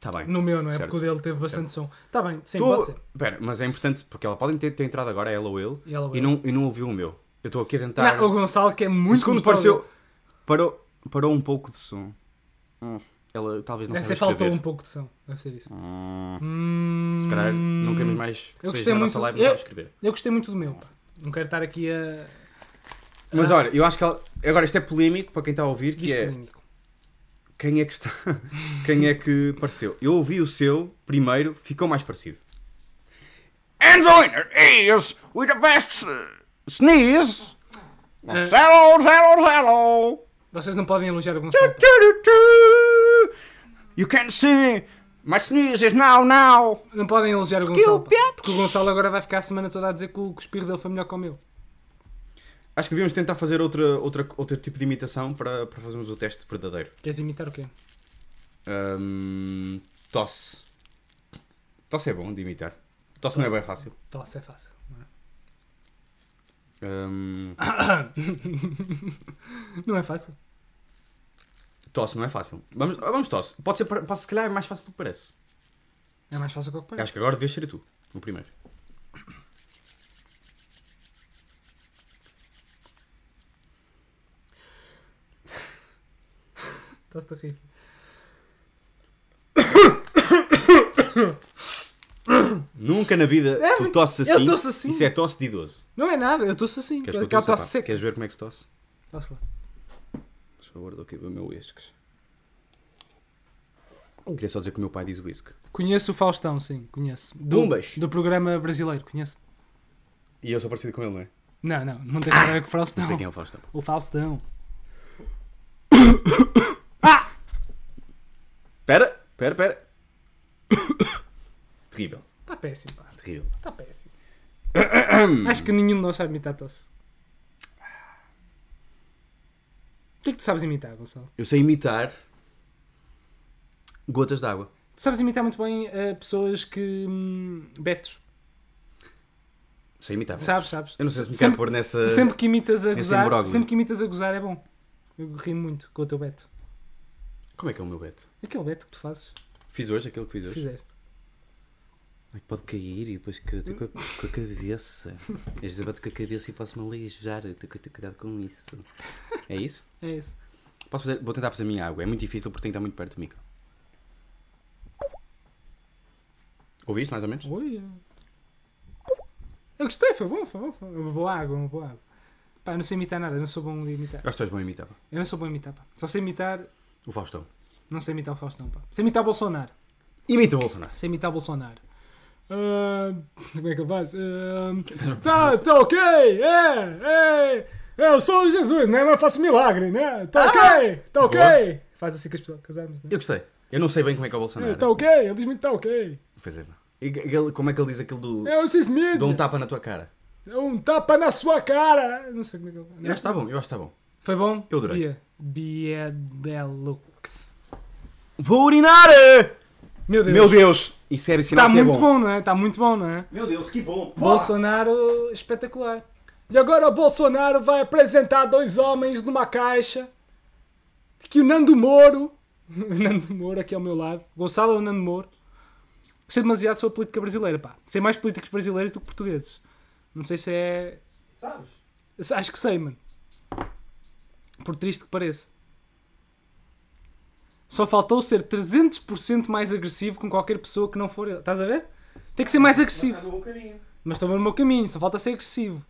B: Tá bem.
A: No meu, não é?
B: Certo.
A: Porque o dele teve bastante som. Tá bem, sim,
B: Tu-
A: pode ser.
B: Pera, mas é importante porque ela podem ter, ter entrado agora, ela ou ele,
A: E ela é.
B: e
A: vai.
B: não, e não ouviu o meu. Eu estou aqui a tentar.
A: Não, o Gonçalo que é
B: O
A: muito
B: segundo
A: gostoso.
B: pareceu. Parou, parou um pouco de som. Hum, Ela talvez não
A: Deve ser
B: saiba
A: faltou um
B: escrever.
A: pouco de som. Deve ser isso.
B: Hum,
A: Hum...
B: se calhar não queremos mais que
A: Eu
B: seja
A: gostei
B: na
A: muito-
B: nossa live
A: eu-
B: não sabes escrever.
A: Hum, Eu gostei muito do meu, pá. Não quero estar aqui a.
B: Mas olha, eu acho que ela... agora isto é polémico para quem está a ouvir, que
A: Isto
B: é
A: lindo.
B: quem é que está, [LAUGHS] quem é que pareceu. Eu ouvi o seu primeiro, ficou mais parecido.
C: And the winner is with the best uh, sneeze.
A: Uh,
C: Zero, zero, zero.
A: Vocês não podem elogiar o Gonçalo. pá.
C: Do-do-do. You can see my sneeze is now, now.
A: Não podem elogiar o
C: eu
A: Gonçalo. pá.
C: piato.
A: Porque o Gonçalo agora vai ficar a semana toda a dizer que o, que o espirro dele foi melhor que o meu.
B: Acho que devíamos tentar fazer outra, outra, outro tipo de imitação para, para fazermos o teste verdadeiro.
A: Queres imitar o quê?
B: Hum, tosse. Tosse é bom de imitar. Tosse não é bem fácil.
A: Tosse é fácil. não é?
B: Hum,
A: Não é fácil.
B: tosse não é fácil. Vamos, vamos tosse. Pode ser, para- pode, se calhar é mais fácil do que parece.
A: É mais fácil que o que parece.
B: Acho que agora devias ser tu, no primeiro.
A: Estás-te a rir.
B: Nunca na vida
A: É,
B: tu
A: mas
B: tosses
A: eu
B: assim.
A: tosso assim.
B: Isso é tosse de idoso.
A: Não é nada, eu tosse assim.
B: Queres que eu
A: Aquela
B: tosse?
A: tosse
B: pá?
A: seca.
B: Queres ver como é que se tosse?
A: Tosse lá.
B: Por favor, dou aqui o meu whisky. Queria só dizer que o meu pai diz whisky.
A: Conheço o Faustão, sim, conheço. Do,
B: Bombas.
A: Do programa brasileiro, conheço.
B: E eu sou parecido com ele, não é?
A: Não, não, não tem nada a ver com o Faustão.
B: Ah! Não sei quem é o Faustão.
A: O Faustão.
B: Pera, pera, pera. [COUGHS] terrível,
A: Está Tá péssimo, pá.
B: terrível.
A: Está péssimo. Acho que nenhum de nós sabe imitar tosse. O que é que tu sabes imitar, Gonçalo?
B: Eu sei imitar Gotas d'água.
A: Tu sabes imitar muito bem eh, pessoas que. Hum, betos.
B: Sei imitar. mas-
A: Sabes, sabes?
B: Eu não sei se me
A: Sempre-
B: quero pôr nessa.
A: Tu sempre que imitas a
B: Esse
A: gozar,
B: imbróglio.
A: sempre que imitas a gozar é bom. Eu ri muito com o teu beto.
B: Como é que é o meu beto?
A: Aquele beto que tu fazes,
B: Fiz hoje aquilo que fiz hoje.
A: fizeste.
B: Ai, que pode cair e depois que eu com, a, com a cabeça. Às vezes eu bato com a cabeça e posso-me aleijar. Eu tenho que ter cuidado com isso. É isso?
A: É isso.
B: Posso fazer- Vou tentar fazer a minha água. É muito difícil porque tem que estar muito perto do micro. Ouviste mais ou menos?
A: Oi. Eu gostei, foi bom, foi bom. Foi uma boa água, uma boa água. Pá, eu não sei imitar nada, eu não sou bom de imitar.
B: Eu acho que tu és bom a imitar. pá.
A: Eu não sou bom a imitar, pá. Só sei imitar,
B: O Faustão.
A: não sei imitar o Faustão, pá. Sei imitar Bolsonaro.
B: Imita o Bolsonaro.
A: Sem imitar Bolsonaro. Ahn, como é que eu faço? Ahn, tá, tá ok, é, é, eu sou Jesus, né? Mas faço milagre, né? Tá ok, tá ok. Faz assim com as pessoas casarmos, né?
B: Eu gostei. Eu não sei bem como é que é
A: É,
B: o Bolsonaro.
A: tá ok, ele diz muito tá ok.
B: Pois é. pá. E que- aquele- como é que ele diz aquilo do.
A: É o Smith,
B: Dou um tapa na tua cara.
A: é um tapa na sua cara. Não sei como é que eu...
B: Eu acho que está bom, eu acho que está bom.
A: Foi bom?
B: Eu adorei.
A: Bia, Bia Deluxe.
B: Vou urinar!
A: Meu Deus.
B: Meu Deus! Isso era sinal
A: Está
B: que é
A: muito
B: bom.
A: bom, não é? Está muito bom, não é?
B: Meu Deus, que bom!
A: Bolsonaro espetacular. E agora o Bolsonaro vai apresentar dois homens numa caixa que o Nando Moro, [LAUGHS] o Nando Moro aqui ao meu lado, Gonçalo é o Nando Moro. Sei demasiado sobre a política brasileira, pá. Sei mais políticos brasileiros do que portugueses. Não sei se é...
B: Sabes?
A: Acho que sei, mano. Por triste que pareça. Só faltou ser 300% mais agressivo com qualquer pessoa que não for ele. Estás a ver? Tem que ser mais agressivo.
B: é um
A: Mas estou no meu caminho, só falta ser agressivo.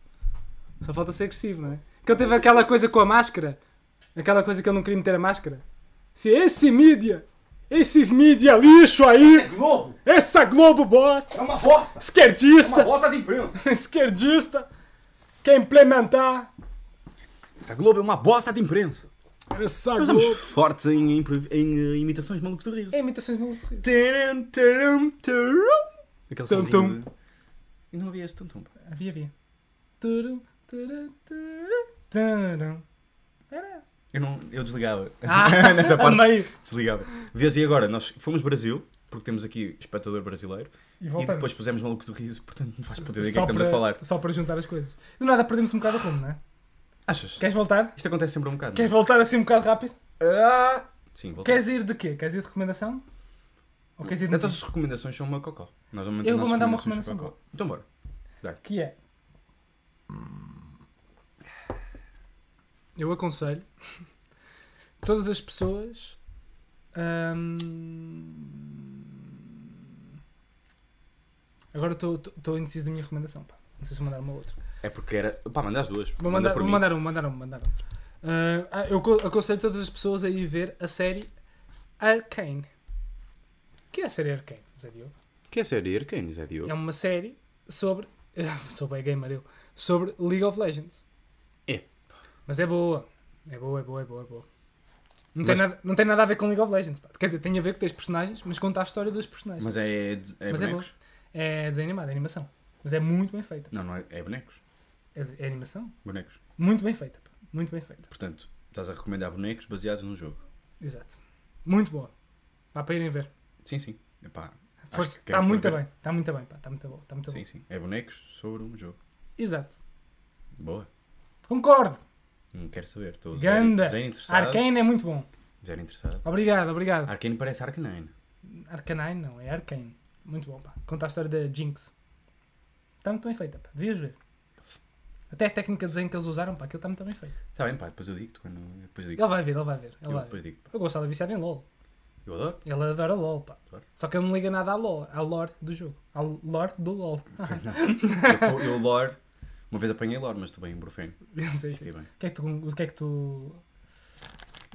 A: Só falta ser agressivo, não é? Que ele teve aquela coisa com a máscara. Aquela coisa que ele não queria meter a máscara. Se esse mídia, esses mídia lixo aí,
B: É Globo!
A: essa Globo bosta,
B: É uma bosta!
A: esquerdista,
B: bosta de imprensa!
A: esquerdista, quer implementar
B: Essa Globo é uma bosta de imprensa!
A: essa
B: Nós
A: Globo.
B: somos fortes em, impro- em, eh, imitações malucas do riso.
A: É imitações de música.
B: Tarum, tarum, tarum. Aquele
A: Tum,
B: somzinho de... Eu não havia esse tum-tum. pá.
A: Havia, havia. Turum, turum, turum, turum.
B: Eu, não, eu desligava.
A: Ah,
B: [LAUGHS] Nessa
A: a
B: parte
A: meio.
B: desligava. Vês, e agora? Nós fomos Brasil, porque temos aqui espectador brasileiro.
A: E
B: E
A: voltamos.
B: depois pusemos malucos do riso, portanto não faz poder o que é que
A: só,
B: estamos a falar.
A: para, só para juntar as coisas. Do nada perdemos um bocado o rumo, não é?
B: Achas?
A: Queres voltar?
B: Isto acontece sempre um bocado.
A: Queres voltar assim um bocado rápido?
B: Ah! Sim, volta.
A: Queres ir de quê? Queres ir de recomendação? Ou queres ir de
B: Então, as recomendações são uma cocó. Nós vamos
A: Eu vou
B: as nossas
A: mandar uma
B: recomendações são
A: recomendação
B: cocó. Então bora.
A: que é? Eu aconselho todas as pessoas hum, agora estou indeciso da minha recomendação pá. não sei se vou mandar uma ou outra
B: É porque era. Pá, manda as duas.
A: Vou
B: Manda
A: mandar,
B: por
A: vou
B: mim.
A: mandar um, mandar um, mandar um. Ah, ah, eu co- aconselho todas as pessoas a ir ver a série Arcane. O que é a série Arcane, Zé Diogo?
B: Que é série Arcane, Zé Diogo?
A: É uma série sobre. [LAUGHS] sou bem gamer eu. Sobre League of Legends.
B: É.
A: Mas é boa. É boa, é boa, é boa, é boa. Não,
B: Mas-
A: tem nada, não tem nada a ver com League of Legends. pá. Quer dizer, tem a ver com tens personagens, mas conta a história dos personagens.
B: Mas é. É
A: Mas é
B: bonecos?
A: É desanimada, é animação. Mas é muito bem feita.
B: não, não é. É bonecos.
A: É, des- é animação?
B: Bonecos.
A: Muito bem feita. pá. Muito bem feita.
B: Portanto, estás a recomendar bonecos baseados num jogo.
A: Exato. Muito boa. Dá para irem ver.
B: Sim, sim. Epá, acho
A: Força.
B: que quero
A: Está muito
B: ver.
A: bem. Está muito bem, pá. Está muito bom. Está muito
B: Sim,
A: bom.
B: sim. É bonecos sobre um jogo.
A: Exato.
B: Boa.
A: Concordo.
B: Não quero saber. Estou
A: Ganda.
B: zero, zero interessado.
A: Arcane é muito bom.
B: Zero interessado.
A: Obrigado, obrigado.
B: Arcane parece Arcanine.
A: Arcanine não, é Arcane. Muito bom, pá. Conta a história da Jinx. Está muito bem feita, pá. Devias ver. Até a técnica de desenho que eles usaram, pá. Aquilo está muito bem feito.
B: Está Tá bem, pá. Depois eu digo-te. Quando... Depois eu digo.
A: Ele vai ver, ele vai ver. Ele
B: Eu
A: vai ver.
B: depois digo. pá.
A: Eu gostava de viciar em LOL.
B: Eu adoro.
A: Ele adora LOL, pá.
B: Claro.
A: Só que ele não liga nada à lore, à lore do jogo. À lore do LOL. [LAUGHS]
B: Pois não. eu, eu lore. Uma vez apanhei lore, mas estou bem, brofeno.
A: Sim, sim.
B: Fiquei bem.
A: O que é que tu, o que é que tu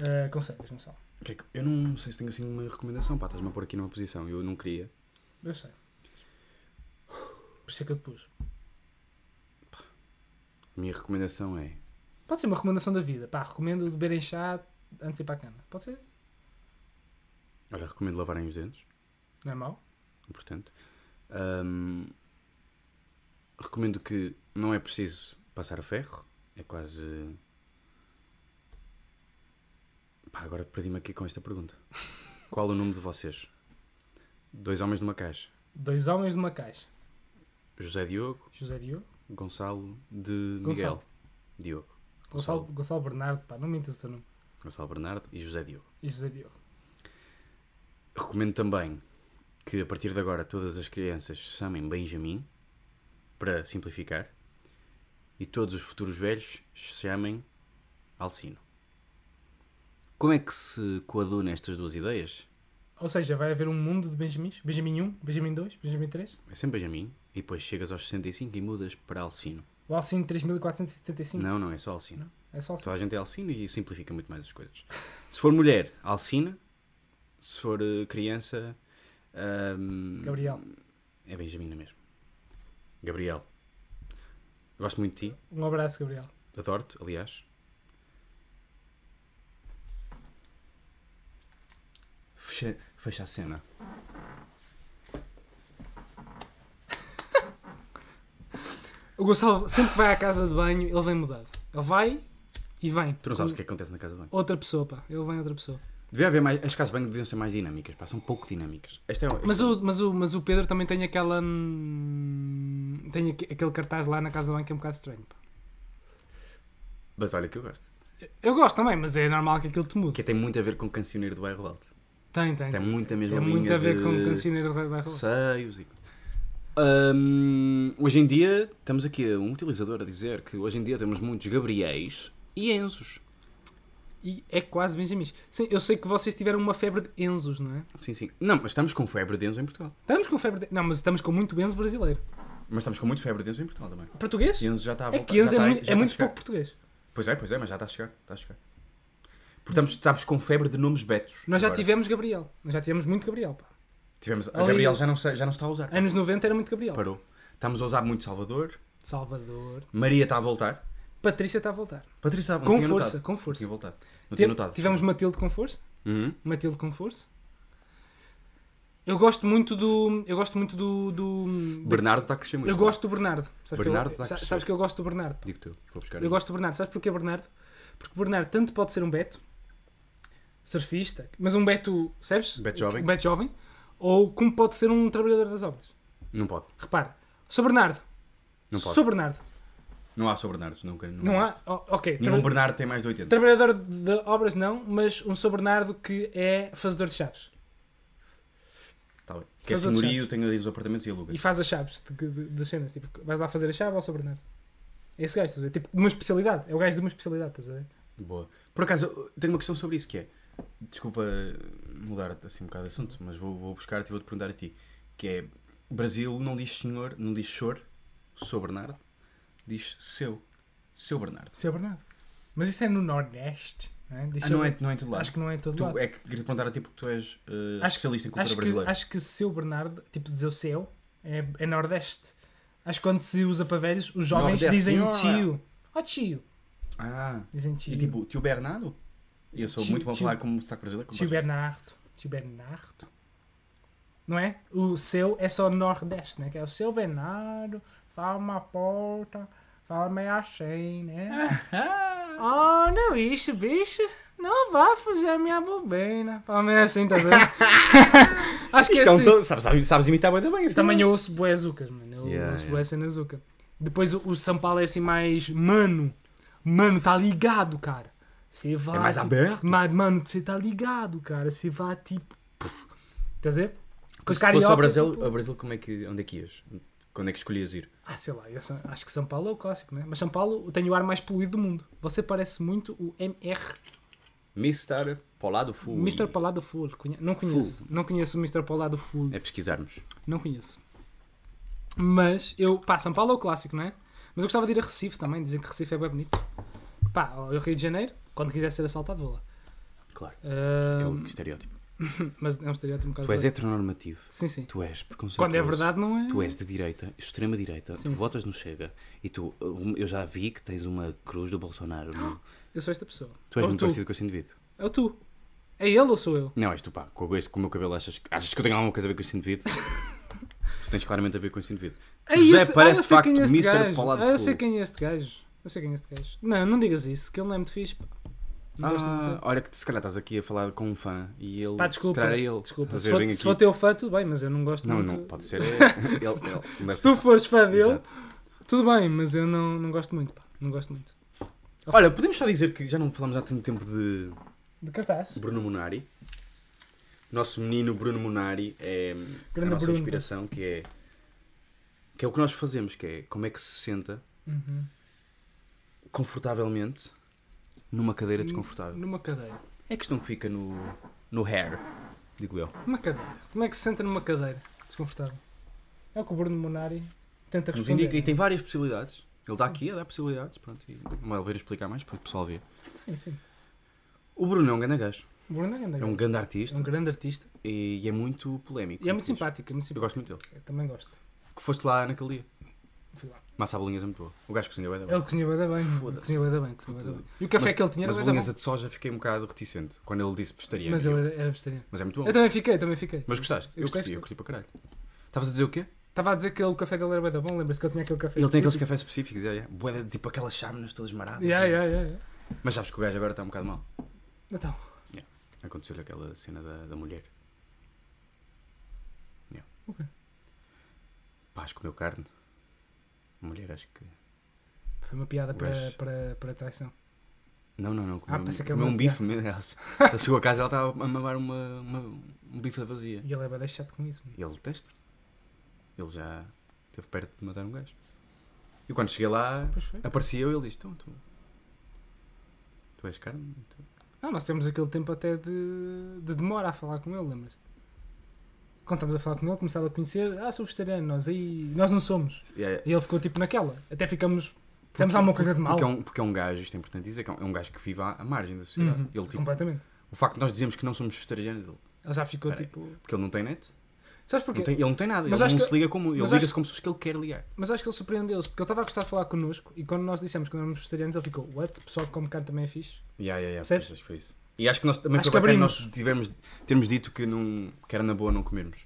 A: eh, aconselhas, Gonçalo?
B: Que é que- eu não sei se tenho assim uma recomendação, pá, estás-me a pôr aqui numa posição, eu não queria.
A: Eu sei. Por isso é que eu te pus.
B: A minha recomendação é.
A: Pode ser uma recomendação da vida. Pá, recomendo beberem chá antes de ir para a cama. Pode ser.
B: Olha, recomendo lavarem os dentes,
A: Não é mau?
B: importante. Ahm, recomendo que não é preciso passar a ferro, é quase. Pá, agora perdi-me aqui com esta pergunta. Qual o nome de vocês? Dois homens numa caixa.
A: Dois homens numa caixa.
B: José Diogo,
A: José Diogo.
B: Gonçalo de
A: Gonçalo.
B: Miguel. Diogo.
A: Gonçalo, Gonçalo Bernardo, pá, não mintas o teu nome.
B: Gonçalo Bernardo e José Diogo.
A: E José Diogo.
B: Recomendo também que a partir de agora todas as crianças se chamem Benjamin, para simplificar, e todos os futuros velhos se chamem Alcino. Como é que se coaduna estas duas ideias?
A: Ou seja, vai haver um mundo de Benjamins. Benjamin 1, Benjamin 2, Benjamin 3.
B: É sempre Benjamin, e depois chegas aos 65 e mudas para Alcino.
A: O Alcino 3475.
B: Não, não, é só Alcino.
A: É só Alcino.
B: Toda a gente é Alcino e simplifica muito mais as coisas. Se for mulher, Alcina. Se for eh, criança, ahm,
A: Gabriel.
B: É Benjamina mesmo. Gabriel. Gosto muito de ti.
A: Um abraço, Gabriel.
B: Adoro-te, aliás. Fecha, fecha a cena.
A: O Gonçalo, sempre que vai à casa de banho, ele vem mudado. Ele vai e vem.
B: Tu não sabes o que é que acontece na casa de banho.
A: Outra pessoa, pá. Ele vem outra pessoa.
B: Devia haver mais. As casas de banho deviam ser mais dinâmicas, pá. São pouco dinâmicas. Esta é, esta
A: Mas o, mas, o, mas o Pedro também tem aquela. hum, Tem aque- aquele cartaz lá na casa de banho que é um bocado estranho. pá.
B: Mas olha que eu gosto.
A: Eu gosto também, mas é normal que aquilo te mude.
B: Que tem muito a ver com o cancioneiro do bairro alto.
A: Tem, tem.
B: Tem
A: Tem,
B: muito a mesma
A: É muito
B: linha
A: a ver
B: de...
A: com o cancioneiro do Rei Bairro.
B: Seios e... Hum, hoje em dia, temos aqui um utilizador a dizer que hoje em dia temos muitos Gabriéis e Enzos.
A: E é quase Benjamins. Sim, eu sei que vocês tiveram uma febre de Enzos, não é?
B: Sim, sim. Não, mas estamos com febre de Enzo em Portugal.
A: Estamos com febre de... Não, mas estamos com muito Enzo brasileiro.
B: Mas estamos com muito febre de Enzo em Portugal também.
A: Português?
B: E Enzo já está a
A: É
B: voltar.
A: que Enzo
B: já
A: é,
B: está-
A: muito,
B: já tá
A: é
B: está a
A: muito
B: chegar.
A: pouco português.
B: Pois é, pois é, mas já está a chegar. Está a chegar. Portanto, estamos com febre de nomes betos.
A: Nós já
B: agora.
A: tivemos Gabriel. Nós já tivemos muito Gabriel, pá.
B: tivemos. A
A: Ali-
B: Gabriel já não, se- já não se está a usar.
A: Anos 90 era muito Gabriel.
B: Parou. Estamos a usar muito Salvador.
A: Salvador.
B: Maria está a voltar.
A: Patrícia está a voltar.
B: Patrícia está a
A: com força, com
B: Não tinha
A: força.
B: voltado. Não tinha
A: Tive-
B: notado.
A: Tivemos Matilde com força.
B: Uhum.
A: Matilde com força. Eu gosto muito do. Eu gosto muito do. do-
B: Bernardo está a crescer muito.
A: eu gosto do Bernardo. Sabes,
B: Bernardo
A: que,
B: está
A: eu,
B: a
A: sa-
B: crescer.
A: sabes que eu gosto do Bernardo. pá.
B: Digo-te, eu. vou buscar.
A: Eu gosto do Bernardo. Sabes porquê Bernardo? Porque o Bernardo tanto pode ser um Beto, surfista, mas um Beto, sabes?
B: Beto jovem.
A: Um Beto jovem. Ou como pode ser um trabalhador das obras.
B: Não pode.
A: Repara, sou Bernardo.
B: Não pode.
A: Sou Bernardo.
B: Não há sobre Bernardo. Nunca, não
A: Não há.
B: existe.
A: Oh, ok. tra-
B: Nenhum Bernardo tem mais de 80.
A: Trabalhador de obras não, mas um sou Bernardo que é fazedor de chaves.
B: Tá bem. Que é
A: Faz outro
B: senhorio, tem ali os apartamentos e aluga.
A: E faz as chaves de- de- das cenas. Tipo, vais lá fazer a chave ou sou Bernardo? É esse gajo, estás a ver? Tipo, de uma especialidade. É o gajo de uma especialidade, estás a ver?
B: Boa. Por acaso, eu tenho uma questão sobre isso que é. Desculpa mudar assim um bocado de assunto, mas vou, vou buscar e vou-te perguntar a ti. Que é Brasil não diz senhor, não diz senhor, sou Bernardo, diz seu, seu Bernardo.
A: Seu Bernardo. Mas isso é no Nordeste, não é? Deixa
B: Ah, não,
A: eu
B: é,
A: ver.
B: não é em todo lado.
A: Acho que não é em todo
B: tu,
A: lado.
B: é que queria te perguntar a ti porque tu és eh,
A: Acho-
B: especialista em cultura
A: acho, que,
B: brasileira.
A: acho que seu Bernardo, tipo dizer o seu, é, é Nordeste. Acho que quando se usa para velhos, os jovens
B: Nordeste,
A: dizem
B: senhora.
A: tio. Oh tio.
B: Ah,
A: Dizem tio.
B: e tipo, tio Bernardo? E Eu sou
A: Tio-
B: muito bom a
A: tio-
B: falar como é sotaque brasileiro.
A: Tio Bernardo. Tio Bernardo. Não é? O seu é só Nordeste, né? Que é o seu Bernardo. Fala uma porta. Fala meio assim,
B: É. [LAUGHS]
A: né?
B: Ah,
A: oh, não isso, bicho. Não vá fazer a minha bobina. Fala meio assim, tá
B: [LAUGHS]
A: vendo? Acho que é
B: Isto é um
A: assim.
B: to- sabes, sabes, sabes imitar bem também.
A: Também eu ouço bué zucas, mano. Eu
B: Então, Yeah,
A: ouço
B: yeah.
A: bué cenas zuca. Depois o, o São Paulo é assim mais... Mano, mano, tá ligado, cara. Você vai...
B: É mais
A: tipo,
B: aberto.
A: Mas, mano, você tá ligado, cara. Você vai, tipo... puf. Estás a ver? Com os
B: Se fosse ao
A: carioca,
B: Brasil,
A: tipo-
B: ao Brasil como é que, onde é que ias? Quando é que escolhias ir?
A: Ah, sei lá. eu sou- acho que São Paulo é o clássico, né? Mas São Paulo tem o ar mais poluído do mundo. Você parece muito o MR.
B: Mr. Polado Fu.
A: Mr. Paulado Full. Conhe- Não conheço. Não conheço o Mr. Paulado Full.
B: É pesquisarmos.
A: Não conheço. Mas eu. Pá, São Paulo é o clássico, não é? Mas eu gostava de ir a Recife também, dizem que Recife é bem bonito. Pá, ao Rio de Janeiro, quando quiser ser assaltado, vou lá.
B: Claro.
A: Ah,
B: Aquele estereótipo.
A: mas é um estereótipo um bocado.
B: Tu és
A: doido.
B: heteronormativo.
A: Sim, sim.
B: Tu és preconceituoso.
A: Quando é verdade, não é?
B: Tu és de direita, extrema direita.
A: Sim,
B: tu
A: sim.
B: votas no Chega. E tu, um, eu já vi que tens uma cruz do Bolsonaro. no-
A: Eu sou esta pessoa.
B: Tu és
A: Ah, ou
B: muito
A: tu.
B: parecido com esse indivíduo.
A: Ou tu. É ele ou sou eu?
B: Não, és tu, pá. Com, este, com o meu cabelo, achas, que- achas que eu tenho alguma coisa a ver com
A: [LAUGHS]
B: esse indivíduo? tu tens claramente a ver com esse indivíduo.
A: É
B: José
A: isso. ah,
B: parece,
A: eu
B: de
A: sei
B: facto,
A: quem é este
B: Mr.
A: gajo.
B: Paulado
A: Ah, eu
B: Full.
A: sei quem é este gajo. Eu sei quem é este gajo. Não, não digas isso, que ele não é muito fixe. pá. Não gosto muito
B: Ah,
A: dele.
B: olha que se calhar estás aqui a falar com um fã e ele.
A: Pá,
B: Se
A: desculpa.
B: calhar é ele.
A: Desculpa.
B: Estás a
A: Se
B: ver,
A: for,
B: vem
A: se
B: aqui.
A: for teu fã, tudo bem, mas eu não gosto
B: Não,
A: muito.
B: não, pode
A: [LAUGHS]
B: ser. ele, ele, ele deve
A: Se
B: ser.
A: tu fores fã dele,
B: Exato.
A: tudo bem, mas eu não, não gosto muito, pá. Não gosto muito. Tá
B: Olha, podemos só dizer que já não falamos há tanto tempo de
A: De cartaz?
B: Bruno Munari. Nosso menino Bruno Munari é a
A: Grande
B: nossa
A: Bruno.
B: inspiração, que é que é o que nós fazemos, que é como é que se senta
A: Uhum.
B: confortavelmente numa
A: Hum.
B: cadeira desconfortável.
A: Numa cadeira.
B: É a questão que fica no, no hair, digo eu.
A: Uma cadeira. Como é que se senta numa cadeira? Desconfortável. É o que o Bruno Monari tenta
B: Nos
A: responder.
B: indica e tem várias possibilidades. Ele está aqui a dar possibilidades, pronto, e não vai ver explicar mais para o pessoal ver.
A: Sim, sim.
B: O Bruno é um grande gajo,
A: O Bruno é, grande,
B: é um grande artista
A: é um grande artista.
B: e, e é muito polémico.
A: E é muito
B: como diz.
A: simpático. É muito
B: Eu
A: simpático.
B: gosto muito dele.
A: Eu também gosto.
B: Que foste lá naquele dia.
A: Fui lá.
B: Massa à bolinhas é muito boa. O gajo cozinha bem, bem.
A: Ele cozinha bem, bem.
B: Foda-se.
A: Cozinha bué da bem, cozinha bué da
B: Puta.
A: bem. E o café
B: Mas-
A: que ele tinha era
B: Mas
A: bué da
B: a
A: bom.
B: bolinhesa de soja fiquei um bocado reticente quando ele disse vegetariano.
A: Mas
B: E eu-
A: ele era, era vegetariano.
B: mas é muito bom.
A: Eu também fiquei, também fiquei.
B: Mas gostaste?
A: Eu
B: Eu,
A: gostei,
B: curti, eu curti para caralho. Estavas a dizer o quê?
A: Estava a dizer que ele- o café dele era bué da bom, lembra-se que ele tinha aquele café.
B: Ele tem aqueles
A: específico.
B: cafés específicos, é, é. Bué de- tipo aquelas chávenas todas maradas.
A: Yeah,
B: é.
A: yeah, yeah, yeah.
B: Mas sabes que o gajo agora está um bocado mal.
A: Então,
B: Aconteceu-lhe aquela cena da, da mulher. Yeah.
A: O quê?
B: Pá, acho que comeu carne. A mulher, acho que.
A: foi uma piada para,
B: Mas-
A: para, para traição.
B: Não, não, não. Comeu,
A: Ah, pensei que era
B: comeu um
A: uma [LAUGHS]
B: bife mesmo. Ela, ela chegou a casa e ela estava a mamar uma, uma- um bife da vazia.
A: E ele é bué da chato com isso. mano.
B: E ele testa. Ele já esteve perto de matar um gajo. E quando cheguei lá,
A: Pois foi.
B: aparecia eu e ele disse: Tu, tu, tu és carne? Tu...
A: Não, nós temos aquele tempo até de, de demora a falar com ele, lembras-te? Quando estávamos a falar com ele, começava a conhecer, ah, sou vegetariano, nós aí, nós não somos.
B: É,
A: E ele ficou tipo naquela. Até ficamos, fizemos alguma coisa de mal.
B: Porque é, um, porque é um gajo, isto é importante dizer, que é um, é um gajo que vive à, à margem da sociedade.
A: Uhum,
B: Ele, tipo,
A: Completamente.
B: o facto de nós dizermos que não somos vegetarianos, ele,
A: Ele já ficou
B: Peraí.
A: tipo.
B: porque ele não tem net,
A: Sabes
B: não
A: porquê?
B: tem- ele não tem nada,
A: Mas
B: ele
A: acho
B: não
A: que-
B: se liga como. Ele
A: mas
B: liga-se
A: acho-
B: com pessoas que ele quer ligar.
A: Mas acho que ele surpreendeu-se, porque ele estava a gostar de falar connosco e quando nós dissemos que não éramos vegetarianos, ele ficou, what? Pessoal que come carne também é fixe?
B: Yeah, yeah, yeah,
A: Percebes?
B: pois, acho que foi isso. E acho que nós também
A: Acho
B: foi
A: que
B: bacana
A: abrimos.
B: nós tivermos, termos dito que, não, que era na boa não comermos.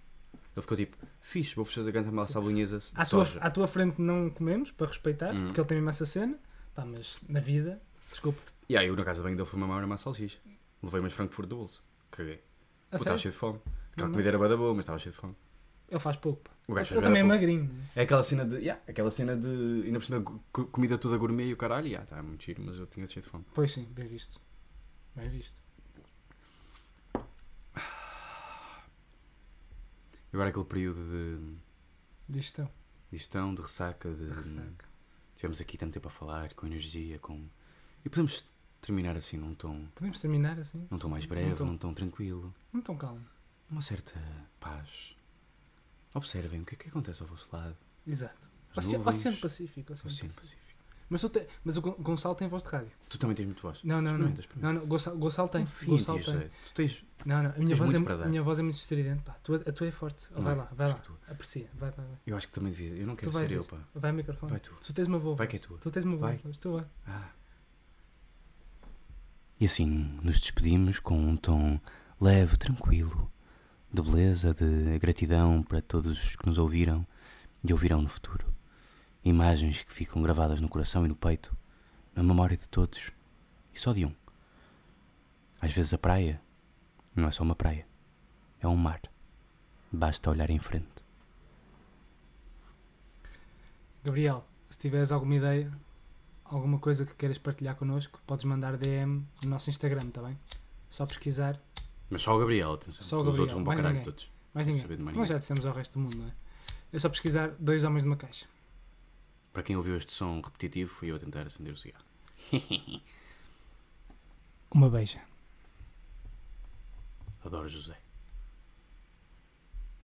B: Ele ficou tipo, fixe, vou-vos fazer grande massa à bolonhesa de
A: À tua,
B: soja.
A: à tua frente não comemos, para respeitar,
B: Hum.
A: porque ele tem mesmo essa cena, pá, mas na vida, desculpa.
B: E aí eu na casa de banho dele fui mamar uma salsicha. Levei umas Frankfurt do bolso. Caguei.
A: A
B: Eu estava
A: sério,
B: cheio de fome.
A: Não,
B: Aquela
A: não.
B: comida era bué da boa, mas estava cheio de fome.
A: ele faz pouco. pá.
B: O gajo fez
A: Ele
B: bué da
A: também é
B: pouco.
A: magrinho.
B: É aquela cena de. Yeah, aquela cena de. Ainda por cima, co- comida toda gourmet e o caralho. Yeah, está muito giro, mas eu tinha cheio de fome.
A: Pois sim, bem visto. Bem visto.
B: E agora aquele período de
A: Digestão.
B: digestão, de ressaca, de.
A: Ressaca.
B: Tivemos aqui tanto tempo a falar, com energia, com. E podemos terminar assim num tom.
A: Podemos terminar assim?
B: Num tom mais breve,
A: Num tom-
B: num tom tranquilo.
A: Não tão calmo.
B: Uma certa paz. Observem o que é que acontece ao vosso lado.
A: Exato.
B: As
A: Oce-
B: nuvens,
A: Oceano Pacífico. Oceano
B: Oceano
A: Pacífico.
B: Pacífico.
A: Mas, tu te- mas o Gon- Gonçalo tem voz de rádio.
B: Tu também tens muito voz.
A: Não, não, não.
B: Experimenta, experimenta.
A: Não, não, Gonçalo, Gonçalo tem.
B: Confia em ti,
A: Gonçalo tem.
B: José. Tu tens.
A: Não, não. A minha,
B: Tens
A: voz é,
B: muito para dar.
A: a minha voz é muito estridente. Pá. Tu, a tua é forte.
B: Não
A: vai
B: é?
A: lá, vai
B: Acho
A: lá.
B: que tu-
A: Aprecia. Vai, vai, vai.
B: Eu acho que também devia. Eu não quero
A: Tu vais
B: ser eu,
A: ir.
B: pá.
A: Vai ao microfone.
B: Vai tu.
A: Tu tens uma boa
B: Vai
A: voz.
B: que é tua.
A: Tu tens uma boa
B: Vai.
A: voz. Tu vai.
B: Ah. E assim nos despedimos com um tom leve, tranquilo, de beleza, de gratidão para todos os que nos ouviram e ouvirão no futuro. Imagens que ficam gravadas no coração e no peito, na memória de todos e só de um. Às vezes a praia não é só uma praia, é um mar. Basta olhar em frente.
A: Gabriel, se tiveres alguma ideia, alguma coisa que queiras partilhar connosco, podes mandar DM no nosso Instagram, está bem? Só pesquisar.
B: Mas só o Gabriel, atenção.
A: Só o Gabriel, mais ninguém.
B: todos.
A: Mais
B: Não
A: ninguém.
B: saber de mais
A: Nós
B: ninguém.
A: já dissemos ao resto do mundo, não é? É só pesquisar dois homens numa caixa.
B: Para quem ouviu este som repetitivo, fui eu a tentar acender o cigarro.
A: Uma beija.
B: Adoro José.